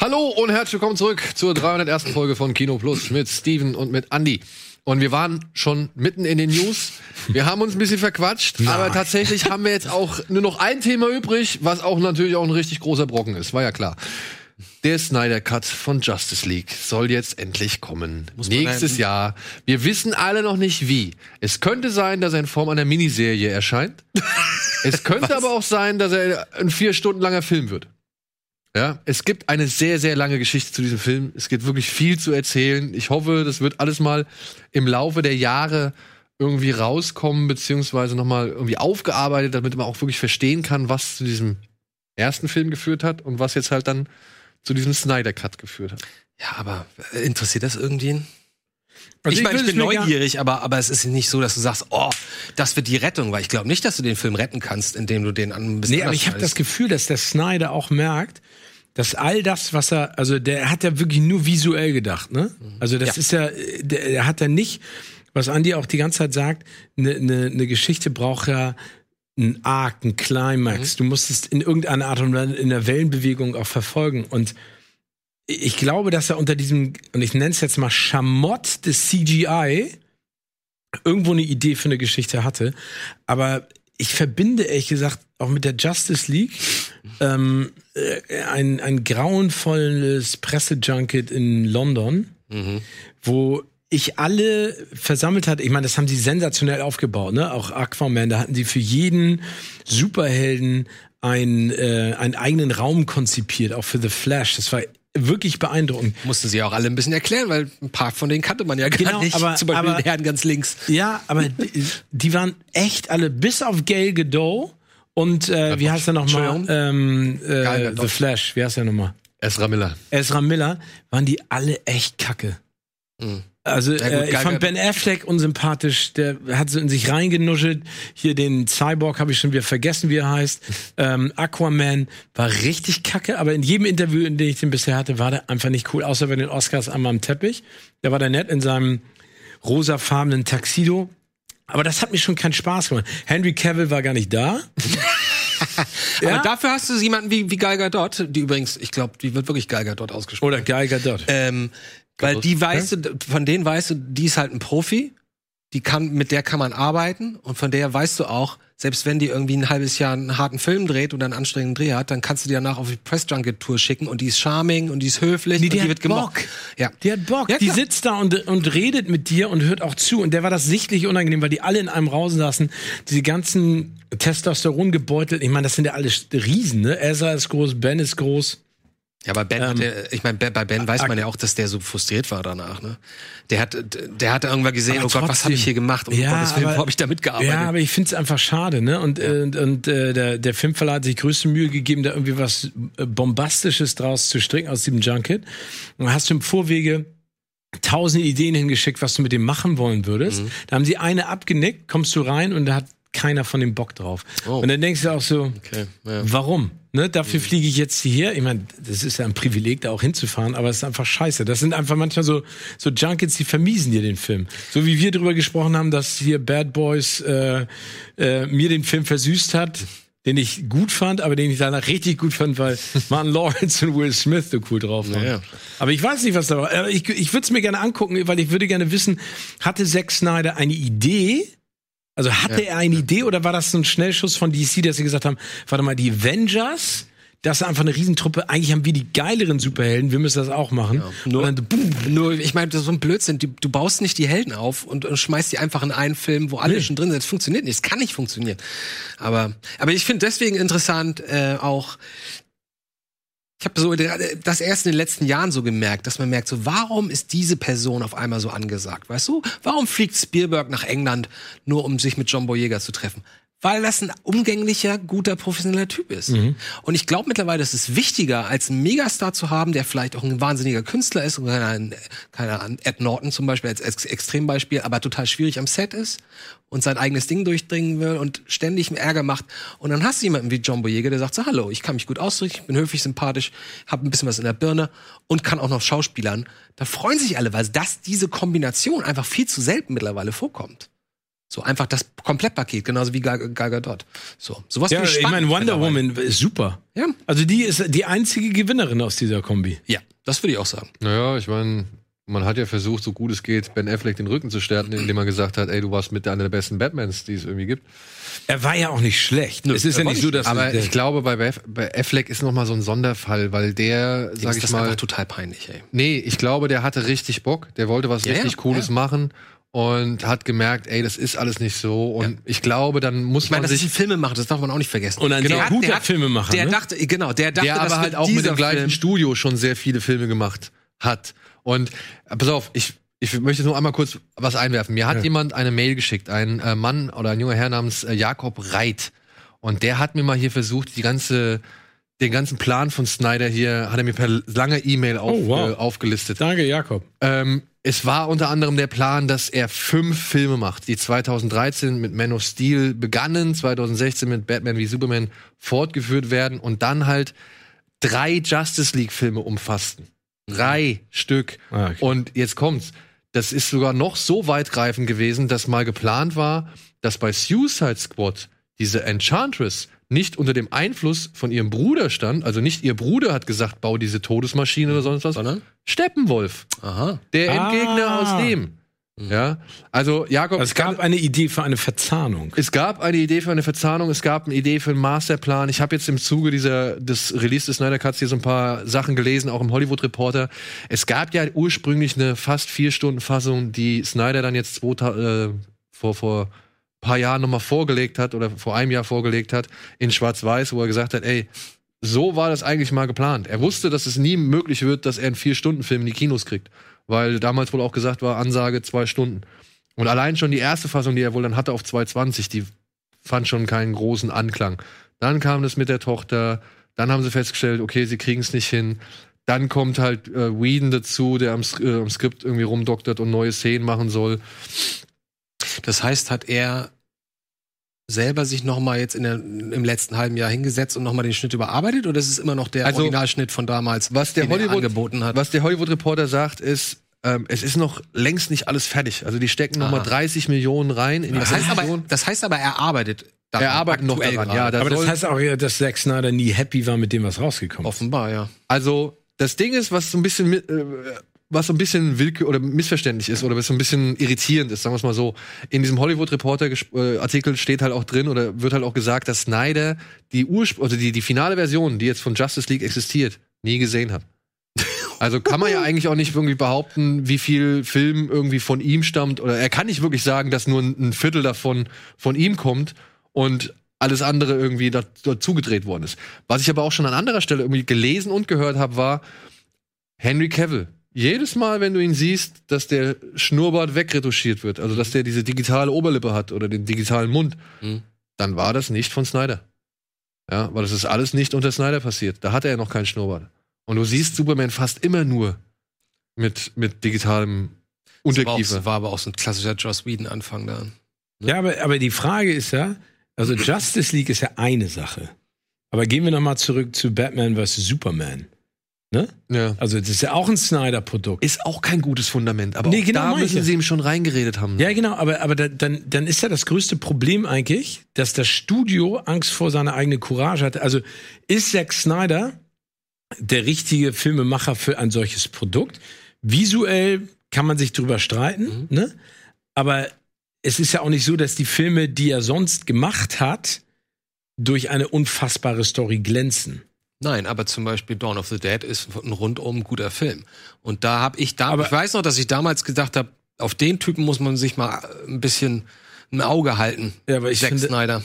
Hallo und herzlich willkommen zurück zur 301. Folge von Kino Plus mit Steven und mit Andy. Und wir waren schon mitten in den News. Wir haben uns ein bisschen verquatscht, aber tatsächlich haben wir jetzt auch nur noch ein Thema übrig, was auch natürlich auch ein richtig großer Brocken ist, war ja klar. Der Snyder Cut von Justice League soll jetzt endlich kommen. man Nächstes einen- Jahr. Wir wissen alle noch nicht wie. Es könnte sein, dass er in Form einer Miniserie erscheint. es könnte aber auch sein, dass er ein vier Stunden langer Film wird. Ja, es gibt eine sehr, sehr lange Geschichte zu diesem Film. Es gibt wirklich viel zu erzählen. Ich hoffe, das wird alles mal im Laufe der Jahre irgendwie rauskommen, beziehungsweise nochmal irgendwie aufgearbeitet, damit man auch wirklich verstehen kann, was zu diesem ersten Film geführt hat und was jetzt halt dann zu diesem Snyder Cut geführt hat. ja, aber äh, interessiert das irgendwen? Also ich meine, ich würd's bin mir gar- neugierig, aber, aber es ist nicht so, dass du sagst, oh, das wird die Rettung, weil ich glaube nicht, dass du den Film retten kannst, indem du den an ein bisschen Nee, aber anders ich habe das schneidest. Gefühl, dass der Snyder auch merkt, dass all das, was er, also der hat ja wirklich nur visuell gedacht, ne? Mhm. Also das Ja. ist ja, äh, der, der hat ja nicht, was Andy auch die ganze Zeit sagt, eine ne, ne Geschichte braucht ja einen Arc, einen Climax. Mhm. Du musst es in irgendeiner Art und Weise in der Wellenbewegung auch verfolgen. Und ich glaube, dass er unter diesem, und ich nenne es jetzt mal Schamott des CGI, irgendwo eine Idee für eine Geschichte hatte. Aber ich verbinde ehrlich gesagt auch mit der Justice League ähm, äh, ein, ein grauenvolles Pressejunket in London, wo ich alle versammelt hatte. Ich meine, das haben sie sensationell aufgebaut, ne? Auch Aquaman, da hatten sie für jeden Superhelden einen, äh, einen eigenen Raum konzipiert, auch für The Flash. Das war wirklich beeindruckend. Musste sie auch alle ein bisschen erklären, weil ein paar von denen kannte man ja gar Genau, nicht. aber- Zum Beispiel aber- den Herrn ganz links. Ja, aber die, die waren echt alle, bis auf Gail Godot und äh, wie heißt er nochmal? Entschuldigung. Ähm, äh, Gail Gadot. The Flash, wie heißt er nochmal? Ezra Miller. Ezra Miller, waren die alle echt kacke. Also Hm. gut, äh, ich Gal fand Gadot. Ben Affleck unsympathisch, der hat so in sich reingenuschelt. Hier den Cyborg habe ich schon wieder vergessen, wie er heißt. Ähm, Aquaman war richtig kacke, aber in jedem Interview, in dem ich den bisher hatte, war der einfach nicht cool, außer bei den Oscars einmal am Teppich. Da war der nett in seinem rosafarbenen Taxido. Aber das hat mir schon keinen Spaß gemacht. Henry Cavill war gar nicht da. Aber dafür hast du jemanden wie, wie Geiger Dot, die übrigens, ich glaube, die wird wirklich Geiger Dot ausgesprochen. Oder Geiger dort. Ähm, weil die weißt du, von denen weißt du, die ist halt ein Profi, die kann, mit der kann man arbeiten und von der weißt du auch, selbst wenn die irgendwie ein halbes Jahr einen harten Film dreht oder einen anstrengenden Dreh hat, dann kannst du die danach auf die Press Junket Tour schicken und die ist charming und die ist höflich Nee, und die die hat wird gemocht. Bock. Ja. Die hat Bock. Ja, die klar. sitzt da und, und redet mit dir und hört auch zu. Und der war das sichtlich unangenehm, weil die alle in einem Raum saßen. Diese ganzen Testosteron gebeutelt. Ich meine, das sind ja alle Riesen, ne? Ezra ist groß, Ben ist groß. Ja, aber Ben, Ähm, hat der, ich meine, bei Ben weiß man ja auch, dass der so frustriert war danach. Ne? Der hat, der hat irgendwann gesehen, oh Aber Gott, was trotzdem. habe ich hier gemacht? Um Ja, Gottes Willen, aber- wo habe ich da mitgearbeitet? Ja, aber ich finde es einfach schade, ne? Und, äh, und, und äh, der, der Filmverleih hat sich größte Mühe gegeben, da irgendwie was äh, Bombastisches draus zu stricken aus diesem Junket. Und dann hast du im Vorwege tausend Ideen hingeschickt, was du mit dem machen wollen würdest. Mhm. Da haben sie eine abgenickt, kommst du rein und da hat keiner von dem Bock drauf. Und dann denkst du auch so, Oh. okay, ja. Mhm. Warum? Ne, dafür fliege ich jetzt hierher. Ich meine, das ist ja ein Privileg, da auch hinzufahren, aber es ist einfach scheiße. Das sind einfach manchmal so, so Junkets, die vermiesen dir den Film. So wie wir drüber gesprochen haben, dass hier Bad Boys äh, äh, mir den Film versüßt hat, den ich gut fand, aber den ich danach richtig gut fand, weil Martin Lawrence und Will Smith so cool drauf waren. Ja. Aber ich weiß nicht, was da war. Aber Ich, ich würde es mir gerne angucken, weil ich würde gerne wissen, hatte Zack Snyder eine Idee? Also hatte er eine Idee oder war das so ein Schnellschuss von DC, dass sie gesagt haben, warte mal, die Avengers, das ist einfach eine Riesentruppe, eigentlich haben wir die geileren Superhelden, wir müssen das auch machen. Nur, und dann, boom, nur, ich meine, das ist so ein Blödsinn. Du, du baust nicht die Helden auf und, und schmeißt die einfach in einen Film, wo alle schon drin sind. Das funktioniert nicht. Das kann nicht funktionieren. Aber, aber ich finde deswegen interessant äh, auch. Ich habe so gerade das erst in den letzten Jahren so gemerkt, dass man merkt, so warum ist diese Person auf einmal so angesagt, weißt du? Warum fliegt Spielberg nach England nur, um sich mit John Boyega zu treffen? Weil das ein umgänglicher, guter, professioneller Typ ist. Mhm. Und ich glaube mittlerweile, es ist wichtiger, als einen Megastar zu haben, der vielleicht auch ein wahnsinniger Künstler ist und keine, keine Ahnung, Ed Norton zum Beispiel als Ex Extrembeispiel, aber total schwierig am Set ist und sein eigenes Ding durchdringen will und ständig Ärger macht. Und dann hast du jemanden wie John Boyega, der sagt so, hallo, ich kann mich gut ausdrücken, ich bin höflich, sympathisch, habe ein bisschen was in der Birne und kann auch noch Schauspielern. Da freuen sich alle, weil das, diese Kombination einfach viel zu selten mittlerweile vorkommt. So einfach das Komplettpaket, genauso wie Gal, Gal Gadot. So, sowas ja, find ich meine, Wonder mittlerweile. Woman ist super. Ja. Also die ist die einzige Gewinnerin aus dieser Kombi. Ja, das würde ich auch sagen. Naja, ich meine, man hat ja versucht, so gut es geht, Ben Affleck den Rücken zu stärken, indem man gesagt hat, ey, du warst mit einer der besten Batmans, die es irgendwie gibt. Er war ja auch nicht schlecht. es ist ja nicht so, dass Aber ich glaube, bei, Bef- bei Affleck ist nochmal so ein Sonderfall, weil der, Dem sag ist ich das mal, einfach total peinlich, ey. nee, ich glaube, der hatte richtig Bock, der wollte was Ja, richtig ja, Cooles ja. machen und hat gemerkt, ey, das ist alles nicht so und ich glaube, dann muss Ich meine, man das ist ein sich, Filmemacher, das darf man auch nicht vergessen. Und ein sehr hat- guter hat- Filmemacher, Der ne? dachte, genau, der dachte, der aber dass halt auch mit dieser dem gleichen Film- Studio schon sehr viele Filme gemacht hat und äh, pass auf, ich ich möchte nur einmal kurz was einwerfen. Mir hat jemand eine Mail geschickt, ein äh, Mann oder ein junger Herr namens äh, Jakob Reit. Und der hat mir mal hier versucht, die ganze, den ganzen Plan von Snyder hier, hat er mir per lange E-Mail auf, Oh, wow. äh, aufgelistet. Danke, Jakob. Ähm, es war unter anderem der Plan, dass er fünf Filme macht, die 2013 mit Man of Steel begannen, 2016 mit Batman wie Superman fortgeführt werden und dann halt drei Justice League-Filme umfassten. Drei Stück. Ah, okay. Und jetzt kommt's. Das ist sogar noch so weitgreifend gewesen, dass mal geplant war, dass bei Suicide Squad diese Enchantress nicht unter dem Einfluss von ihrem Bruder stand, also nicht ihr Bruder hat gesagt, bau diese Todesmaschine oder sonst was, Sondern? Steppenwolf. Aha. Der Ah. Endgegner aus dem. Ja. Also, Jakob, Es gab eine Idee für eine Verzahnung. es gab eine Idee für eine Verzahnung, es gab eine Idee für einen Masterplan. Ich habe jetzt im Zuge dieser, des Release des Snyder Cuts hier so ein paar Sachen gelesen, auch im Hollywood Reporter. Es gab ja ursprünglich eine fast vier Stunden Fassung, die Snyder dann jetzt 2000, äh, vor, vor ein paar Jahren nochmal vorgelegt hat oder vor einem Jahr vorgelegt hat, in Schwarz-Weiß, wo er gesagt hat, ey, so war das eigentlich mal geplant. Er wusste, dass es nie möglich wird, dass er einen Vier-Stunden-Film in die Kinos kriegt. Weil damals wohl auch gesagt war, Ansage zwei Stunden. Und allein schon die erste Fassung, die er wohl dann hatte auf 220, die fand schon keinen großen Anklang. Dann kam das mit der Tochter, dann haben sie festgestellt, okay, sie kriegen es nicht hin. Dann kommt halt äh, Whedon dazu, der am, Sk- äh, am Skript irgendwie rumdoktert und neue Szenen machen soll. Das heißt, hat er selber sich nochmal jetzt in der, im letzten halben Jahr hingesetzt und nochmal den Schnitt überarbeitet oder ist es immer noch der Also, Originalschnitt von damals, was der den er Hollywood- angeboten hat? Was der Hollywood-Reporter sagt, ist, ähm, es ist noch längst nicht alles fertig. Also die stecken Ah. nochmal 30 Millionen rein in die Das heißt, aber, Produktion. das heißt aber, er arbeitet daran. Er arbeitet noch aktuell daran, gerade. ja. Da Aber das soll- heißt auch, ja, dass Zack Snyder nie happy war mit dem, was rausgekommen ist. Offenbar, ja. Also, das Ding ist, was so ein bisschen, mi- äh, was so ein bisschen willkür oder missverständlich ist oder was so ein bisschen irritierend ist, sagen wir es mal so. In diesem Hollywood Reporter gesp- äh, Artikel steht halt auch drin oder wird halt auch gesagt, dass Snyder die Ursp oder die, die finale Version, die jetzt von Justice League existiert, nie gesehen hat. Also kann man ja eigentlich auch nicht irgendwie behaupten, wie viel Film irgendwie von ihm stammt oder er kann nicht wirklich sagen, dass nur ein ein Viertel davon von ihm kommt und alles andere irgendwie da- dazu gedreht worden ist. Was ich aber auch schon an anderer Stelle irgendwie gelesen und gehört habe, war Henry Cavill. Jedes Mal, wenn du ihn siehst, dass der Schnurrbart wegretuschiert wird, also dass der diese digitale Oberlippe hat oder den digitalen Mund, Mhm. dann war das nicht von Snyder. Ja, weil das ist alles nicht unter Snyder passiert. Da hatte er noch keinen Schnurrbart. Und du siehst Superman fast immer nur mit, mit digitalem War, Unterkiefer. auch, war aber auch so ein klassischer Joss Whedon-Anfang da. Ja, aber, aber die Frage ist ja, also Justice League ist ja eine Sache. Aber gehen wir nochmal zurück zu Batman vs. Superman. Ja. Also das ist ja auch ein Snyder-Produkt. Ist auch kein gutes Fundament, aber Nee, auch genau da meine ich müssen ja. sie ihm schon reingeredet haben. ne? Ja, genau, aber, aber da, dann, dann ist ja das größte Problem eigentlich, dass das Studio Angst vor seiner eigenen Courage hatte. Also ist Zack Snyder der richtige Filmemacher für ein solches Produkt? Visuell kann man sich drüber streiten, ne? aber es ist ja auch nicht so, dass die Filme, die er sonst gemacht hat, durch eine unfassbare Story glänzen. Nein, aber zum Beispiel Dawn of the Dead ist ein rundum guter Film. Und da habe ich da, Aber- ich weiß noch, dass ich damals gedacht habe, auf den Typen muss man sich mal ein bisschen ein Auge halten. Ja, aber ich Zack finde- Snyder.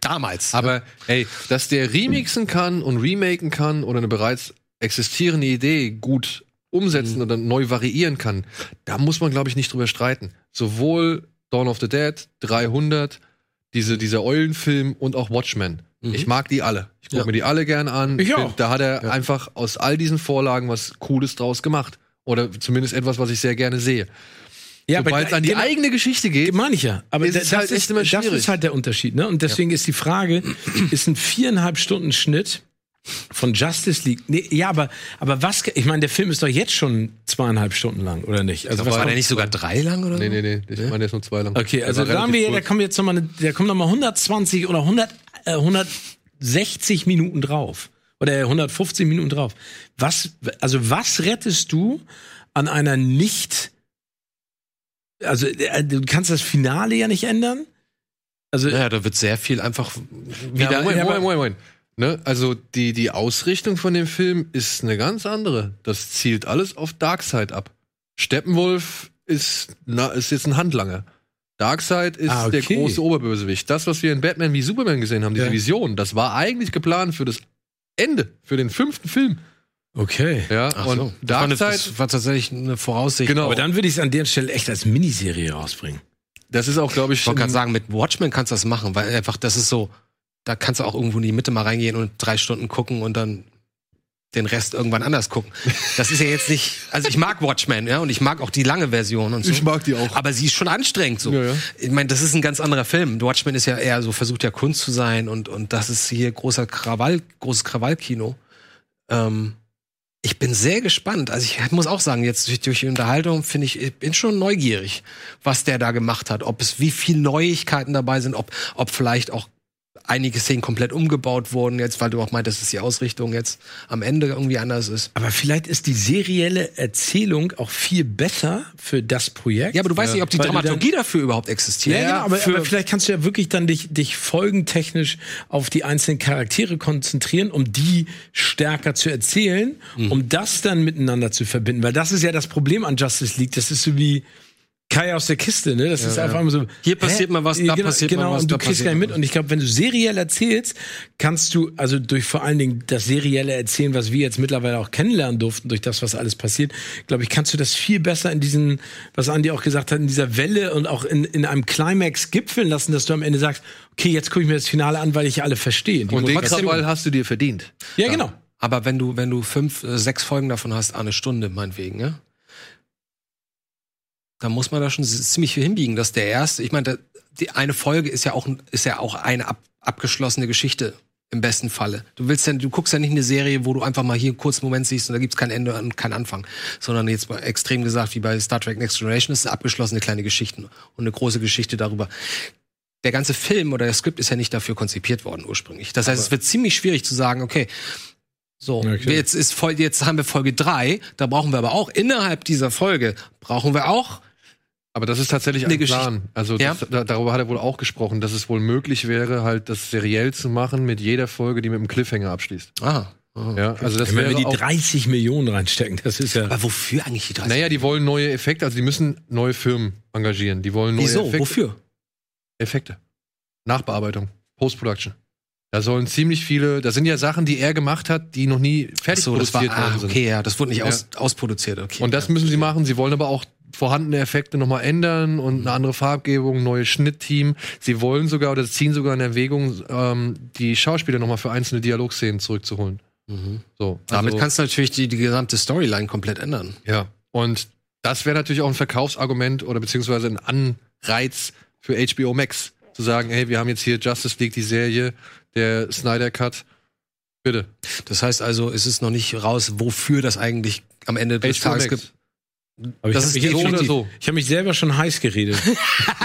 Damals. Aber ey, dass der remixen kann und remaken kann oder eine bereits existierende Idee gut Mhm. umsetzen oder neu variieren kann, da muss man, glaube ich, nicht drüber streiten. Sowohl Dawn of the Dead, 300, diese, dieser Eulenfilm und auch Watchmen. Ich mag die alle. Ich gucke Ja. mir die alle gerne an. Mhm. Ich find, auch. Da hat er einfach aus all diesen Vorlagen was Cooles draus gemacht. Oder zumindest etwas, was ich sehr gerne sehe. Ja, Sobald es an die genau- eigene Geschichte geht, Meine ich ja. Aber Ist da- es das, halt ist, echt immer das schwierig. ist halt der Unterschied. Ne? Und deswegen ist die Frage, ist ein viereinhalb Stunden Schnitt von Justice League, nee, ja, aber, aber was, ge- ich meine, der Film ist doch jetzt schon zweieinhalb Stunden lang, oder nicht? Also, was war kommt- der nicht sogar drei lang oder Nee, so? nee, nee. Ich meine, der ist nur zwei lang. Okay, Der also war da haben relativ wir, ja- kurz. da kommen jetzt nochmal, da kommen nochmal 120 oder 100, äh, 160 Minuten drauf. Oder 150 Minuten drauf. Was, also was rettest du an einer nicht, also äh, du kannst das Finale ja nicht ändern? Also, Naja, da wird sehr viel einfach wieder. Ja, Moment, aber- Moment, Moment, Moment. Ne? Also die, die Ausrichtung von dem Film ist eine ganz andere. Das zielt alles auf Darkseid ab. Steppenwolf ist, na, ist jetzt ein Handlanger. Darkseid ist Ah, okay. der große Oberbösewicht. Das, was wir in Batman wie Superman gesehen haben, diese Ja. Vision, das war eigentlich geplant für das Ende, für den fünften Film. okay. Ja, Ach und so. Das war, eine, Darkseid, das war tatsächlich eine Voraussicht. Genau. Aber dann würde ich es an der Stelle echt als Miniserie rausbringen. das ist auch, glaube ich, Ich wollte ein- gerade sagen, mit Watchmen kannst du das machen, weil einfach, das ist so, da kannst du auch irgendwo in die Mitte mal reingehen und drei Stunden gucken und dann den Rest irgendwann anders gucken. Das ist ja jetzt nicht, also ich mag Watchmen, ja, und ich mag auch die lange Version und so. Ich mag die auch. Aber sie ist schon anstrengend so. Ja, ja. Ich meine, das ist ein ganz anderer Film. Watchmen ist ja eher so, versucht ja Kunst zu sein und, und das ist hier großer Krawall, großes Krawallkino. Ähm, ich bin sehr gespannt. Also ich muss auch sagen, jetzt durch, durch die Unterhaltung finde ich, ich bin schon neugierig, was der da gemacht hat. Ob es wie viel Neuigkeiten dabei sind, ob, ob vielleicht auch einige Szenen komplett umgebaut wurden jetzt, weil du auch meintest, dass die Ausrichtung jetzt am Ende irgendwie anders ist. Aber vielleicht ist die serielle Erzählung auch viel besser für das Projekt. Ja, aber du weißt nicht, ob die Weil du dann- Dramaturgie dafür überhaupt Ja, existiert. genau, aber, für, aber vielleicht kannst du ja wirklich dann dich, dich folgentechnisch auf die einzelnen Charaktere konzentrieren, um die stärker zu Mhm. erzählen, um das dann miteinander zu verbinden. Weil das ist ja das Problem an Justice League. Das ist so wie, Kai aus der Kiste, ne? Das ist einfach immer so. Hier passiert mal was, da genau, passiert mal genau, was, und du da kriegst passiert gar nicht mal mit. Und ich glaube, wenn du seriell erzählst, kannst du also durch vor allen Dingen das serielle Erzählen, was wir jetzt mittlerweile auch kennenlernen durften, durch das, was alles passiert, glaube ich, kannst du das viel besser in diesen, was Andi auch gesagt hat, in dieser Welle und auch in, in einem Climax gipfeln lassen, dass du am Ende sagst, okay, jetzt gucke ich mir das Finale an, weil ich ja alle verstehe. Die Und den Motivation. Krawall hast du dir verdient. Ja, genau. Aber wenn du, wenn du fünf, äh, sechs Folgen davon hast, eine Stunde, meinetwegen, ja, dann muss man da schon s- ziemlich viel hinbiegen, dass der erste, ich meine, da- die eine Folge ist ja auch, ein- ist ja auch eine ab, abgeschlossene Geschichte im besten Falle. Du willst ja, du guckst ja nicht eine Serie, wo du einfach mal hier einen kurzen Moment siehst und da gibt's kein Ende und kein Anfang, sondern jetzt mal extrem gesagt, wie bei Star Trek Next Generation, das sind abgeschlossene kleine Geschichten und eine große Geschichte darüber der ganze Film oder das Skript ist ja nicht dafür konzipiert worden ursprünglich. Das heißt, es wird ziemlich schwierig zu sagen, okay, so, Okay. jetzt ist Folge, jetzt haben wir Folge drei. da brauchen wir aber auch innerhalb dieser Folge brauchen wir auch Aber das ist tatsächlich ein Eine Plan. Also Ja. das, da, darüber hat er wohl auch gesprochen, dass es wohl möglich wäre, halt das seriell zu machen mit jeder Folge, die mit einem Cliffhanger abschließt. ah, Ja, also das Wenn wir wäre die auch, 30 Millionen reinstecken, das ist ja. aber wofür eigentlich die 30? Naja, die wollen neue Effekte, also die müssen neue Firmen engagieren. Die wollen neue Wieso? Effekte. Wofür? Effekte. Nachbearbeitung, Post-Production. Da sollen ziemlich viele, da sind ja Sachen, die er gemacht hat, die noch nie fertig Achso, das war produziert ah, worden sind. okay, ja, das wurde nicht Ja. aus, ausproduziert, okay. Und das ja. müssen sie machen. Sie wollen aber auch vorhandene Effekte nochmal ändern und eine andere Farbgebung, neues Schnittteam. Sie wollen sogar oder ziehen sogar in Erwägung, ähm, die Schauspieler nochmal für einzelne Dialogszenen zurückzuholen. So, Mhm. damit also- kannst du natürlich die, die gesamte Storyline komplett ändern. ja. Und das wäre natürlich auch ein Verkaufsargument oder beziehungsweise ein Anreiz für HBO Max, zu sagen, hey, wir haben jetzt hier Justice League, die Serie, der Snyder Cut. Bitte. Das heißt also, es ist noch nicht raus, wofür das eigentlich am Ende des HBO Tages Max. gibt. Aber das hab ist eh mich jetzt so schon- oder so. Ich habe mich selber schon heiß geredet.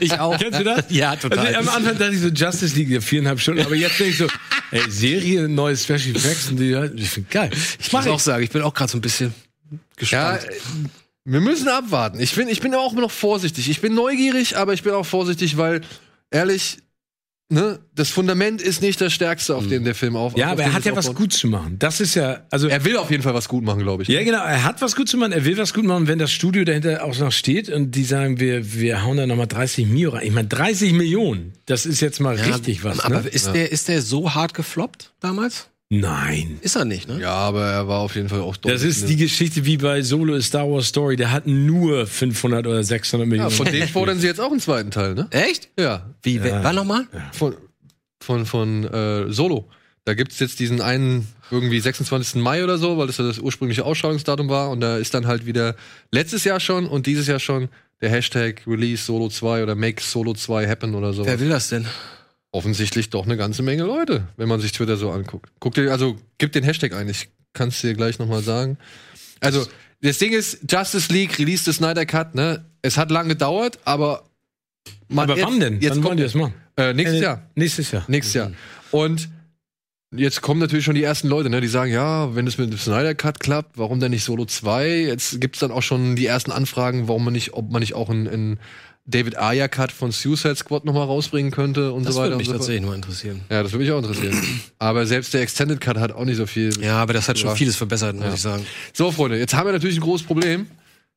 Ich auch. Kennst du das? Ja, Also total. am Anfang dachte ich so, Justice League, ja, viereinhalb Stunden, aber jetzt denke ich so, ey, Serie, neue Special Effects, und die, ich find geil. Ich muss auch sagen, ich bin auch gerade so ein bisschen Ja, gespannt. äh, wir müssen abwarten. Ich bin, ich bin auch immer noch vorsichtig. Ich bin neugierig, aber ich bin auch vorsichtig, weil ehrlich, ne, das Fundament ist nicht das Stärkste, auf dem der Film auf. Mhm. Ja, auf aber dem er hat es ja was aufbaut. gut zu machen. Das ist ja, also, Er will auf jeden Fall was gut machen, glaube ich. ja genau, er hat was gut zu machen, er will was gut machen, wenn das Studio dahinter auch noch steht und die sagen, wir, wir hauen da nochmal 30 Mio rein. Ich meine, 30 Millionen, das ist jetzt mal äh, richtig was, Aber ne? ist, der, ist der so hart gefloppt damals? Nein. Ist er nicht, ne? Ja, aber er war auf jeden Fall auch Das ist die Geschichte wie bei Solo A Star Wars Story, der hat nur 500 oder 600 Ja, Millionen. von denen fordern sie jetzt auch einen zweiten Teil, ne? Echt? Ja, Wie, wer, war nochmal? von, von, von äh, Solo. Da gibt's jetzt diesen einen irgendwie 26. Mai oder so, weil das ja das ursprüngliche Ausstrahlungsdatum war. Und da ist dann halt wieder letztes Jahr schon und dieses Jahr schon der Hashtag Release Solo 2 oder Make Solo 2 happen oder so. Wer will das denn? Offensichtlich doch eine ganze Menge Leute, wenn man sich Twitter so anguckt. Guck dir, also gib den Hashtag ein, ich kann's dir gleich nochmal sagen. Also, das Ding ist, Justice League, Release des Snyder Cut, ne? Es hat lang gedauert, aber man, aber wann denn? Jetzt wann wollen kommt, die das machen? äh, nächstes Äh, Jahr. Nächstes Jahr. Nächstes Mhm. Jahr. Und jetzt kommen natürlich schon die ersten Leute, ne, die sagen, ja, wenn es mit dem Snyder Cut klappt, warum denn nicht Solo 2? Jetzt gibt es dann auch schon die ersten Anfragen, warum man nicht, ob man nicht auch einen, einen David Ayer Cut von Suicide Squad nochmal rausbringen könnte und Das so weiter würde mich und so fort. tatsächlich mal interessieren. Ja, das würde mich auch interessieren. Aber selbst der Extended Cut hat auch nicht so viel. Ja, aber das hat schon Ja. vieles verbessert, muss Ja. ich sagen. So, Freunde, jetzt haben wir natürlich ein großes Problem.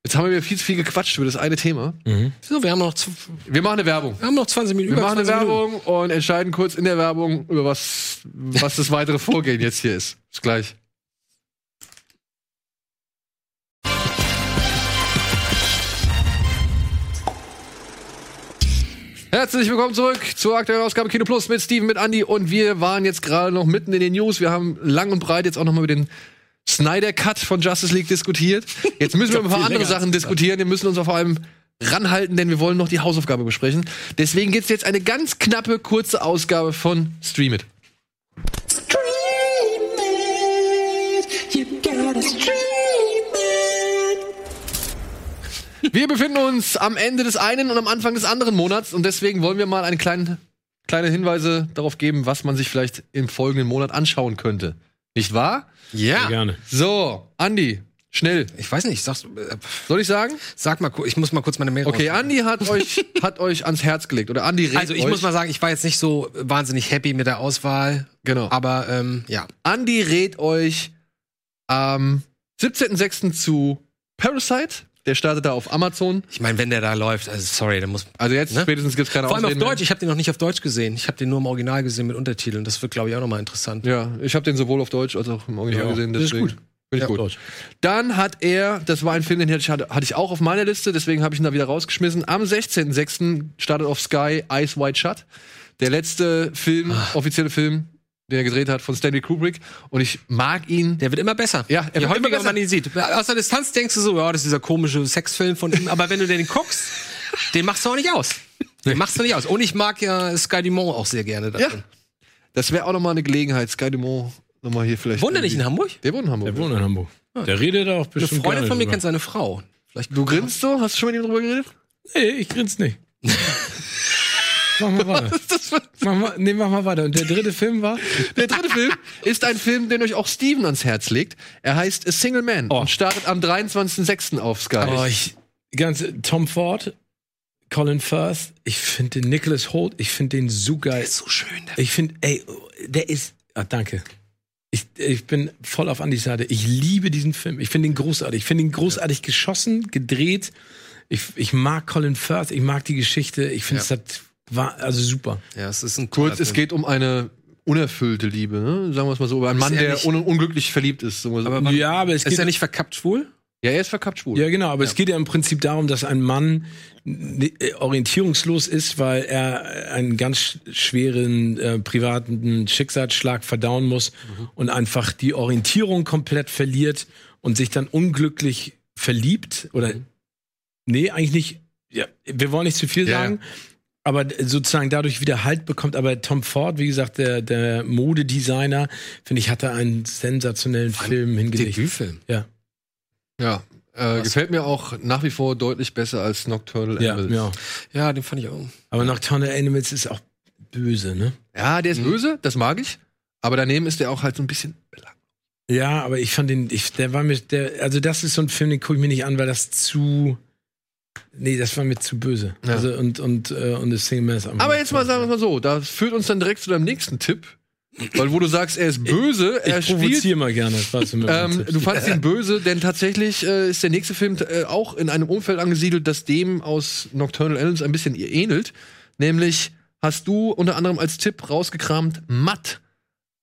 Jetzt haben wir viel zu viel gequatscht über das eine Thema. So, wir haben noch, z- Wir machen eine Werbung. wir haben noch 20 Minuten. Wir über machen eine 20 Minuten. Werbung und entscheiden kurz in der Werbung, über was, was das weitere Vorgehen jetzt hier ist. Bis gleich. Herzlich willkommen zurück zur aktuellen Ausgabe Kino Plus mit Steven, mit Andy und wir waren jetzt gerade noch mitten in den News. Wir haben lang und breit jetzt auch nochmal über den Snyder Cut von Justice League diskutiert. Jetzt müssen wir über ein paar andere Sachen diskutieren. Wir müssen uns vor allem ranhalten, denn wir wollen noch die Hausaufgabe besprechen. Deswegen gibt's jetzt eine ganz knappe, kurze Ausgabe von Stream It. Stream it. You gotta stream it. Wir befinden uns am Ende des einen und am Anfang des anderen Monats und deswegen wollen wir mal einen kleinen, kleine Hinweise darauf geben, was man sich vielleicht im folgenden Monat anschauen könnte. Nicht wahr? Ja. Gerne. So, Andi, schnell. Ich weiß nicht, sagst, äh, Soll ich sagen? sag mal, ku- ich muss mal kurz meine Mail Okay, raus- Andi hat euch, hat euch ans Herz gelegt. Oder Andi rät Also ich euch, muss mal sagen, ich war jetzt nicht so wahnsinnig happy mit der Auswahl, Genau. aber ähm, ja. Andi rät euch am 17.06. zu Parasite. Der startet da auf Amazon. Ich meine, wenn der da läuft, also sorry, dann muss. Also jetzt Ne? spätestens gibt's keine Vor allem auf Ausreden mehr. Deutsch, ich habe den noch nicht auf Deutsch gesehen. Ich habe den nur im Original gesehen mit Untertiteln. Das wird, glaube ich, auch nochmal interessant. Ja, ich habe den sowohl auf Deutsch als auch im Original Ja, gesehen. das ist Deswegen. gut. Finde ich Ja, gut. Deutsch. Dann hat er, das war ein Film, den hatte ich, hatte ich auch auf meiner Liste, deswegen habe ich ihn da wieder rausgeschmissen. Am 16.06. startet auf Sky Eyes Wide Shut. Der letzte Film, Ah. offizielle Film, den er gedreht hat von Stanley Kubrick. Und ich mag ihn. Der wird immer besser. Ja, er Je wird immer häufiger besser. man ihn sieht. Aus der Distanz denkst du so, ja, das ist dieser komische Sexfilm von ihm. Aber wenn du den guckst, den machst du auch nicht aus. Den machst du nicht aus. Und ich mag ja Sky Dumont auch sehr gerne. Ja. darin. Das wäre auch nochmal eine Gelegenheit, Sky Dumont nochmal hier vielleicht. Wohnt er nicht in irgendwie- Hamburg? Der wohnt in Hamburg. Der wohnt in Hamburg. Der redet Eine auch bestimmt Freundin gerne von mir drüber. kennt seine Frau. Vielleicht Du grinst so? Hast du schon mit ihm drüber geredet? Nee, ich grin's nicht. mach mal weiter. Mach mal, nee, mach mal weiter. Und der dritte Film war? Der dritte Film ist ein Film, den euch auch Steven ans Herz legt. Er heißt A Single Man und startet am 23.06. auf Sky. Oh, ich, ganz, Tom Ford, Colin Firth, ich finde den Nicholas Holt, ich finde den so geil. so schön. Der Ich finde, ey, der ist. Ah, danke. Ich, ich bin voll auf Andys Seite. Ich liebe diesen Film. Ich finde ihn großartig. Ich finde ihn großartig geschossen, gedreht. Ich, ich mag Colin Firth. Ich mag die Geschichte. Ich finde es hat war also super. ja, es ist ein Kurz, cooler es Film. geht um eine unerfüllte Liebe, ne? sagen wir es mal so, über einen Mann, er der nicht- un unglücklich verliebt ist. sagen wir so. Aber wann- Ja, aber es Ist geht er nicht verkappt schwul? ja, er ist verkappt schwul. Ja, genau, aber es geht ja im Prinzip darum, dass ein Mann n- äh, orientierungslos ist, weil er einen ganz sch- schweren äh, privaten Schicksalsschlag verdauen muss Mhm. und einfach die Orientierung komplett verliert und sich dann unglücklich verliebt oder Mhm. nee, eigentlich nicht. Ja, wir wollen nicht zu viel Ja, ja. sagen. Aber d- sozusagen dadurch wieder Halt bekommt. Aber Tom Ford, wie gesagt, der, der Modedesigner, finde ich, hat da einen sensationellen Film hingelegt. Debütfilm. Ja, Ja. Äh, gefällt mir auch nach wie vor deutlich besser als Nocturnal ja, Animals. ja. Ja, den fand ich auch. Aber Nocturnal Animals ist auch böse, ne? Ja, der ist böse, das mag ich. Aber daneben ist der auch halt so ein bisschen belangt. Ja, aber ich fand den, ich, der war mir, der, also das ist so ein Film, den gucke ich mir nicht an, weil das zu, nee, das war mir zu böse. Ja. Also und und äh, und das Single Man ist Aber jetzt mal sagen wir es mal so, das führt uns dann direkt zu deinem nächsten Tipp. Weil wo du sagst, er ist böse, er ich spielt provoziere mal gerne, das weißt du mit meinen Ähm, Tipps. du fandst ihn böse, denn tatsächlich äh, ist der nächste Film äh, auch in einem Umfeld angesiedelt, das dem aus Nocturnal Animals ein bisschen ihr ähnelt. Nämlich hast du unter anderem als Tipp rausgekramt Matt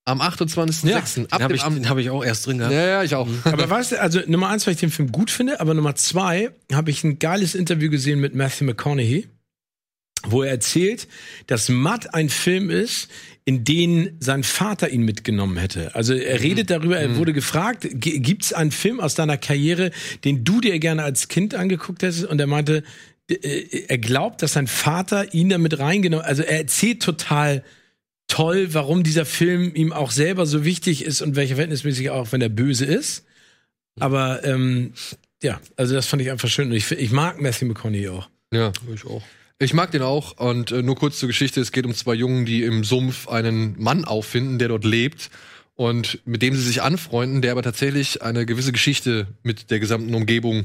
am 28.06. ab den habe dem ich, Abend. den hab ich auch erst drin Ja, gehabt. ja, ich auch. aber weißt du, also Nummer eins, weil ich den Film gut finde, aber Nummer zwei habe ich ein geiles Interview gesehen mit Matthew McConaughey, wo er erzählt, dass Matt ein Film ist, in den sein Vater ihn mitgenommen hätte. Also er redet darüber, er wurde gefragt, "G- gibt's einen Film aus deiner Karriere, den du dir gerne als Kind angeguckt hättest? Und er meinte, äh, er glaubt, dass sein Vater ihn damit reingenommen, also er erzählt total toll, warum dieser Film ihm auch selber so wichtig ist und welche verhältnismäßig auch, wenn er böse ist. Aber ähm, ja, also das fand ich einfach schön. Und ich, fi- ich mag Matthew McConaughey auch. Um Ja, ich auch. Ich mag den auch und äh, nur kurz zur Geschichte, es geht um zwei Jungen, die im Sumpf einen Mann auffinden, der dort lebt und mit dem sie sich anfreunden, der aber tatsächlich eine gewisse Geschichte mit der gesamten Umgebung,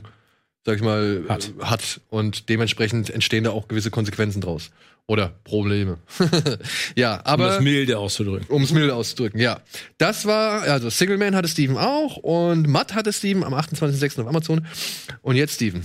sag ich mal, hat, Hat. hat. und dementsprechend entstehen da auch gewisse Konsequenzen draus oder Probleme. ja, Um aber das milde auszudrücken. um es milde auszudrücken, ja. Das war, also Single Man hatte Steven auch und Matt hatte Steven am 28.06. auf Amazon und jetzt Steven.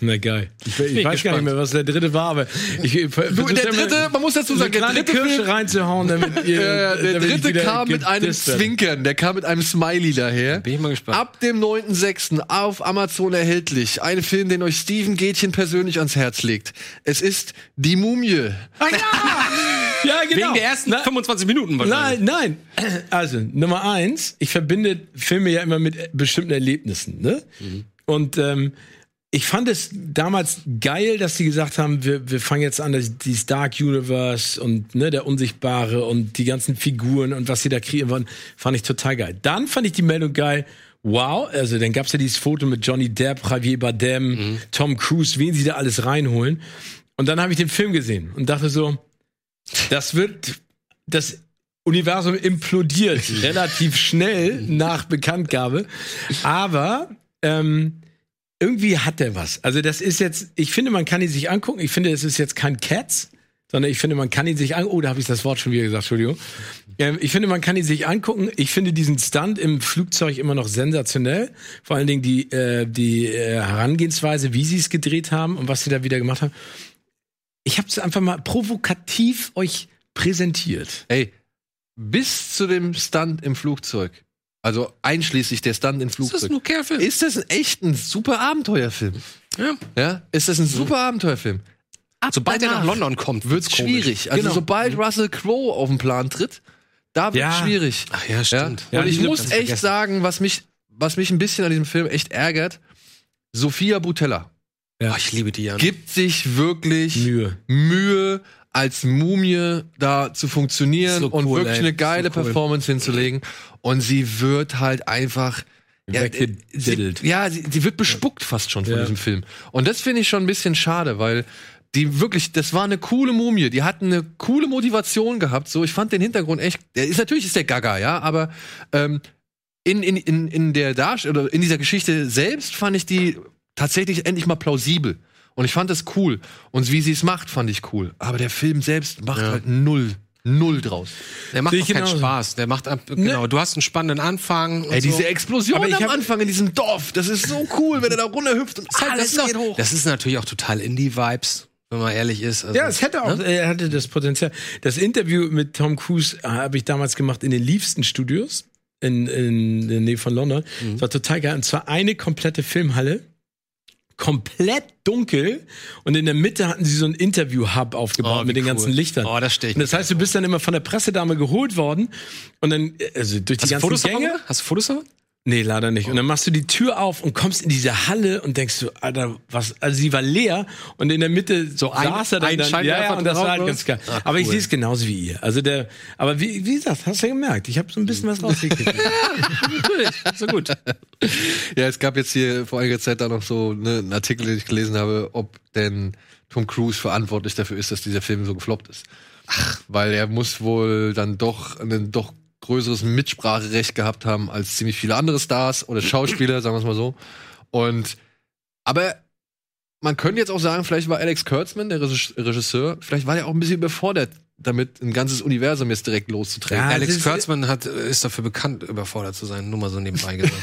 Na geil. Ich, ich weiß gar gespannt. nicht mehr, was der dritte war, aber ich, ich Du, der dritte, man muss dazu so sagen, eine der kleine dritte Kirsche Film, reinzuhauen, damit ihr, Ja, der damit ich dritte wieder kam mit einem gedisst werde. Zwinkern, der kam mit einem Smiley daher. Bin ich mal gespannt. Ab dem 9.6. auf Amazon erhältlich. Ein Film, den euch Steven Gätchen persönlich ans Herz legt. Es ist Die Mumie. Ja, genau. Wegen der ersten Na- 25 Minuten wahrscheinlich. Nein, nein. Also, Nummer eins, ich verbinde Filme ja immer mit bestimmten Erlebnissen, ne? Mhm. Und ähm, ich fand es damals geil, dass sie gesagt haben, wir, wir fangen jetzt an, das, dieses Dark Universe und ne, der Unsichtbare und die ganzen Figuren und was sie da kreieren wollen, fand ich total geil. Dann fand ich die Meldung geil, wow, also dann gab's ja dieses Foto mit Johnny Depp, Javier Bardem, Mhm. Tom Cruise, wen sie da alles reinholen. Und dann habe ich den Film gesehen und dachte so, das wird, das Universum implodiert relativ schnell nach Bekanntgabe. Aber ähm, irgendwie hat der was. Also das ist jetzt, ich finde, man kann ihn sich angucken. Ich finde, es ist jetzt kein Cats. sondern ich finde, man kann ihn sich an. Oh, da habe ich das Wort schon wieder gesagt, Entschuldigung. Ähm, ich finde, man kann ihn sich angucken. Ich finde diesen Stunt im Flugzeug immer noch sensationell. Vor allen Dingen die, äh, die äh, Herangehensweise, wie sie es gedreht haben und was sie da wieder gemacht haben. Ich habe es einfach mal provokativ euch präsentiert. Ey, bis zu dem Stunt im Flugzeug, also einschließlich der Stunt im Das ist Flugzeug, nur Careful. ist das ein echt ein super Abenteuerfilm? Ja. Mhm. Ja, ist das ein super Abenteuerfilm? Sobald er danach nach London kommt, Wird's wird's komisch. schwierig. Also Genau. sobald Russell Crowe auf den Plan tritt, da wird's Ja. schwierig. Ach ja, Ja? stimmt. Ja, Und ich stimmt, muss das echt hab ich vergessen. sagen, was mich, was mich ein bisschen an diesem Film echt ärgert, Sophia Butella Oh, ich liebe die ja. gibt sich wirklich Mühe. Mühe, als Mumie da zu funktionieren So und cool, wirklich ey. eine geile So cool. Performance hinzulegen. Und sie wird halt einfach. Ja, äh, sie, Weggediddelt. ja sie, sie wird bespuckt fast schon von Ja. diesem Film. Und das finde ich schon ein bisschen schade, weil die wirklich, das war eine coole Mumie. Die hatten eine coole Motivation gehabt. So, ich fand den Hintergrund echt. Der ist natürlich ist der Gaga, ja, aber ähm, in, in, in, in der Darst oder in dieser Geschichte selbst fand ich die tatsächlich endlich mal plausibel. Und ich fand das cool. Und wie sie es macht, fand ich cool. Aber der Film selbst macht halt null, null draus. Der macht Sehe auch ich keinen genauso. Spaß. Der macht ab, genau. Du hast einen spannenden Anfang. und Ey, diese so. Explosion Aber ich am hab- Anfang in diesem Dorf, das ist so cool, wenn er da runterhüpft und Halt, alles das, ist auch, geht hoch. das ist natürlich auch total Indie-Vibes, wenn man ehrlich ist. Also, Ja, es hätte auch, Ne? er hatte das Potenzial. Das Interview mit Tom Cruise äh, habe ich damals gemacht in den liebsten Studios in, in der Nähe von London. Das Mhm. war total geil. Und zwar eine komplette Filmhalle. Komplett dunkel und in der Mitte hatten sie so einen Interview-Hub aufgebaut Oh, wie mit den cool. ganzen Lichtern. Oh, das stell ich Und das mir heißt, du bist dann immer von der Pressedame geholt worden und dann, äh, also durch Hast die du ganzen Fotos Gänge. davon? Hast du Fotos davon? Nee, leider nicht. Und dann machst du die Tür auf und kommst in diese Halle und denkst du, Alter, was, also sie war leer und in der Mitte so ein- saß er dann, ein dann ja, ja, Scheinwerfer und das war halt drauf, ganz oder geil. was? aber ich sehe es genauso wie ihr. Also der, aber wie, wie gesagt, hast du ja gemerkt, ich habe so ein bisschen was rausgekriegt. So gut. Ja, es gab jetzt hier vor einiger Zeit da noch so ne, einen Artikel, den ich gelesen habe, ob denn Tom Cruise verantwortlich dafür ist, dass dieser Film so gefloppt ist. Ach, weil er muss wohl dann doch ein doch größeres Mitspracherecht gehabt haben als ziemlich viele andere Stars oder Schauspieler, sagen wir es mal so. Und aber man könnte jetzt auch sagen, vielleicht war Alex Kurtzman, der Regis- Regisseur, vielleicht war er auch ein bisschen überfordert, damit ein ganzes Universum jetzt direkt loszutreten. Ja, das Alex ist- Kurtzman hat, ist dafür bekannt, überfordert zu sein. Nur mal so nebenbei gesagt.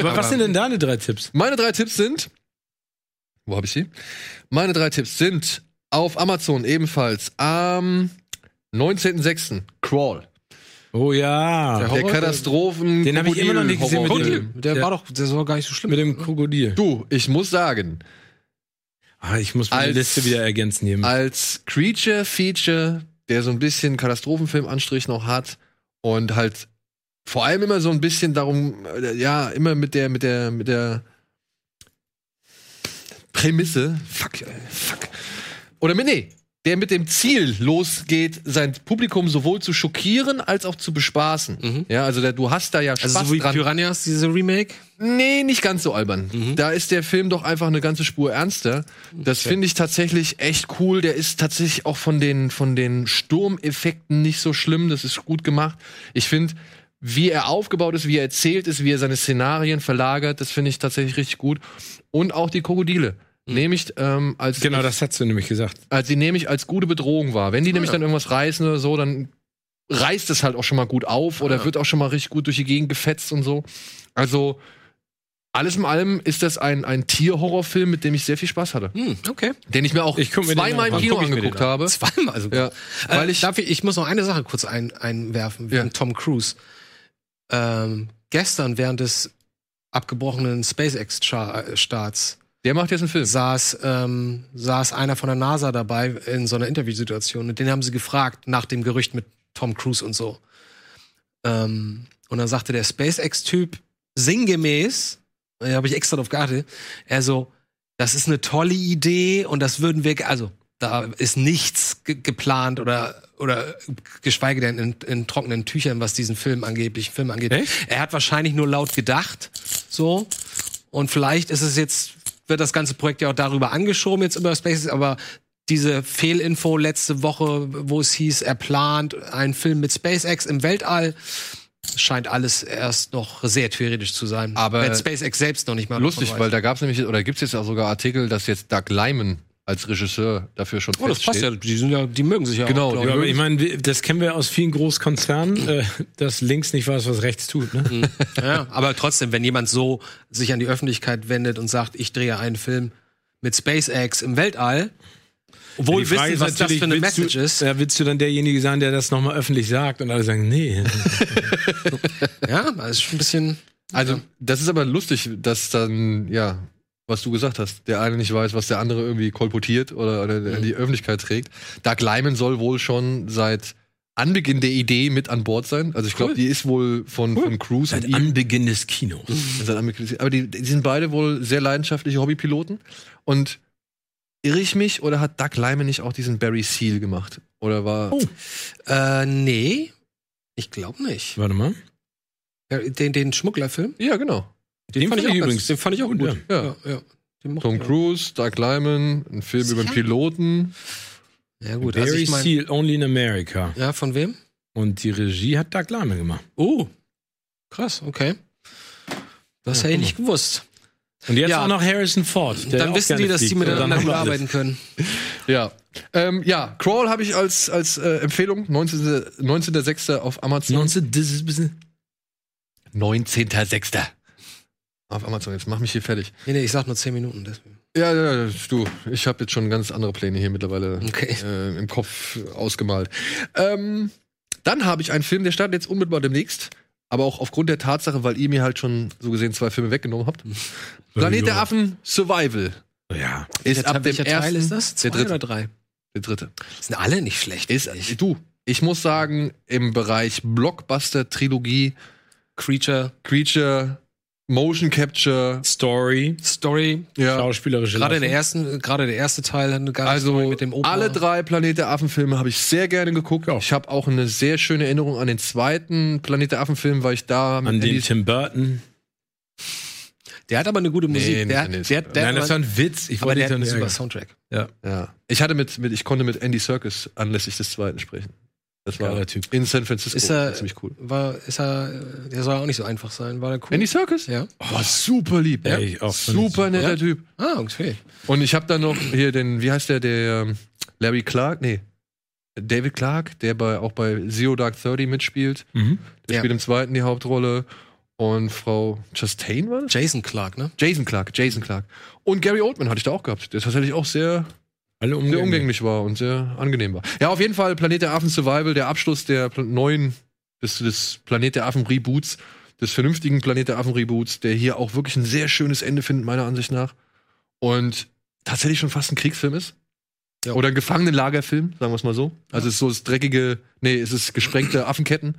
aber was sind denn deine drei Tipps? Meine drei Tipps sind. Wo habe ich sie? Meine drei Tipps sind auf Amazon ebenfalls am 19.06. Crawl. Oh ja, Der Horror- Katastrophen. Den hab ich immer noch nicht gesehen mit Krokodil. dem- Der war doch, der war gar nicht so schlimm. mit dem Krokodil. Du, ich muss sagen, Ah, ich muss meine Als- Liste wieder ergänzen hier. als Creature-Feature, der so ein bisschen Katastrophenfilm-Anstrich noch hat und halt vor allem immer so ein bisschen darum, äh, ja, immer mit der, mit der, mit der Prämisse, fuck, äh, fuck. Oder mit, nee, der mit dem Ziel losgeht, sein Publikum sowohl zu schockieren als auch zu bespaßen. Ja, also der, du hast da ja Spaß Mhm. also so wie dran. Piranhas, diese Remake. Nee, nicht ganz so albern. Mhm. Da ist der Film doch einfach eine ganze Spur ernster. Das finde ich tatsächlich echt cool. Der ist tatsächlich auch von den, von den Sturmeffekten nicht so schlimm. Das ist gut gemacht. Ich finde, wie er aufgebaut ist, wie er erzählt ist, wie er seine Szenarien verlagert, das finde ich tatsächlich richtig gut. Und auch die Krokodile. Nehme ich ähm, als Mhm. Genau, das hast du nämlich gesagt. als die nämlich als gute Bedrohung war. Ah. Wenn die nämlich dann irgendwas reißen oder so, dann reißt es halt auch schon mal gut auf oder Ah. wird auch schon mal richtig gut durch die Gegend gefetzt und so. Also alles in allem ist das ein, ein Tierhorrorfilm, mit dem ich sehr viel Spaß hatte. Hm, okay. Den ich mir auch Ich guck mir den zweimal an. im Wann Kino guck ich mir den angeguckt habe. Zweimal sogar. Ja, weil äh, ich darf ich, ich muss noch eine Sache kurz ein, einwerfen wegen Ja. Tom Cruise. Ähm, gestern während des abgebrochenen äh, SpaceX-Starts der macht jetzt einen Film. saß, ähm, saß einer von der NASA dabei in so einer Interviewsituation und den haben sie gefragt nach dem Gerücht mit Tom Cruise und so. Ähm, und dann sagte der SpaceX-Typ sinngemäß, da habe ich extra drauf geachtet, er so, das ist eine tolle Idee und das würden wir, ge- also da ist nichts ge geplant oder oder geschweige denn in, in trockenen Tüchern, was diesen Film angeblich Film angeht. Er hat wahrscheinlich nur laut gedacht, so und vielleicht ist es jetzt wird das ganze Projekt ja auch darüber angeschoben jetzt über SpaceX, aber diese Fehlinfo letzte Woche, wo es hieß, er plant einen Film mit SpaceX im Weltall, scheint alles erst noch sehr theoretisch zu sein. Aber Wenn SpaceX selbst noch nicht mal Lustig, davon weiß. weil da gab es nämlich, oder gibt es jetzt auch sogar Artikel, dass jetzt Doug Lyman als Regisseur dafür schon Oh, das passt ja. Die, sind ja, die mögen sich ja Genau, auch. glaub die Ja, aber mögen- ich. ich meine, wir- das kennen wir aus vielen Großkonzernen, äh, dass links nicht weiß, was rechts tut. Ne? Ja, aber trotzdem, wenn jemand so sich an die Öffentlichkeit wendet und sagt, ich drehe einen Film mit SpaceX im Weltall, obwohl Die wir Frage wissen, ist was das natürlich, für eine willst Message du, ist. Ja, willst du dann derjenige sein, der das nochmal öffentlich sagt und alle sagen, nee. Ja, das ist schon ein bisschen. Also, das ist aber lustig, dass dann, ja, was du gesagt hast, der eine nicht weiß, was der andere irgendwie kolportiert oder, oder in die Öffentlichkeit trägt. Doug Lyman soll wohl schon seit Anbeginn der Idee mit an Bord sein. Also ich glaube, die ist wohl von, von Cruise und ihm Anbeginn des Kinos. Seit Anbeginn kritisiert. Aber die, die sind beide wohl sehr leidenschaftliche Hobbypiloten. Und irre ich mich oder hat Doug Lyman nicht auch diesen Barry Seal gemacht? Oder war. Äh, nee, ich glaube nicht. Warte mal. Ja, Den, den Schmugglerfilm, Ja, genau. den, fand ich auch übrigens. Den fand ich auch gut. Ja. Ja. ja. Den mochte Tom ich auch. Cruise, Doug Lyman, ein Film über einen Sicher? Piloten. Ja, gut. Also Barry ich mein, Seal, Only in America. ja, von wem? Und die Regie hat Doug Lame gemacht. Oh, krass, okay. Das hätte ich nicht gewusst. Und jetzt Ja. auch noch Harrison Ford. der Dann auch wissen gerne die, dass die fliegt. Und miteinander dann haben gut wir alles. arbeiten können. Ja. Ähm, ja, Crawl habe ich als, als äh, Empfehlung. 19.06. 19. auf Amazon. 19, das ist ein bisschen. 19.06. Auf Amazon, jetzt mach mich hier fertig. Nee, nee, ich sag nur 10 Minuten. Deswegen. Ja, ja, ja, du, ich habe jetzt schon ganz andere Pläne hier mittlerweile Okay. äh, im Kopf ausgemalt. Ähm, dann habe ich einen Film, der startet jetzt unmittelbar demnächst. Aber auch aufgrund der Tatsache, weil ihr mir halt schon so gesehen zwei Filme weggenommen habt. Planet der Affen Survival Ja. ist ab dem Welcher Teil ersten, ist das? Zwei der dritte, oder drei? der dritte. Sind alle nicht schlecht. Ist äh, eigentlich. du. Ich muss sagen, im Bereich Blockbuster Trilogie, Creature, Creature, Motion Capture, Story, Story. ja, schauspielerische Gerade der Leistung. ersten, gerade der erste Teil hat eine geile Also Story mit dem Opa. alle drei Planet der Affen Filme habe ich sehr gerne geguckt. Ich habe auch eine sehr schöne Erinnerung an den zweiten Planet der Affen Film, weil ich da mit An den Andy- Tim Burton. Der hat aber eine gute Musik. Nee, der, nee, nee, der, nee. der, aber, ein Witz. Ich aber der dich hat doch einen nicht super ärgern. Soundtrack. ja. Ich hatte mit, mit ich konnte mit Andy Serkis anlässlich des zweiten sprechen. Das war Geiler Typ. in San Francisco Ist er- ziemlich cool. War, ist er, äh, der soll auch nicht so einfach sein. War der cool? Andy Serkis? Ja. Oh, super lieb. Ja. Ja, ich auch. Fand ich super netter Typ. Ah, okay. Und ich habe dann noch hier den wie heißt der der ähm, Larry Clark? Nee. David Clark, der bei auch bei Zero Dark Thirty mitspielt. Mhm. Der Ja. spielt im zweiten die Hauptrolle und Frau Chastain war das? Jason Clark, ne? Jason Clark, Jason Clark. Und Gary Oldman hatte ich da auch gehabt, der tatsächlich auch sehr, Alle sehr umgegangen. umgänglich war und sehr angenehm war. Ja, auf jeden Fall Planet der Affen Survival, der Abschluss der Pla- neuen, des, des Planet der Affen Reboots, des vernünftigen Planet der Affen Reboots, der hier auch wirklich ein sehr schönes Ende findet, meiner Ansicht nach. Und tatsächlich schon fast ein Kriegsfilm ist. Ja. Oder ein Gefangenenlagerfilm, sagen wir es mal so. Also es ist so das dreckige, nee, es ist gesprengte Affenketten.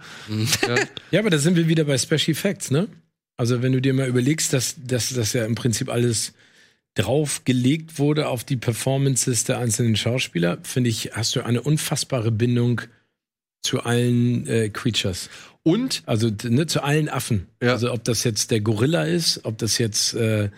Ja, aber da sind wir wieder bei Special Effects, ne? Also, wenn du dir mal überlegst, dass dass das ja im Prinzip alles draufgelegt wurde auf die Performances der einzelnen Schauspieler, finde ich, hast du eine unfassbare Bindung zu allen äh, Creatures. Und Also d- ne, zu allen Affen. Ja. Also ob das jetzt der Gorilla ist, ob das jetzt äh, äh,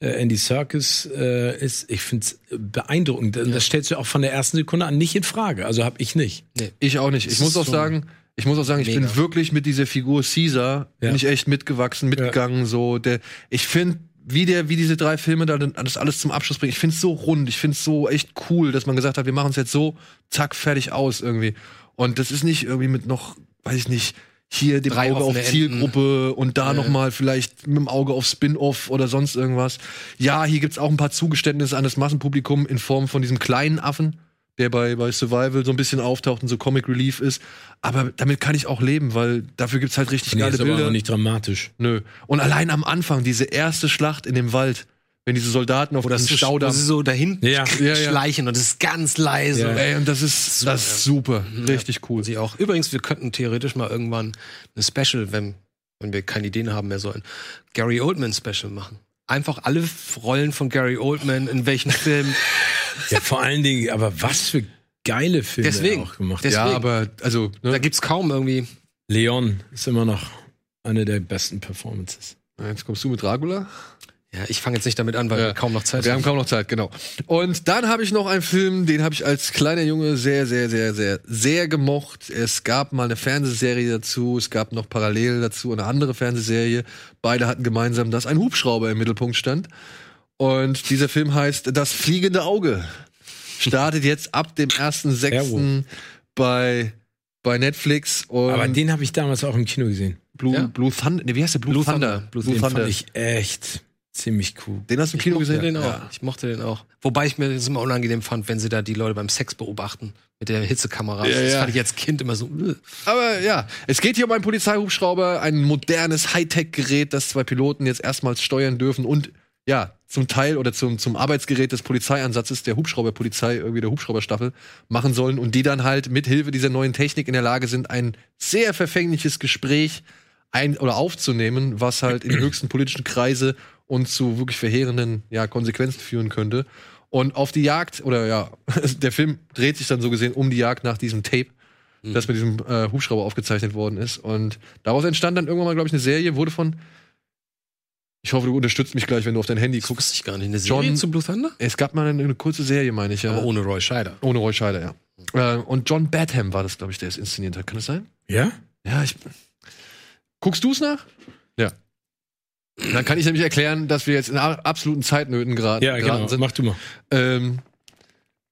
Andy Serkis äh, ist, ich finde es beeindruckend. Und Das stellst du auch von der ersten Sekunde an nicht in Frage. Also habe ich nicht. Ich auch nicht. Ich muss ist auch so sagen, ich muss auch sagen, ich bin mega. wirklich mit dieser Figur Caesar Ja. bin ich echt mitgewachsen, mitgegangen. So der, ich finde, wie der, wie diese drei Filme da dann das alles zum Abschluss bringen. Ich finde es so rund. Ich finde es so echt cool, dass man gesagt hat, wir machen es jetzt so zack fertig aus irgendwie. Und das ist nicht irgendwie mit noch, weiß ich nicht. Hier dem Drei Auge auf offene Zielgruppe und da noch mal vielleicht mit dem Auge auf Spin-off oder sonst irgendwas. Ja, hier gibt's auch ein paar Zugeständnisse an das Massenpublikum in Form von diesem kleinen Affen, der bei, bei Survival so ein bisschen auftaucht und so Comic Relief ist. Aber damit kann ich auch leben, weil dafür gibt's halt richtig geile ist aber Bilder. auch nicht dramatisch. Nö. Und allein am Anfang, diese erste Schlacht in dem Wald, wenn diese Soldaten auf Oh, Das diesen ist so, Staudamm. das ist so dahin Ja. Ja, ja. schleichen und es ist ganz leise. Ja. Ey, und das ist super, das ist super. richtig cool. Sie auch. Übrigens, wir könnten theoretisch mal irgendwann eine Special, wenn, wenn wir keine Ideen haben mehr sollen, Gary Oldman Special machen. Einfach alle Rollen von Gary Oldman in welchen Filmen. Ja, vor allen Dingen, aber was für geile Filme Deswegen. er auch gemacht. Deswegen. Ja, aber also da ne? gibt's kaum irgendwie. Leon ist immer noch eine der besten Performances. jetzt kommst du mit Dracula. Ja, ich fange jetzt nicht damit an, weil Ja. wir kaum noch Zeit Äh, Wir haben kaum noch Zeit, genau. Und dann habe ich noch einen Film, den habe ich als kleiner Junge sehr, sehr, sehr, sehr, sehr gemocht. Es gab mal eine Fernsehserie dazu, es gab noch parallel dazu eine andere Fernsehserie. Beide hatten gemeinsam, dass ein Hubschrauber im Mittelpunkt stand. Und dieser Film heißt Das fliegende Auge. startet jetzt ab dem 1.6. Airwolf. bei, bei Netflix und Aber den habe ich damals auch im Kino gesehen. Blue, Ja. Blue Thunder. Nee, wie heißt der? Blue, Blue Thunder. Thunder. Blue Den Thunder. fand ich echt ziemlich cool. Den hast du im Ich Kino mochte gesehen? den auch. Ja. Ich mochte den auch. Wobei ich mir das immer unangenehm fand, wenn sie da die Leute beim Sex beobachten mit der Hitzekamera. Ja, das ja. fand ich als Kind immer so. äh. Aber ja, es geht hier um einen Polizeihubschrauber, ein modernes Hightech-Gerät, das zwei Piloten jetzt erstmals steuern dürfen und ja, zum Teil oder zum, zum Arbeitsgerät des Polizeiansatzes der Hubschrauberpolizei, irgendwie der Hubschrauberstaffel, machen sollen und die dann halt mit Hilfe dieser neuen Technik in der Lage sind, ein sehr verfängliches Gespräch ein oder aufzunehmen, was halt in höchsten politischen Kreise und zu wirklich verheerenden ja, Konsequenzen führen könnte. Und auf die Jagd, oder ja, der Film dreht sich dann so gesehen um die Jagd nach diesem Tape, das mit diesem äh, Hubschrauber aufgezeichnet worden ist. Und daraus entstand dann irgendwann mal, glaube ich, eine Serie, wurde von. Ich hoffe, du unterstützt mich gleich, wenn du auf dein Handy Das guckst. wusste ich gar nicht. Eine Serie John- zu Blue Thunder? Es gab mal eine, eine kurze Serie, meine ich, ja. Aber ohne Roy Scheider. ohne Roy Scheider, ja. Äh, und John Badham war das, glaube ich, der es inszeniert hat. Kann das sein? Ja? Ja, ich. Guckst du es nach? Ja. Dann kann ich nämlich erklären, dass wir jetzt in a- absoluten Zeitnöten gerade Ja, genau. sind. Mach du mal. Ähm,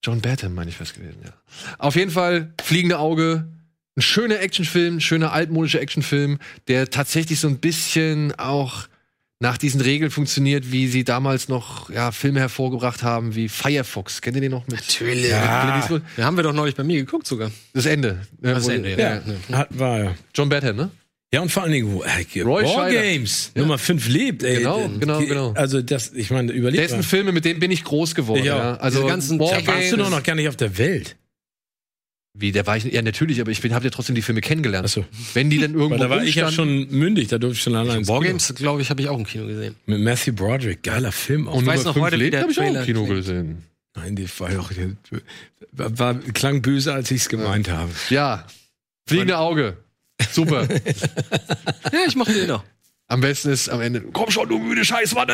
John Badham, meine ich fast gewesen, ja. Auf jeden Fall, Fliegende Auge, ein schöner Actionfilm, ein schöner altmodischer Actionfilm, der tatsächlich so ein bisschen auch nach diesen Regeln funktioniert, wie sie damals noch ja, Filme hervorgebracht haben, wie Firefox. Kennt ihr den noch mit? Natürlich. Den haben wir doch neulich bei mir geguckt sogar. Das Ende. Das Äh, wo- Ende, ja. ja. ja. Hat, war ja. John Badham, ne? Ja, und vor allen Dingen, äh, Roy War Scheider. Games Nummer 5 lebt, ey. Genau, Die- genau, genau. Also, das, ich meine, überlegt. Dessen mal. Filme, mit denen bin ich groß geworden. Ich auch. ja. Also Diese ganzen War Tech- Da warst Games. du doch noch gar nicht auf der Welt. Wie, der war ich, ja natürlich, aber ich bin, hab ja trotzdem die Filme kennengelernt. Achso. Wenn die dann irgendwo Weil da war ich ja rumstanden- schon mündig, da durfte ich schon allein ins Kino. Wargames, glaube ich, habe ich auch im Kino gesehen. Mit Matthew Broderick, geiler Film auch. Und weiß Nummer noch fünf heute, wie lebt, der hab ich auch im Trailer Kino klingt. gesehen. Nein, die war doch, war, war, klang böse, als ich es gemeint habe. Ja. Fliegende Auge. Super. Ja, ich mochte den auch. am besten ist am Ende, komm schon, du müde Scheißwanne!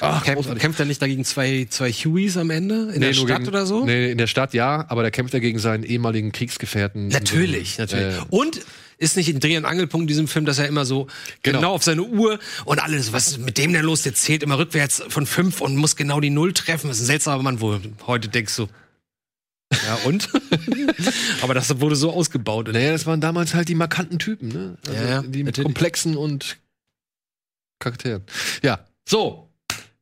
Ach, Kämpft, kämpft er nicht dagegen zwei, zwei Hueys am Ende? In der nur Stadt gegen, oder so? Nee, in der Stadt ja, aber da kämpft er gegen seinen ehemaligen Kriegsgefährten. Äh, Natürlich, natürlich. Ja, ja. Und ist nicht ein Dreh- und Angelpunkt in diesem Film, dass er immer so genau, Genau. auf seine Uhr und alles, was ist mit dem denn los? Der zählt immer rückwärts von fünf und muss genau die Null treffen. Das ist ein seltsamer Mann, wo heute denkst du. Ja, und? Aber das wurde so ausgebaut. Und Naja, das waren damals halt die markanten Typen, ne? Ja, ja, die mit natürlich. komplexen und Charakteren. Ja, so.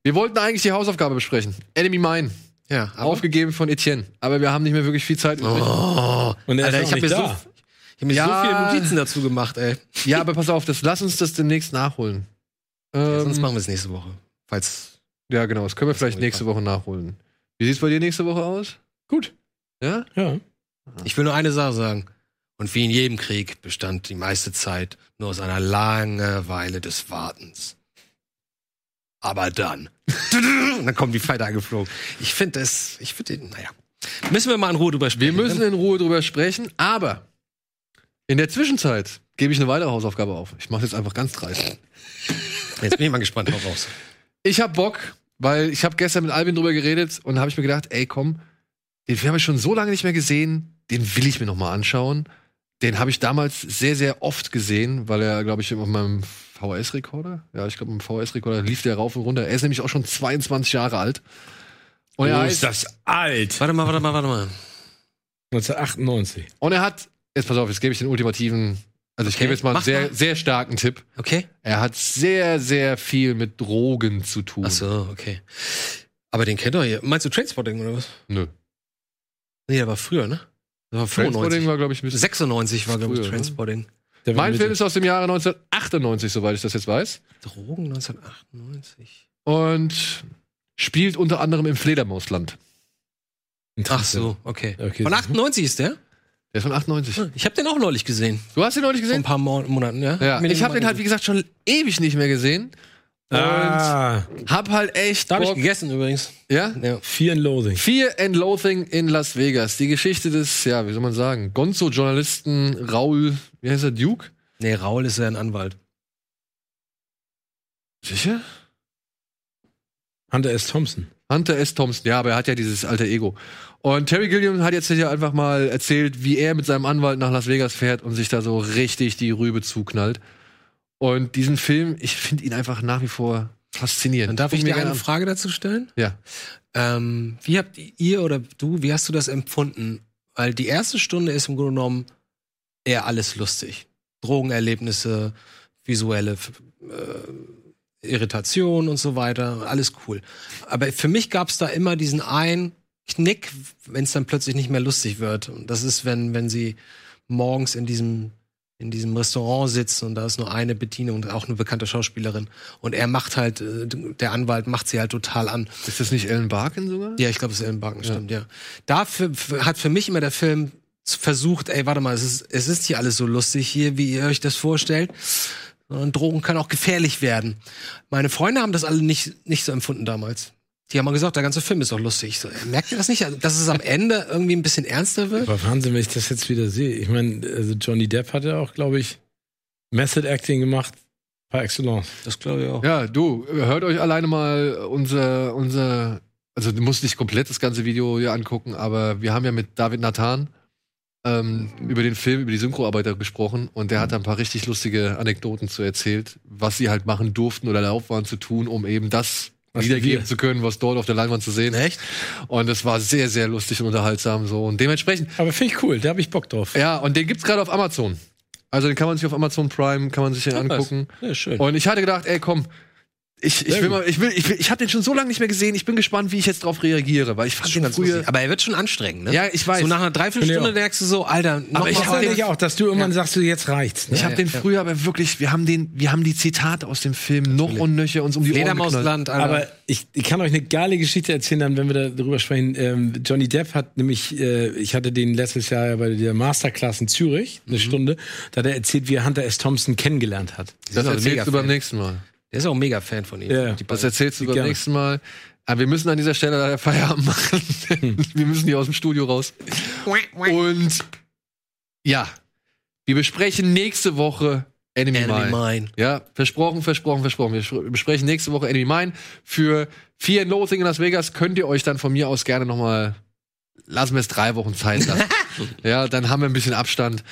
Wir wollten eigentlich die Hausaufgabe besprechen. Enemy Mine, Ja, aber- aufgegeben von Etienne. Aber wir haben nicht mehr wirklich viel Zeit. übrig. Oh, Und er ist Alter, auch ich habe nicht mir, so, da. ich hab mir so Ja. viele Notizen dazu gemacht, ey. Ja, aber pass auf, das, lass uns das demnächst nachholen. Ähm, Sonst machen wir es nächste Woche. Falls. Ja, genau. Das können wir vielleicht nächste Woche nachholen. Wie sieht's bei dir nächste Woche aus? Gut. Ja? Ja. Ich will nur eine Sache sagen. Und wie in jedem Krieg bestand die meiste Zeit nur aus einer Langeweile des Wartens. Aber dann. Und dann kommen die Fighter angeflogen. Ich finde es, ich finde den, naja. Müssen wir mal in Ruhe drüber Wir sprechen. müssen in Ruhe drüber sprechen, aber in der Zwischenzeit gebe ich eine weitere Hausaufgabe auf. Ich mache jetzt einfach ganz dreist. Jetzt bin ich mal gespannt, hau raus. Ich hab Bock, weil ich habe gestern mit Albin drüber geredet und habe ich mir gedacht, ey, komm, den Film habe ich schon so lange nicht mehr gesehen, den will ich mir noch mal anschauen. Den habe ich damals sehr, sehr oft gesehen, weil er, glaube ich, auf meinem VHS-Rekorder, ja, ich glaube, mit dem VHS-Rekorder lief der rauf und runter. Er ist nämlich auch schon 22 Jahre alt. Und er oh, heißt- ist das alt. Warte mal, warte mal, warte mal. 1998. Und er hat, jetzt pass auf, jetzt gebe ich den ultimativen, also ich Okay, gebe jetzt mal einen mach sehr, mal. sehr starken Tipp. Okay? Er hat sehr, sehr viel mit Drogen zu tun. Ach so, okay. Aber den kennt doch ihr. Meinst du Trainspotting oder was? Nö. Nee, der war früher, ne? Der war 95. Transporting war, glaube ich, ein bisschen. 96 war, glaube ich, Früher, ne? Trainspotting. Der war Mein mit- Film ist aus dem Jahre 1998, soweit ich das jetzt weiß. Drogen 1998. Und spielt unter anderem im Fledermausland. Ach so, okay. Okay. Von 98 ist der? Der ist von 98. Ich habe den auch neulich gesehen. Du hast den neulich Vor ein gesehen? paar Mo Monaten, ja. Ja. Mir Hm? Ich habe mal den halt, wie gesehen. gesagt, schon ewig nicht mehr gesehen. Und Ah, hab halt echt. Da habe ich Bock- gegessen übrigens. ja? Ja. Fear and Loathing. Fear and Loathing in Las Vegas. Die Geschichte des, ja, wie soll man sagen, Gonzo-Journalisten Raul, wie heißt er, Duke? Nee, Raul ist ja ein Anwalt. Sicher? Hunter S. Thompson. Hunter S. Thompson, ja, aber er hat ja dieses alter Ego. Und Terry Gilliam hat jetzt hier einfach mal erzählt, wie er mit seinem Anwalt nach Las Vegas fährt und sich da so richtig die Rübe zuknallt. Und diesen Film, ich finde ihn einfach nach wie vor faszinierend. Dann darf ich Guck mir dir eine gerne an. Frage dazu stellen. Ja. Ähm, wie habt ihr oder du, wie hast du das empfunden? Weil die erste Stunde ist im Grunde genommen eher alles lustig. Drogenerlebnisse, visuelle f- äh, Irritation und so weiter, alles cool. Aber für mich gab es da immer diesen einen Knick, wenn es dann plötzlich nicht mehr lustig wird. Und das ist, wenn, wenn sie morgens in diesem in diesem Restaurant sitzen und da ist nur eine Bedienung und auch eine bekannte Schauspielerin. Und er macht halt, äh, der Anwalt macht sie halt total an. Ist das nicht Ellen Barkin sogar? Ja, ich glaube, es ist Ellen Barken, stimmt, ja. Dafür f- hat für mich immer der Film z- versucht, ey, warte mal, es ist, es ist hier alles so lustig hier, wie ihr euch das vorstellt. Und Drogen kann auch gefährlich werden. Meine Freunde haben das alle nicht, nicht so empfunden damals. Die haben mal gesagt, der ganze Film ist doch lustig. Ich So, ey, merkt ihr das nicht, Also, dass es am Ende irgendwie ein bisschen ernster wird? Aber Wahnsinn, wenn ich das jetzt wieder sehe. Ich meine, also Johnny Depp hatte auch, glaube ich, Method Acting gemacht par excellence. Das glaube ich auch. Genau. Ja, du, hört euch alleine mal unser, unser, also du musst nicht komplett das ganze Video hier angucken, aber wir haben ja mit David Nathan ähm, über den Film, über die Synchroarbeiter gesprochen und Mhm. der hat da ein paar richtig lustige Anekdoten zu erzählt, was sie halt machen durften oder erlaubt waren zu tun, um eben das Was wiedergeben wir- zu können, was dort auf der Leinwand zu sehen Echt? Und es war sehr, sehr lustig und unterhaltsam so. Und dementsprechend, Aber finde ich cool, da habe ich Bock drauf. ja, und den gibt's gerade auf Amazon. Also den kann man sich auf Amazon Prime, kann man sich den angucken. Ja, schön. Und ich hatte gedacht, ey, komm, ich, ich Sehr will gut. mal, ich will, ich, will, ich habe den schon so lange nicht mehr gesehen. Ich bin gespannt, wie ich jetzt drauf reagiere, weil ich fand den Schon ganz früher. lustig. Aber er wird schon anstrengend, ne? Ja, ich weiß. So nach einer Finde Dreiviertelstunde ich auch. merkst du so, Alter, noch ich mal hab Das heute- finde ich auch, dass du irgendwann sagst, du jetzt reicht's. Ne? Ich habe den früher, aber wirklich, wir haben den, wir haben die Zitate aus dem Film noch und nöcher uns um die Ohren geknallt. Fledermausland, Alter. Aber ich, ich kann euch eine geile Geschichte erzählen, dann, wenn wir darüber sprechen. Ähm, Johnny Depp hat nämlich, äh, ich hatte den letztes Jahr ja bei der Masterclass in Zürich, eine Stunde, da hat er erzählt, wie er Hunter S. Thompson kennengelernt hat. Das also erzählst du beim Megafan. nächsten Mal. der ist auch ein mega Fan von ihm. Ja. Die beiden. Das erzählst du beim Gerne. nächsten Mal. Aber wir müssen an dieser Stelle leider Feierabend machen. Hm. wir müssen hier aus dem Studio raus. Und ja, wir besprechen nächste Woche Enemy, Enemy Mine. Mine. Ja, versprochen, versprochen, versprochen. Wir sch- besprechen nächste Woche Enemy Mine. Für Fear and Loathing in Las Vegas könnt ihr euch dann von mir aus gerne nochmal, lassen wir es drei Wochen Zeit lassen. ja, dann haben wir ein bisschen Abstand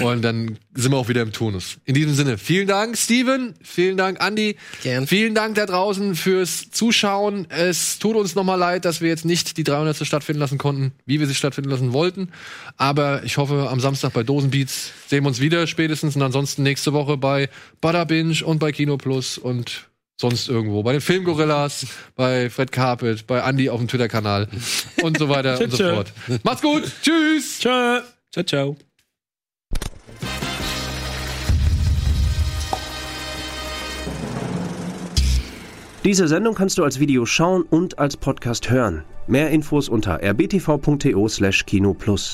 und dann sind wir auch wieder im Tonus. In diesem Sinne, vielen Dank, Steven. Vielen Dank, Andy. Gern. Vielen Dank da draußen fürs Zuschauen. Es tut uns nochmal leid, dass wir jetzt nicht die 300. stattfinden lassen konnten, wie wir sie stattfinden lassen wollten. Aber ich hoffe, am Samstag bei Dosenbeats sehen wir uns wieder spätestens und ansonsten nächste Woche bei Bada Binge und bei Kino Plus und sonst irgendwo. Bei den Filmgorillas, bei Fred Carpet, bei Andy auf dem Twitter-Kanal und so weiter und so Tschö. fort. Macht's gut. Tschüss. Tschö. Ciao, ciao. Diese Sendung kannst du als Video schauen und als Podcast hören. Mehr Infos unter rbtv.to/kinoplus.